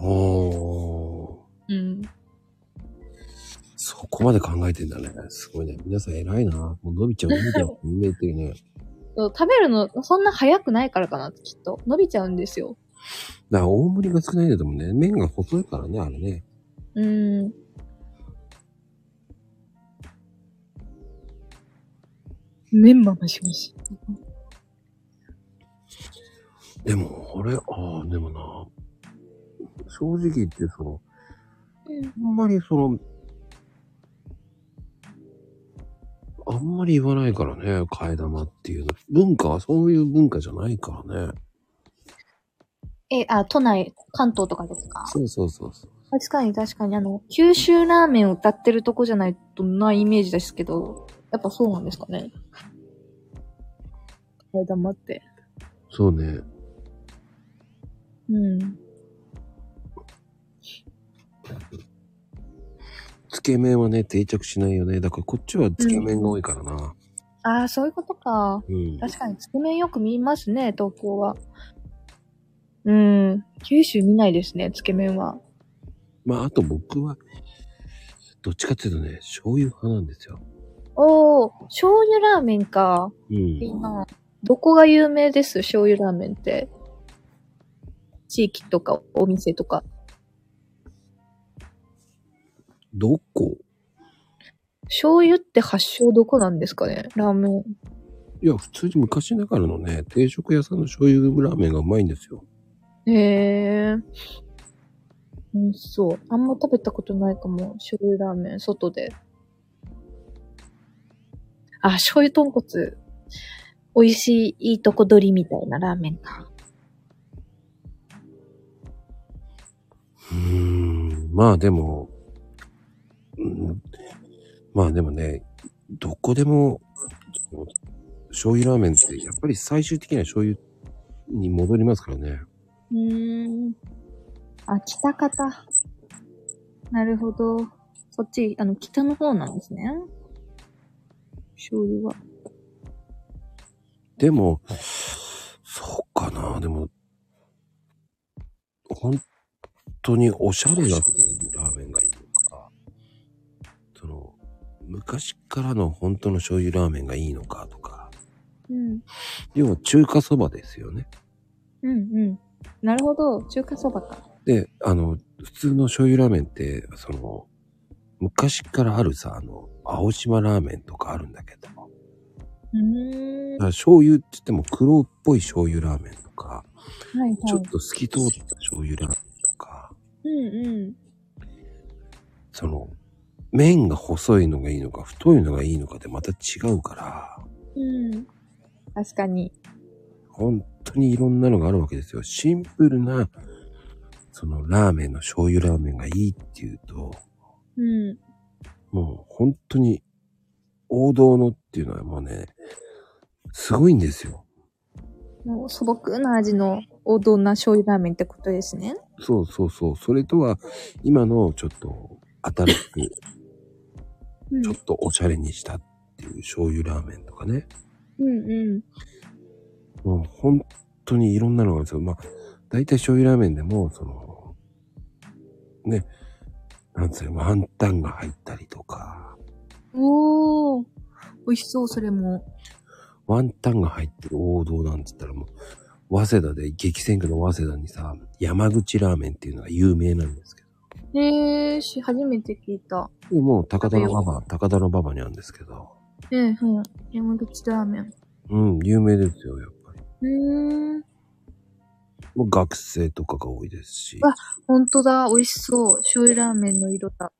A: おー。
D: うん。
A: そこまで考えてんだね。すごいね。皆さん偉いな。もう伸びちゃう、伸びちゃう。みんな言ってるね。
D: そう食べるの、そんな早くないからかな、きっと。伸びちゃうんですよ。
A: だから大盛りが少ないんだと思うね。麺が細いからね、あれね。
D: うん。メンバーマシマシ。
A: でも、あれ、ああ、でもな。正直言って、その、あんまりその、あんまり言わないからね、替え玉っていうの。文化はそういう文化じゃないからね。
D: え、あ、都内、関東とかですか
A: そうそうそうそう。
D: 確かに確かに、あの、九州ラーメンを歌ってるとこじゃないとないイメージですけど、やっぱそうなんですかね。替え玉って。
A: そうね。
D: うん。
A: つけ麺はね、定着しないよね。だからこっちはつけ麺が多いからな。
D: ああ、そういうことか。
A: うん。
D: 確かに、つけ麺よく見ますね、東京は。うん。九州見ないですね、つけ麺は。
A: まあ、あと僕は、どっちかっていうとね、醤油派なんですよ。
D: おー、醤油ラーメンか。
A: うん。
D: いいな。どこが有名です醤油ラーメンって。地域とか、お店とか。
A: どこ
D: 醤油って発祥どこなんですかねラーメン。
A: いや、普通に昔ながらのね、定食屋さんの醤油ラーメンがうまいんですよ。
D: へえ。美味しそう。あんま食べたことないかも。醤油ラーメン、外で。あ、醤油豚骨。美味しい、いいとこ取りみたいなラーメンか。
A: うーん。まあでも、うん、まあでもね、どこでも、その醤油ラーメンって、やっぱり最終的には醤油に戻りますからね。
D: うーん。あ、北方。なるほど。そっち、あの、北の方なんですね。醤油は。
A: でも、そうかな、でも、本当におしゃれなラーメンがいいのか、その、昔からの本当の醤油ラーメンがいいのかとか、
D: うん。
A: 要は中華そばですよね。
D: うんうん。なるほど。中華そばか。
A: で、あの、普通の醤油ラーメンって、その、昔からあるさ、あの、青島ラーメンとかあるんだけど、だか
D: うーん。
A: ら醤油って言っても黒っぽい醤油ラーメンとか、
D: はい
A: ちょ
D: は
A: っ
D: い。
A: と透き通った醤油ラーメンとか、
D: うんうん。
A: その、麺が細いのがいいのか、太いのがいいのかでまた違うから、
D: うん。確かに。
A: 本当にいろんなのがあるわけですよ。シンプルな、そのラーメンの醤油ラーメンがいいっていうと、
D: うん。
A: もう本当に王道のっていうのはもうね、すごいんですよ。
D: もう素朴な味の王道な醤油ラーメンってことですね。
A: そうそうそう。それとは、今のちょっと新しく、
D: うん
A: ちょっとおしゃれにしたっていう醤油ラーメンとかね。
D: うんう
A: もう本当にいろんなのがあるんですよ。まあ、大体醤油ラーメンでも、その、ね、なんつうの、ワンタンが入ったりとか、
D: ん。おー。美味しそう、それも。
A: ワンタンが入ってる王道なんつったらもう、早稲田で、激戦区の早稲田にさ、山口ラーメンっていうのが有名なんですけど。
D: へえー、し、初めて聞いた。
A: でもう、高田の馬場、高田の馬場にあるんですけど、
D: ええ、はい。山口ラーメン。
A: うん、有名ですよ、やっぱり。
D: うーん。
A: もう学生とかが多いですし、
D: あほんとだ。美味しそう。醤油ラーメンの色だ。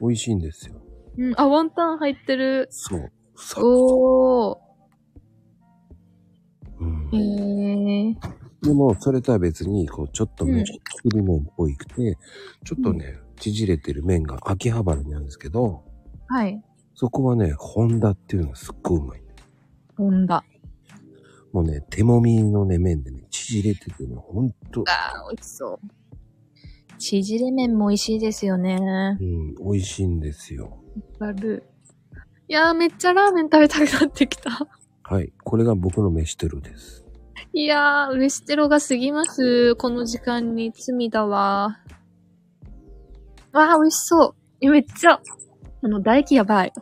A: 美味しいんですよ。
D: うん。あ、ワンタン入ってる。
A: そう。さ
D: おー。
A: うん
D: えー。
A: でも、それとは別に、こう、ちょっと
D: う
A: 麺、
D: ん
A: 作り麺っぽいくて、ちょっとね、縮れてる麺が秋葉原にあるんですけど、
D: はい。
A: そこはね、ホンダっていうのがすっごいうまい。
D: ほんだ。
A: もうね、手もみのね、麺でね、縮れててね、ほんと、
D: あー、美味しそう。縮れ麺も美味しいですよね。
A: うん、美味しいんですよ。
D: わかる。いやー、めっちゃラーメン食べたくなってきた。
A: はい。これが僕の飯テロです。
D: いやー、飯テロが過ぎます。この時間に罪だわ。わー、美味しそう。え、めっちゃ、あの、唾液やばい。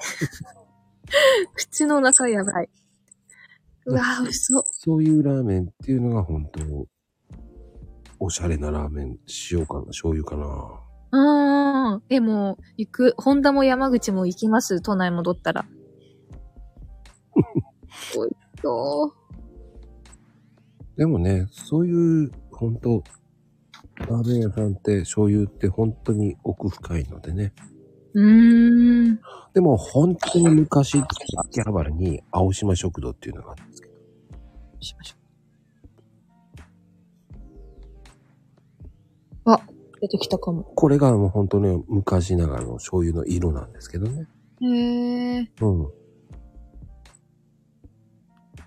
D: *laughs* 口の中やばい。うわー、美味しそう。
A: そういうラーメンっていうのが本当おしゃれなラーメン、塩かな、醤油かな。
D: うーん。え、もう、行く。ホンダも山口も行きます。都内戻ったら。おいしそう。
A: でもね、そういう、本当ラーメン屋さんって醤油って本当に奥深いのでね。
D: うーん。
A: でも本当に昔、秋葉原に青島食堂っていうのがあったんですけど。
D: しましょう。あ、出てきたかも。
A: これがもう本当に昔ながらの醤油の色なんですけどね。
D: へえ。
A: うん。
D: おう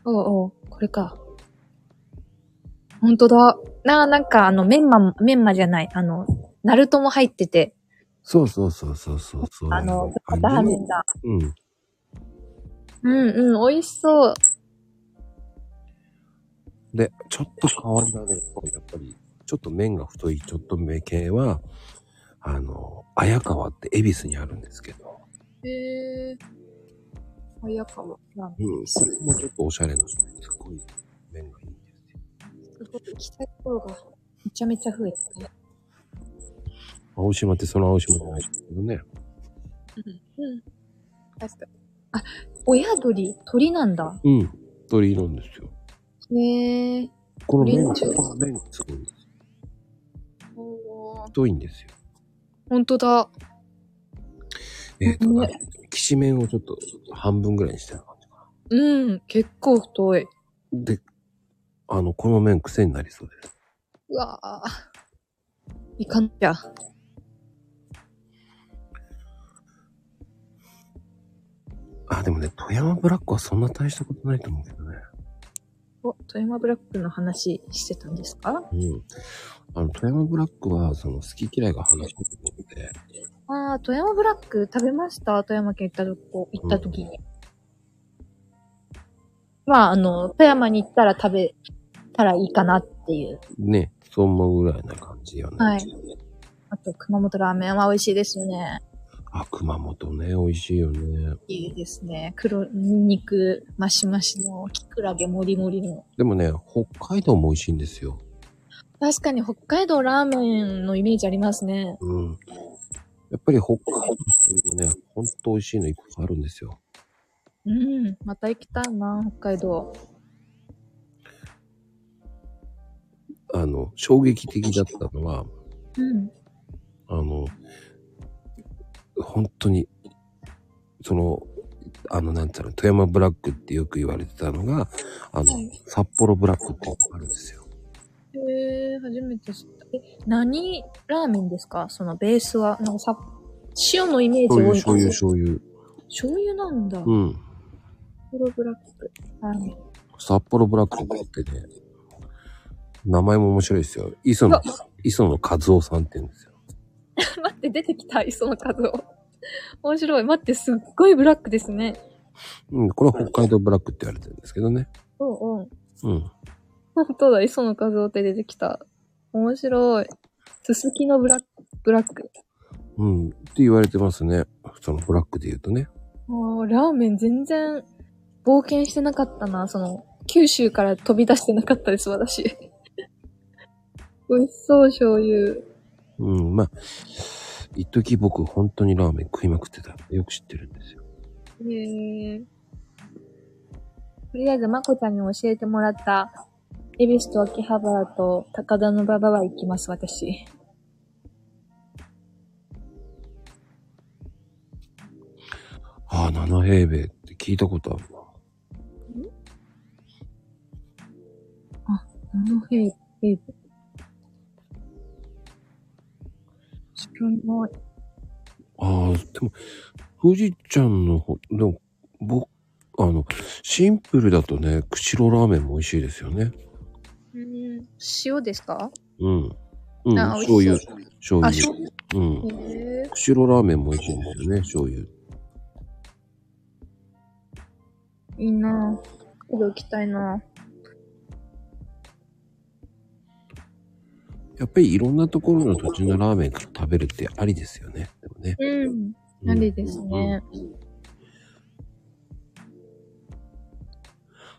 D: おう、これか。ほんとだ。
L: な、なんかあの、メンマも、メンマじゃない、あの、ナルトも入ってて、
A: そうそうそうそうそうそう。
L: あの、
A: あ
L: ラー
A: の
L: メンだ。
A: うん。
D: うんうん、美味しそう。
A: で、ちょっと変わり種の、やっぱり、ちょっと麺が太い、ちょっと目系は、あの、綾川って恵比寿にあるんですけど、
D: へえ。あ、やかも。なん
A: うん、それもちょっとおしゃれな、すごい麺がいいんですよ。
D: 行きたいところが、めちゃめちゃ増えたね。
A: 青島ってその青島じゃないですけどね。
D: 確かに。あ、親鳥鳥なんだ。
A: うん、鳥なんですよ。
D: へえ。
A: この麺、
D: オレンジ
A: この麺がすごいんですよ。太いんですよ。
D: ほんとだ。
A: えっ、ー、と、
D: うん
A: なんていうのきしめんをちょっと半分ぐらいにしてる感じか
D: うん、結構太い。
A: な。で、あの、この麺癖になりそうです。
D: うわぁ。いかんきゃ。
A: あ、でもね、富山ブラックはそんな大したことないと思うけどね。
D: お、富山ブラックの話してたんですか
A: うん。あの、富山ブラックは、その、好き嫌いが話してるので、
D: ああ、富山ブラック食べました富山県行ったとこ、行った時に。
L: まあ、あの、富山に行ったら食べたらいいかなっていう。
A: ね、そう思うぐらいな感じよね。
D: はいあと、熊本ラーメンは美味しいですよね。
A: あ、熊本ね、美味しいよね。
D: いいですね。黒、ニンニク、マシマシの、キクラゲもりもりの。
A: でもね、北海道も美味しいんですよ。
D: 確かに北海道ラーメンのイメージありますね。
A: うん。やっぱり北海道もね、ほんと美味しいのいっぱいあるんですよ。
D: うん。また行きたいな、北海道。
A: あの、衝撃的だったのは、
D: うん。
A: あの、本当に、その、あの、なんつうの、富山ブラックってよく言われてたのが、あの、札幌ブラックってあるんですよ。
D: へえ、初めて知った。え、何ラーメンですかそのベースは。なんかさ、塩のイメージ
A: 醤
D: 多い
A: 油、
D: です
A: 醤油、醤油。
D: 醤油なんだ。
A: うん。
D: 黒ブラック。ラーメ *laughs* ン。
A: 札幌ブラックってね、名前も面白いですよ。磯野
D: う、
A: 磯野和夫さんって言うんですよ。
D: 待って、出てきた、磯の数を。面白い。待って、すっごいブラックですね。
A: うん、これは北海道ブラックって言われてるんですけどね。
D: うんうん。
A: うん。
D: 本当だ、磯の数をって出てきた。面白い。すすきのブラック、ブラック。
A: うん。って言われてますね。そのブラックで言うとね。
D: あーラーメン全然冒険してなかったな。その、九州から飛び出してなかったです、私。 *laughs* 美味しそう、醤油。
A: うん、まあ、一時僕本当にラーメン食いまくってた。よく知ってるんですよ。
D: へえ。とりあえず、まこちゃんに教えてもらった、恵比寿と秋葉原と高田の馬場は行きます、私。
A: ああ、7平米って聞いたことあるわ。
D: 七平米。知らない。
A: ああ、でも、富士ちゃんのほ、でも、僕、あの、シンプルだとね、釧路ラーメンも美味しいですよね。
D: うん、塩ですか
A: うん。うん、
D: あ
A: 醤油、醤
D: あ、
A: 油。
D: 醤
A: うん。
D: 油。へ
A: 釧路ラーメンも美味しいんですよね、醤油。
D: ーいいなぁ。今度行きたいなぁ。
A: やっぱりいろんなところの土地のラーメン食べるってありですよね。でもね。
D: うん。
A: うん
D: ありですね。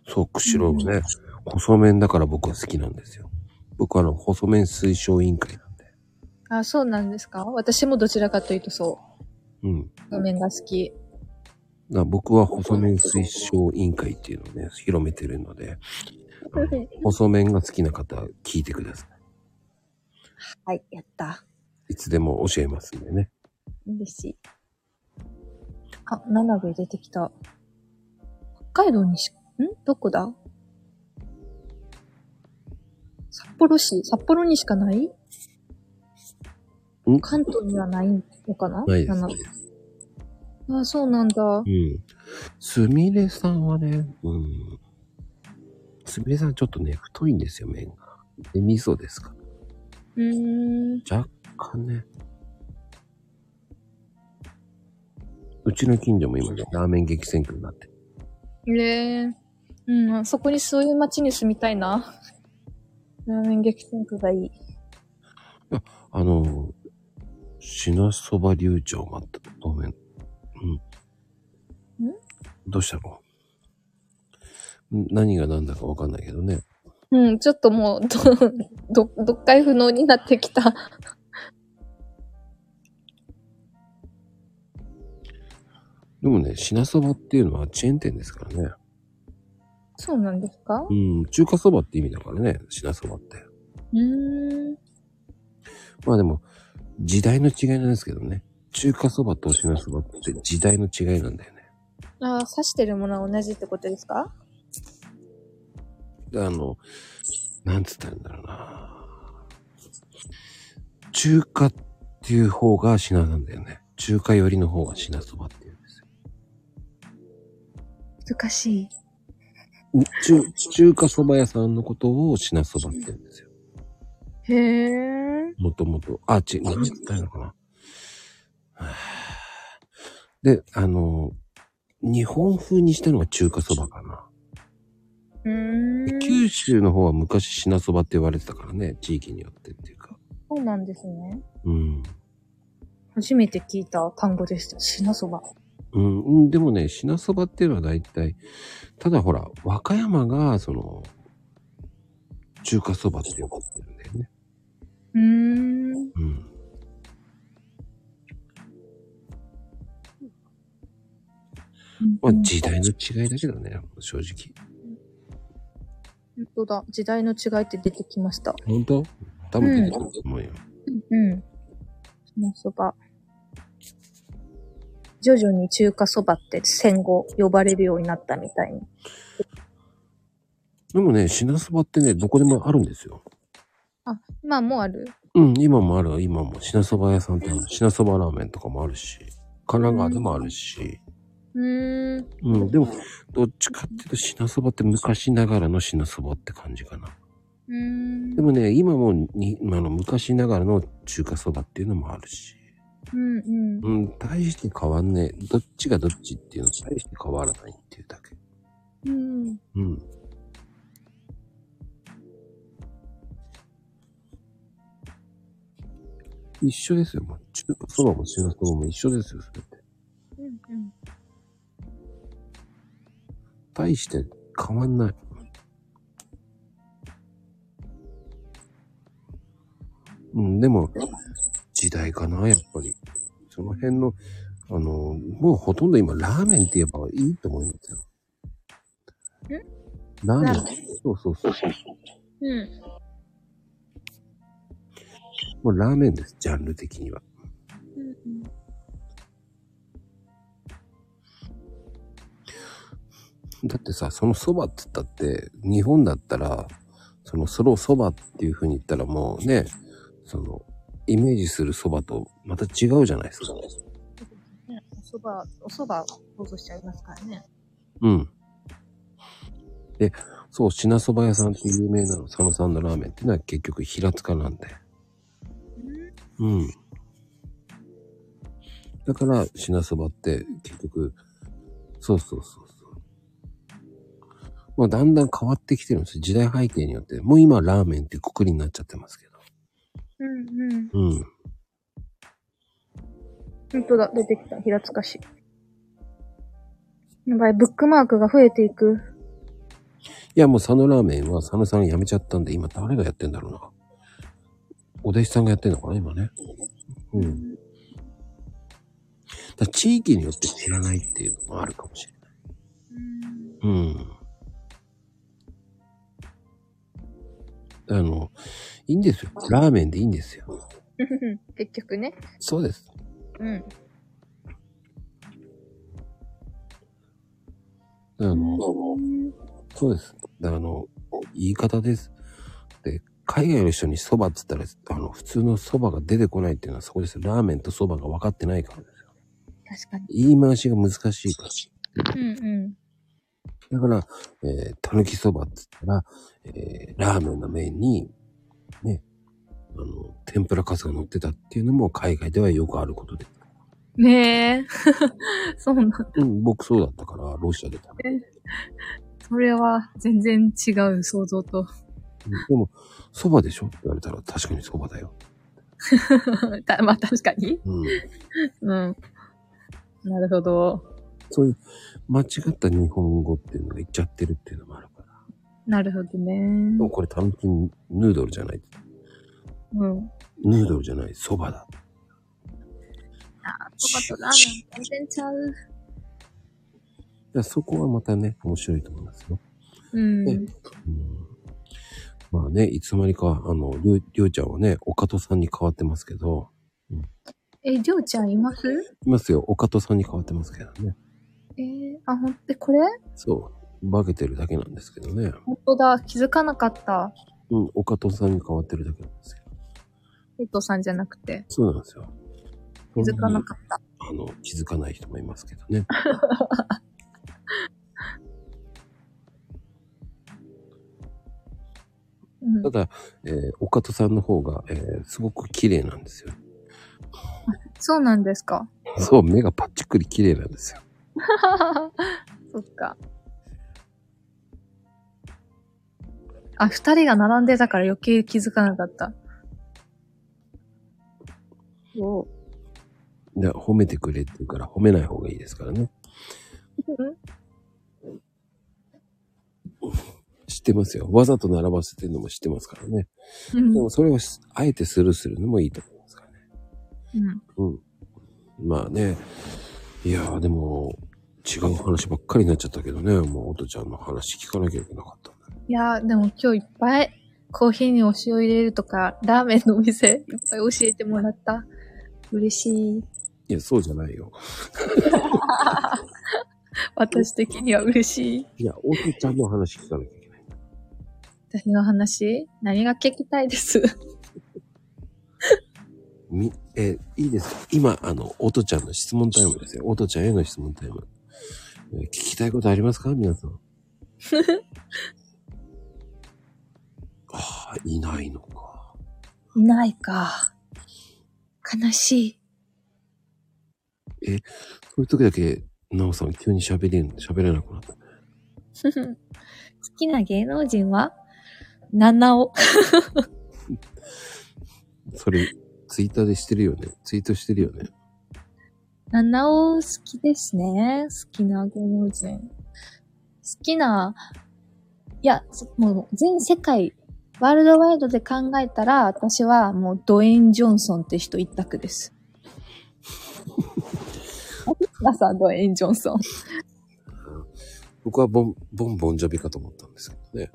A: そう、釧路のね、細麺だから僕は好きなんですよ。僕はあの、細麺推奨委員会なんで。
D: あ、そうなんですか私もどちらかというとそ
A: うん。だ
D: う。画面が好き。
A: から僕は細麺推奨委員会っていうのをね、広めてるので、あの細麺が好きな方、聞いてくださ
D: *laughs* はい、やった。
A: い。いつでも教えますんでね。
D: 嬉しい。あ、七部出てきた。北海道にし、んどこだ札幌市札幌にしかない
A: ん
D: 関東にはないのかな
A: ないです
D: 七
A: ね。
D: 部あ、そうなんだ。
A: うん。すみれさんはね、うん。すみれさんちょっとね、太いんですよ、麺が。で、味噌ですか。
D: うーん。
A: 若干ね。うちの近所も今ね、ラーメン激戦区になってる。
D: ねえ。うん、そこにそういう街に住みたいな。 *laughs* ラーメン激戦区がいい。
A: あの、しなそば流暢があった。ごめん。うん。
D: ん
A: どうしたのん何が何だかわかんないけどね。
D: うん、ちょっともう、ど、 *laughs* ど、読解不能になってきた。
A: でもね、しなそばっていうのはチェーン店ですからね。
D: そうなんですか
A: うん、中華そばって意味だからね、しなそばって。
D: うーん。
A: まあでも、時代の違いなんですけどね。中華そばとしなそばって時代の違いなんだよね。
D: ああ、刺してるものは同じってことですか
A: であの、なんつったらいいんだろうな。中華っていう方が品なんだよね。中華寄りの方が品そばっていうんですよ。
D: 難しい。
A: に中中華そば屋さんのことを品そばって言うんですよ。
D: へえ。
A: もともと。あ、ち、なんつったらいいのかな。はあで、あの、日本風にしたのが中華そばかな。
D: うーん。
A: 九州の方は昔品そばって言われてたからね。地域によってっていうか。
D: そうなんですね。
A: うん。
D: 初めて聞いた単語でした。品そば。
A: うんうん、でもね、品そばっていうのは大体、ただほら、和歌山が、その、中華そばって呼ばれてるんだよね。
D: うーん。
A: うん。まあ、
D: 本
A: 時代の違いだけどね、正直。
D: 当だ。時代の違いって出てきました。
A: 本当多分出てくると思うよ。
D: うん。品そば。徐々に中華そばって戦後呼ばれるようになったみたいに。
A: でもね、品そばってね、どこでもあるんですよ。
D: 今もうある
A: うん、今もある、今も。品そば屋さんってある、品そばラーメンとかもあるし、神奈川でもあるし。
D: うーん。
A: うん、でも、どっちかっていうと、品そばって昔ながらの品そばって感じかな。
D: うーん
A: で。もね、今もに、あの、昔ながらの中華そばっていうのもあるし、
D: うんうん。
A: うん、大して変わんねえ。どっちがどっちっていうの、大して変わらないっていうだけ。
D: うん。
A: うん。一緒ですよ。もう中華そばも中華そばも一緒ですよ、それって。
D: うんうん。
A: 大して変わんない。うん、でも、時代かな、やっぱり。その辺の、あの、もうほとんど今、ラーメンって言えばいいと思いますよ。ラーメン
D: ラーメ
A: そうそうそう。
D: うん。
A: もうラーメンです、ジャンル的には。だってさ、そのそばって言ったって、日本だったら、そのそのそばっていう風に言ったらもうね、その、イメージするそばとまた違うじゃないですか。
D: ね、お蕎麦、お蕎麦、想像しちゃいますからね。
A: うん。で、そう、品そば屋さんって有名なの、佐野さんのラーメンっていうのは結局平塚なんで。うん。だから、品そばって結局、そうそうそうそう。まあ、だんだん変わってきてるんですよ。時代背景によって。もう今、ラーメンってくくりになっちゃってますけ
D: うんうん。
A: ど。うん。
D: 本当だ、出てきた、平塚市。やばい、ブックマークが増えていく。
A: いや、もう佐野ラーメンは佐野さん辞めちゃったんで、今誰がやってんだろうな。お弟子さんがやってんのかな、今ね。うん。だから地域によって知らないっていうのもあるかもしれない。うん。あの、いいんですよ。ラーメンでいいんですよ。
D: 結局ね。
A: そうです。
D: うん。
A: あの、そうです。だからあの、言い方です。で、海外の人に蕎麦って言ったら、あの、普通の蕎麦が出てこないっていうのはそこです。ラーメンと蕎麦が分かってないからですよ。
D: 確かに。
A: 言い回しが難しいから。
D: うんう
A: だから、えー、たぬきそばって言ったら、えー、ラーメンの麺に、ね、あの、天ぷらかすが乗ってたっていうのも海外ではよくあることで。
D: ん。ねえ。 *laughs* そうなんだ。
A: うん、僕そうだったから、ロシアで食べた。
D: それは全然違う想像と。 *laughs*
A: うんでも、そばでしょって言われたら確かにそばだよ。
D: たまあ確かに。
A: うん。
D: うん。なるほど。
A: そういう間違った日本語っていうのが言っちゃってるっていうのもあるから。
D: なるほどね。
A: でもこれ単品ヌードルじゃない。
D: うん。
A: ヌードルじゃない、そばだ。
D: あ、そばとラーメン全然ちゃう。
A: だからそこはまたね、面白いと思いますよ。
D: うん。
A: うんまあね、いつの間にか、あの、りょうりょうちゃんはね、岡戸さんに変わってますけど、
D: え、りょうちゃんいます
A: いますよ、岡戸さんに変わってますけどね。
D: えー、あ、ほんえ、これ
A: そう、化けてるだけなんですけどね。
D: 本当だ。気づかなかった。
A: うん、岡戸さんに変わってるだけなんですけど。
D: 江藤さんじゃなくて。
A: そうなんですよ。
D: 気づかなかった。
A: あの、気づかない人もいますけどね。
D: うん
A: た。だ、えー、岡戸さんの方が、えーすごく綺麗なんですよ。
D: そうなんですか。
A: そう、目がパッチクリ綺麗なんですよ。
D: *laughs* そっか。あ、二人が並んでたから余計気づかなかった。お
A: で褒めてくれって言うから褒めない方がいいですからね。知ってますよ。わざと並ばせてるのも知ってますからね。
D: うん
A: でもそれをしあえてスルーするのもいいと思いますからね。
D: うん。
A: うん。まあね。いやーでも、違う話ばっかりになっちゃったけどね。もう、おとちゃんの話聞かなきゃいけなかったんだ。
D: いやー、でも今日いっぱいコーヒーにお塩入れるとか、ラーメンのお店いっぱい教えてもらった。嬉しい。
A: いや、そうじゃないよ。
D: 私的には嬉しい。
A: いや、おとちゃんの話聞かなきゃいけない。
D: 私の話何が聞きたいです。
A: み、えーいいです。今、あの、おとちゃんの質問タイムですよ。おとちゃんへの質問タイム。えー聞きたいことありますか皆さん。ああ、いないのか。
D: いないか。悲しい。
A: そういう時だけ、なおさん急に喋れん、喋れなくなった。
D: 好きな芸能人は七尾。
A: それ、ツイッターでしてるよね。ツイートしてるよね。
D: 七尾好きですね。好きな芸能人。好きな、いや、そもう全世界、ワールドワイドで考えたら、私はもうドウェイン・ジョンソンって人一択です。皆さん、ドウェイン・ジョンソン。
A: 僕はボン、ボンボンジョビかと思ったんですけどね。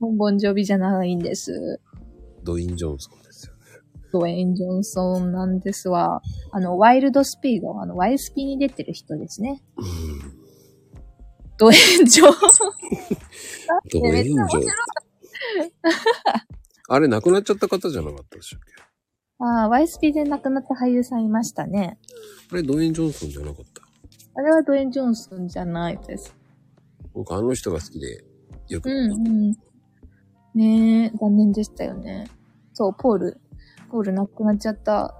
D: ボンボンジョビじゃないんです。
A: ドイン・ジョンソンですよね。
D: ドウェイン・ジョンソンなんですわ。あの、ワイルドスピード、あの、ワイスピに出てる人ですね。
A: うん。
D: ドウェイン・ジョンソン。
A: ドイン・ジョンソン。あれ、亡くなっちゃった方じゃなかったでしたっけ
D: ああ、ワイスピで亡くなった俳優さんいましたね。
A: あれ、ドイン・ジョンソンじゃなかった。
D: あれはドウェイン・ジョンソンじゃないです。
A: 僕、あの人が好きで、よく、
D: うんうん。ねえ、残念でしたよね。そう、ポール。ポール亡くなっちゃった。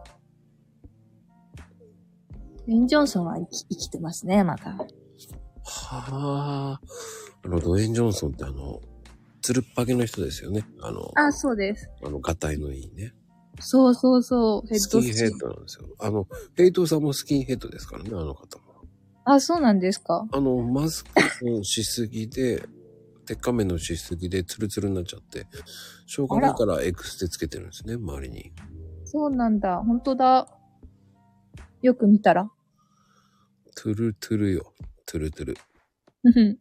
D: ドウェイン・ジョンソンは生き生きてますね、また。
A: はあ、あの、ドウェイン・ジョンソンってあの、つるっぱげの人ですよね。あの、
D: あ、そうです。
A: あの、がたいのいいね。
D: そうそうそう。ヘッ
A: スキ
D: ド
A: ンヘッドなんですよ。あの、ヘイトさんもスキンヘッドですからね、あの方も。
D: あ、そうなんですか。
A: あの、マスクをしすぎで、鉄仮面のしすぎでツルツルになっちゃって、しょうがないからエクステつけてるんですね、周りに。
D: そうなんだ。本当だ。よく見たら。
A: トゥルトゥルよ。トゥルトゥル。
D: うん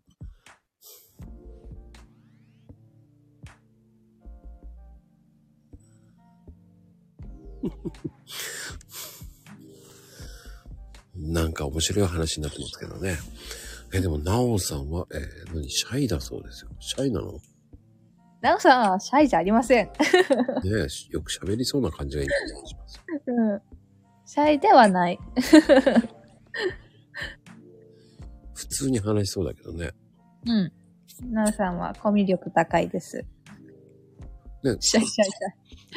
A: なんか面白い話になってますけどね。え、でも、ナオさんは、えー何、シャイだそうですよ。シャイなのね
D: ナオさんはシャイじゃありませ
A: え、
D: ん。
A: よく喋りそうな感じがいい感じします。
D: うん。シャイではない。
A: 普通に話しそうだけどね。
D: うん。ナオさんはコミュ力高いです。
A: ね
D: シャイシャ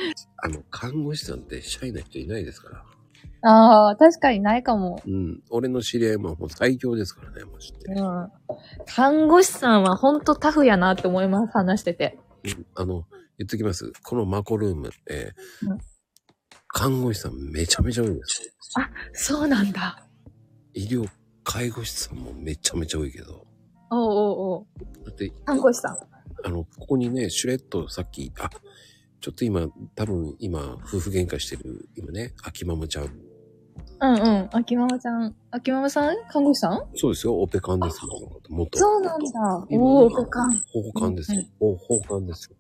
D: イシ
A: あの、看護師さんってシャイな人いないですから。
D: ャイ。 *laughs* ああ、確かにないかも。
A: うん。俺の知り合いももう最強ですからね、マジで。
D: うん。看護師さんはほんとタフやなって思います、話してて。
A: うんあの、言っときます。このマコルーム、えー
D: うん
A: 看護師さんめちゃめちゃ多いです。
D: そうなんだ。
A: 医療、介護士さんもめちゃめちゃ多いけど。
D: おうおうおう。
A: だって、
D: 看護師さん。
A: あの、ここにね、シュレットさっき、あ、ちょっと今、多分今、夫婦喧嘩してる、今ね、秋ママちゃん。
D: うんうん。秋ママちゃん。秋ママさん看護師さん
A: そうですよ、オペカンですよ、元。
D: そうなんだ。
A: 今
D: おお、オペカン。
A: 法官ですよ。法官ですよ。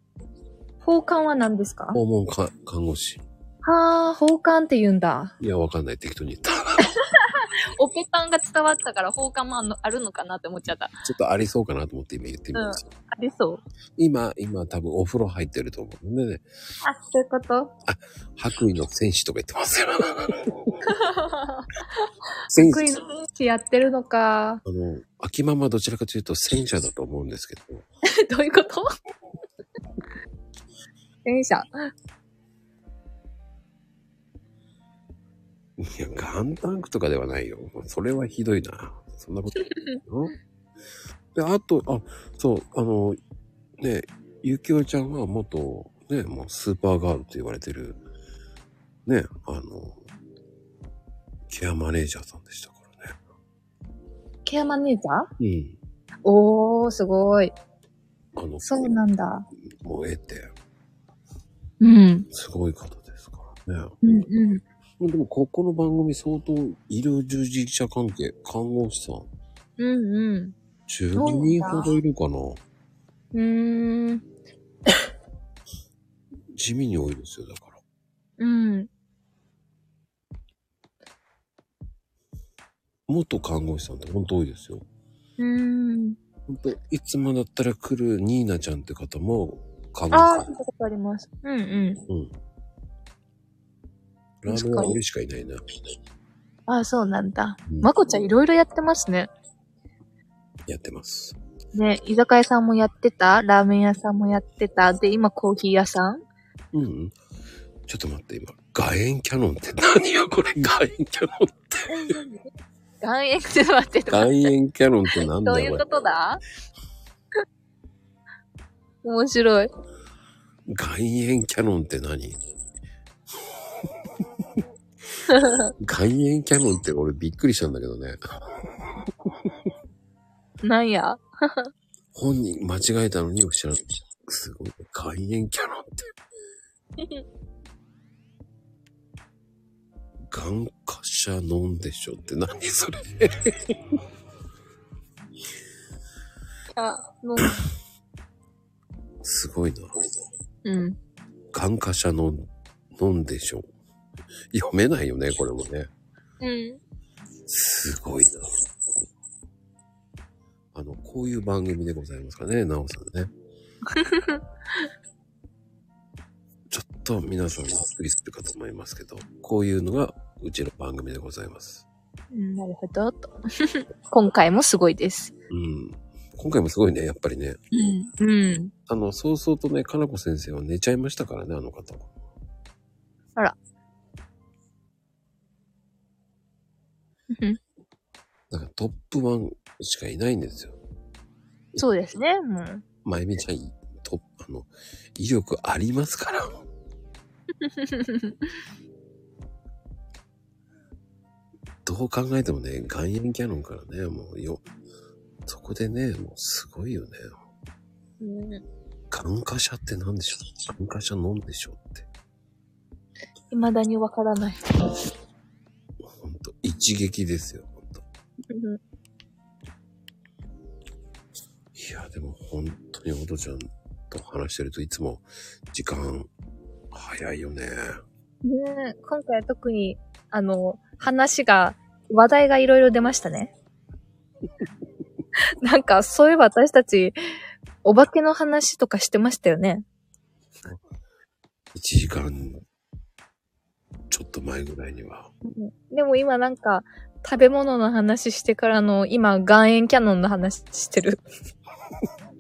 D: 奉還は何ですか
A: 訪問か看護師。
D: はあ、奉還って言うんだ。
A: いや、わかんない。適当に言った。
D: オペタンが伝わったから奉還もあんのあるのかなって思っちゃった。
A: ちょっとありそうかなと思って今言ってみました。
D: ありそう。
A: 今、今多分お風呂入ってると思うんでね。
D: あ、そういうこと
A: 白衣の戦士とか言ってます
D: *laughs*
A: よ。
D: び
A: 戦
D: っくり
A: 士。
D: の天使やってるのか。 *laughs*
A: あの、秋ママどちらかというと戦車だと思うんですけど、
D: どういうこと *laughs* 電車。
A: いや、ガンタンクとかではないよ。それはひどいな。そんなことないよ。 *laughs* で、あと、あ、そう、あの、ね、ゆきおちゃんは元、ね、もうスーパーガールと言われてる、ね、あの、ケアマネージャーさんでしたからね。
D: ケアマネージャ
A: うん。
D: ーおー、すごい。
A: あの、
D: そうなんだ。
A: もう得て、
D: うん。
A: すごい方ですからね。
D: うんうん。
A: でも、ここの番組相当医療従事者関係、看護師さん、
D: うんうん。
A: 10人ほどいるかな。
D: うーん。
A: 地味に多いですよ、だから。
D: うん。
A: 元看護師さんってほんと多いですよ。
D: うん。
A: ほんと、いつもだったら来るニーナちゃんって方も、看護
D: あー、
A: 師さ
D: 聞いたことあります。うんう
A: ん。
D: ん。
A: うん。ラーメンは俺しかいないな。
D: あー、そうなんだ。
A: うん
D: まこちゃんいろいろやってますね。
A: やってます。
D: ね、居酒屋さんもやってた、ラーメン屋さんもやってた、で、今コーヒー屋さん *laughs*
A: うんうん。ちょっと待って、今、楕円キャノンって何よ、こ
D: *laughs*
A: れ、楕円キャノンって。
D: 岩塩って待って、
A: 楕円キャノンってなん
D: ど
A: だ
D: う
A: よ、
D: い
A: こ
D: う
A: れ
D: こ。とだ *laughs* 面白い。
A: 外縁キャノンって何外縁キャノンって俺びっくりしたんだけどね。
D: なんや
A: 本人間違えたのに知らなかったすごい。外縁キャノンって。ガンカシャノンでしょって何それ。
K: あ、もう、
A: すごいな。
K: うん。
A: 感化者の、飲んでしょ。読めないよね、これもね。
K: うん。
A: すごいな。あの、こういう番組でございますからね、なおさ
D: *laughs*
A: んね。ちょっと皆さんびっくりするかと思いますけど、こういうのがうちの番組でございます。
D: うんなるほど。 *laughs* と今回もすごいです。
A: うん。今回もすごいね、やっぱりね。
K: うん。
D: うん。
A: あの、そうそうとね、かなこ先生は寝ちゃいましたからね、あの方は。
D: あら。うん
A: *laughs* なんかトップ1しかいないんですよ。
D: そうですね。もう。
A: まゆみちゃん、トップ、あの、威力ありますから。どう考えてもね、岩塩キャノンからね、もうよ、そこでね、もうすごいよね。感化者って何でしょう感化者飲んでしょうって。
D: 未だにわからない。
A: ほんと、一撃ですよ、ほんと。いや、でも本当におとちゃんと話してるといつも時間早いよね。
D: ねえ今回は特に、あの、話が、話題がいろいろ出まし
A: *laughs*
D: たね。なんか、そういえば私たち、お化けの話とかしてましたよね。
A: 1時間ちょっと前ぐらいには。
D: でも今なんか、食べ物の話してからの、今、岩塩キャノンの話してる。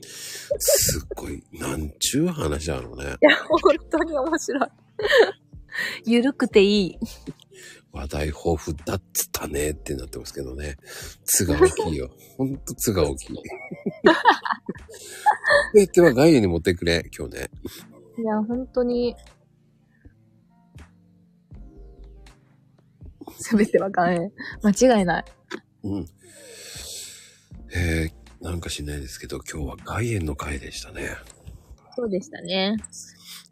A: すっごい、なんちゅう話なのね。
D: *laughs* 本当に面白い。ゆるくていい。
A: 話題豊富だっつったねってなってますけどね。つが大き
D: *laughs*
A: いよ。ほんとつが大きい。 *laughs* で、今日は概要に持ってくれ、今日ね。
D: いや、本当 *laughs* に。すべては岩塩。間違いない。
A: うん。えー、なんかしないですけど、今日は外苑の回でしたね。
D: そうでしたね。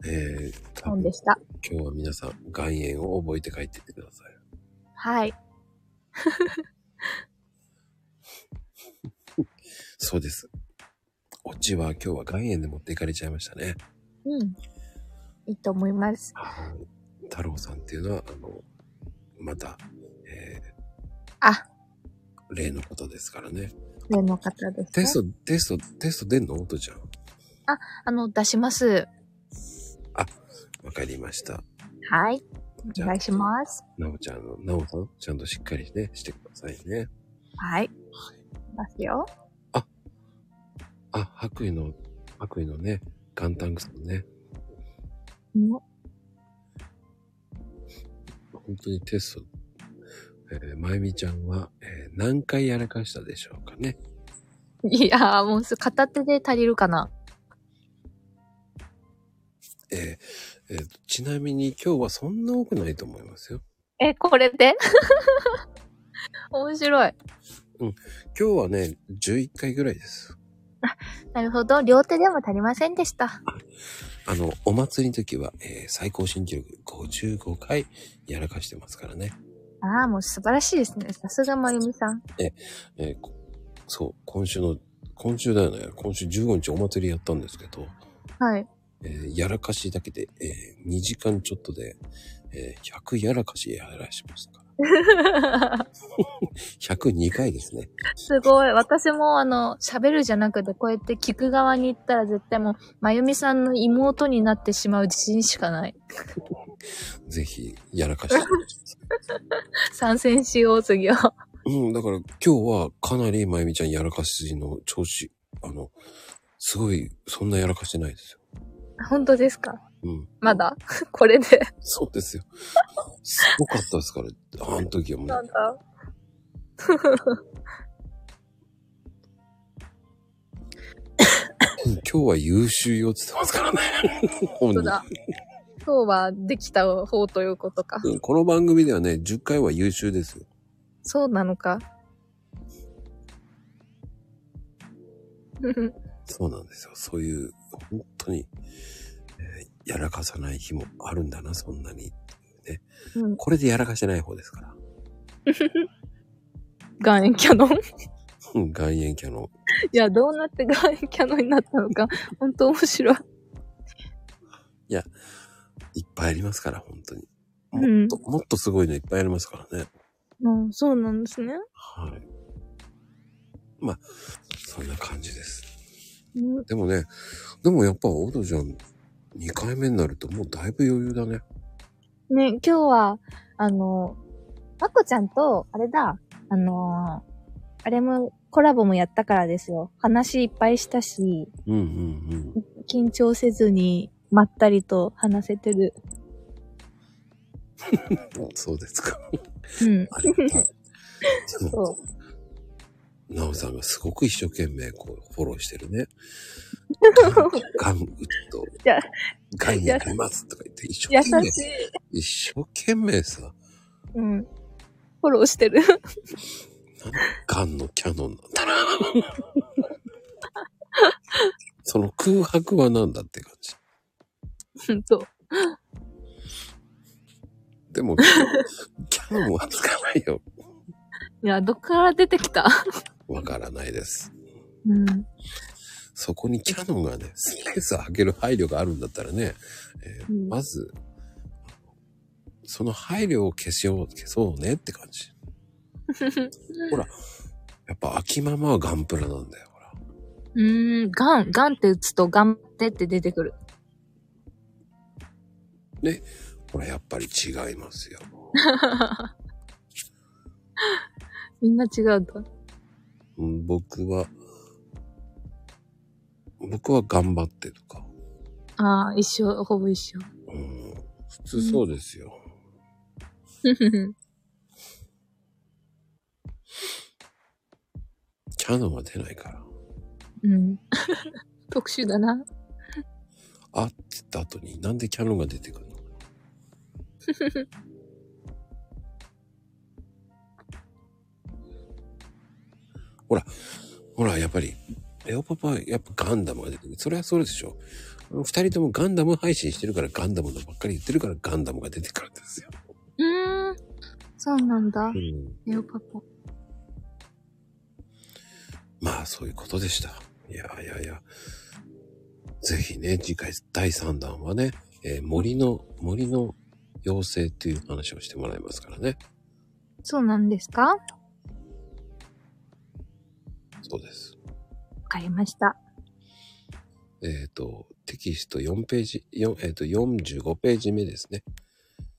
A: えー、多
D: そう
A: 分
D: でした。
A: 今日は皆さん、岩塩を覚えて帰ってってください。
D: はい。
A: そうです。オチは今日は岩塩で持っていかれちゃいましたね。
D: うん。いいと思います。
A: はい。太郎さんっていうのは、あの、また、えー、
D: あ
A: 例のことですからね。
D: 例の方です、
A: テ
D: ね。
A: スト、テスト、テスト出んのおとちゃん。
D: あの、出します。
A: わかりました。
D: はい。
A: じ
D: お
A: ゃあ
D: 願いします。
A: なおちゃんの、なおさん、ちゃんとしっかりね、してくださいね。
D: はい。ますよ。
A: あ、白衣の、白衣のね、ガンタンクさんね。
D: うん
A: 本当にテスト、えー、まゆみちゃんは、えー何回やらかしたでしょうかね。
D: いやー、もうす片手で足りるかな。
A: えーえーちなみに今日はそんな多くないと思いますよ。
D: え、これで *laughs* 面白い。
A: 今日はね、11回ぐらいです。
D: なるほど。両手でも足りませんでした。
A: あの、お祭りの時は、えー最高新記録55回やらかしてますからね。
D: ああ、もう素晴らしいですね。さすがまゆみさん。
A: えーこそう、今週の、今週だよね。今週15日お祭りやったんですけど、
D: はい。 *laughs*
A: えーやらかしだけで、えー2時間ちょっとで、えー100やらかしやらしましたから。102回ですね。
D: すごい。私もあの、喋るじゃなくて、こうやって聞く側に行ったら絶対もう、まゆみさんの妹になってしまう自信しかない。
A: ぜひ、やらかしてください。
D: 参戦しよう、次は。
A: うん、だから今日はかなりまゆみちゃんやらかしの調子、あの、すごい、そんなやらかしてないですよ。
D: 本当ですか
A: うん。
D: まだこれで。
A: そうですよ。すごかったですから、あの時はもう。
D: んだ。
A: 今日は優秀よって言ってますからね。本
D: そ
A: 人
D: うだ。今日はできた方ということか。
A: うんこの番組ではね、10回は優秀ですよ。
D: そうなの *laughs* か。
A: そうなんですよ。そういう、本当に、えーやらかさない日もあるんだな、そんなに。ね。
D: うん
A: これでやらかしてない方ですから。
D: 岩塩キャノン
A: 外縁キャノン。
D: いや、どうなってガーキャノンになったのか、 *laughs* ほんと面白い。
A: いっぱいありますから、本当に。
D: う
A: も
D: ん
A: っと、もっとすごいのいっぱいありますからね。
D: うん、そうなんですね。
A: はい。まあ、そんな感じです。
D: うん
A: でもね、でもやっぱ、オドちゃん、2回目になるともうだいぶ余裕だね。
D: ね、今日は、あの、まこちゃんと、あれだ、あのーあれも、コラボもやったからですよ。話いっぱいしたし、
A: うんうんうん。
D: 緊張せずに、まったりと話せてる。
A: そうですか。
D: うん。
A: ありがたい。でも、
D: そ
A: なおさんがすごく一生懸命こうフォローしてる *laughs* ね。
D: *laughs*
A: ガン、ガン打つと
D: いや、
A: ガンになりますとか言って、一生
D: 優
A: 懸命
D: し、い。
A: 一生懸命さ、
D: うん。フォローしてる。
A: ガンのキャノンなんだな。 *laughs* その空白は何だって感じ。
K: *laughs*
D: ほんと。
A: でも、キャキャノンはつかないよ。
D: いや、どっから出てきた
A: わからないです。
D: うん。
A: そこにキャノンがね、スペースを開ける配慮があるんだったらね、えー
D: うん
A: まず、その配慮を消しよう、消そうねって感じ。ほら、やっぱ秋ママはガンプラなんだよ、ほら。
K: うーん、ガン、ガンって打つと頑張ってって出てくる。
A: ほら、やっぱり違いますよ。
K: みんな違うと。
A: うん僕は、僕は頑張ってとか。
K: ああ、一緒、ほぼ一緒。
A: うん、普通そうですよ。キャノンは出ないから。
K: *laughs* うん。 *laughs* 特殊だな。
A: あって言った後になんでキャノンが出てくる *laughs* のほら、ほら、やっぱり、レオパパ、やっぱガンダムが出てくる。それはそうでしょ。二人ともガンダム配信してるからガンダムのばっかり言ってるからガンダムが出てくるんですよ。
K: うーん。そうなんだ
A: う。ん。
K: レオパパ。
A: まあ、そういうことでした。いやいやいや。ぜひね、次回第3弾はね、えー森の、森の妖精っていう話をしてもらいますからね。
K: そうなんですかわ
A: そうです。
K: かりました。
A: えっ、と、テキスト4ページ、4えっ、と、45ページ目ですね。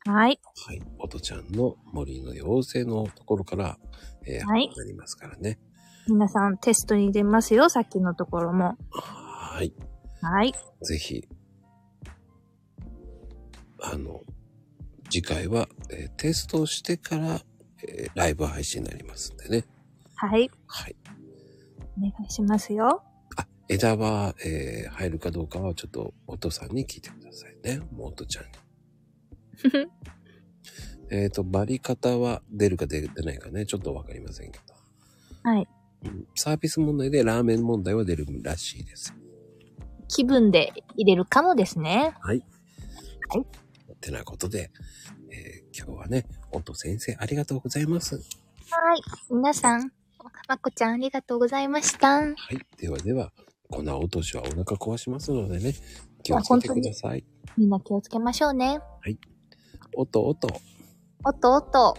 K: はい。
A: はい。おとちゃんの森の妖精のところから、えー、
K: はい
A: 始まりますからね。
K: 皆さんテストに出ますよ、さっきのところも。
A: はい。
K: はい。
A: ぜひ、あの、次回は、えーテストをしてから、えーライブ配信になりますんでね。
K: はい。
A: はい。
K: お願いしますよ。
A: あ、枝は、えー入るかどうかはちょっとお父さんに聞いてくださいね。もうお父ちゃんに。えっと、バリ方は出るか出てないかね、ちょっとわかりませんけど。
K: はい
A: うん。サービス問題でラーメン問題は出るらしいです。
K: 気分で入れるかもですね。
A: ってなことで、えー今日はね、おと先生ありがとうございます。
K: はい。皆さん、まこちゃんありがとうございました。
A: はい。ではでは、粉落としはお腹壊しますのでね、気をつけてください。
K: みんな気をつけましょうね。
A: おとおと。
K: おっとおっと。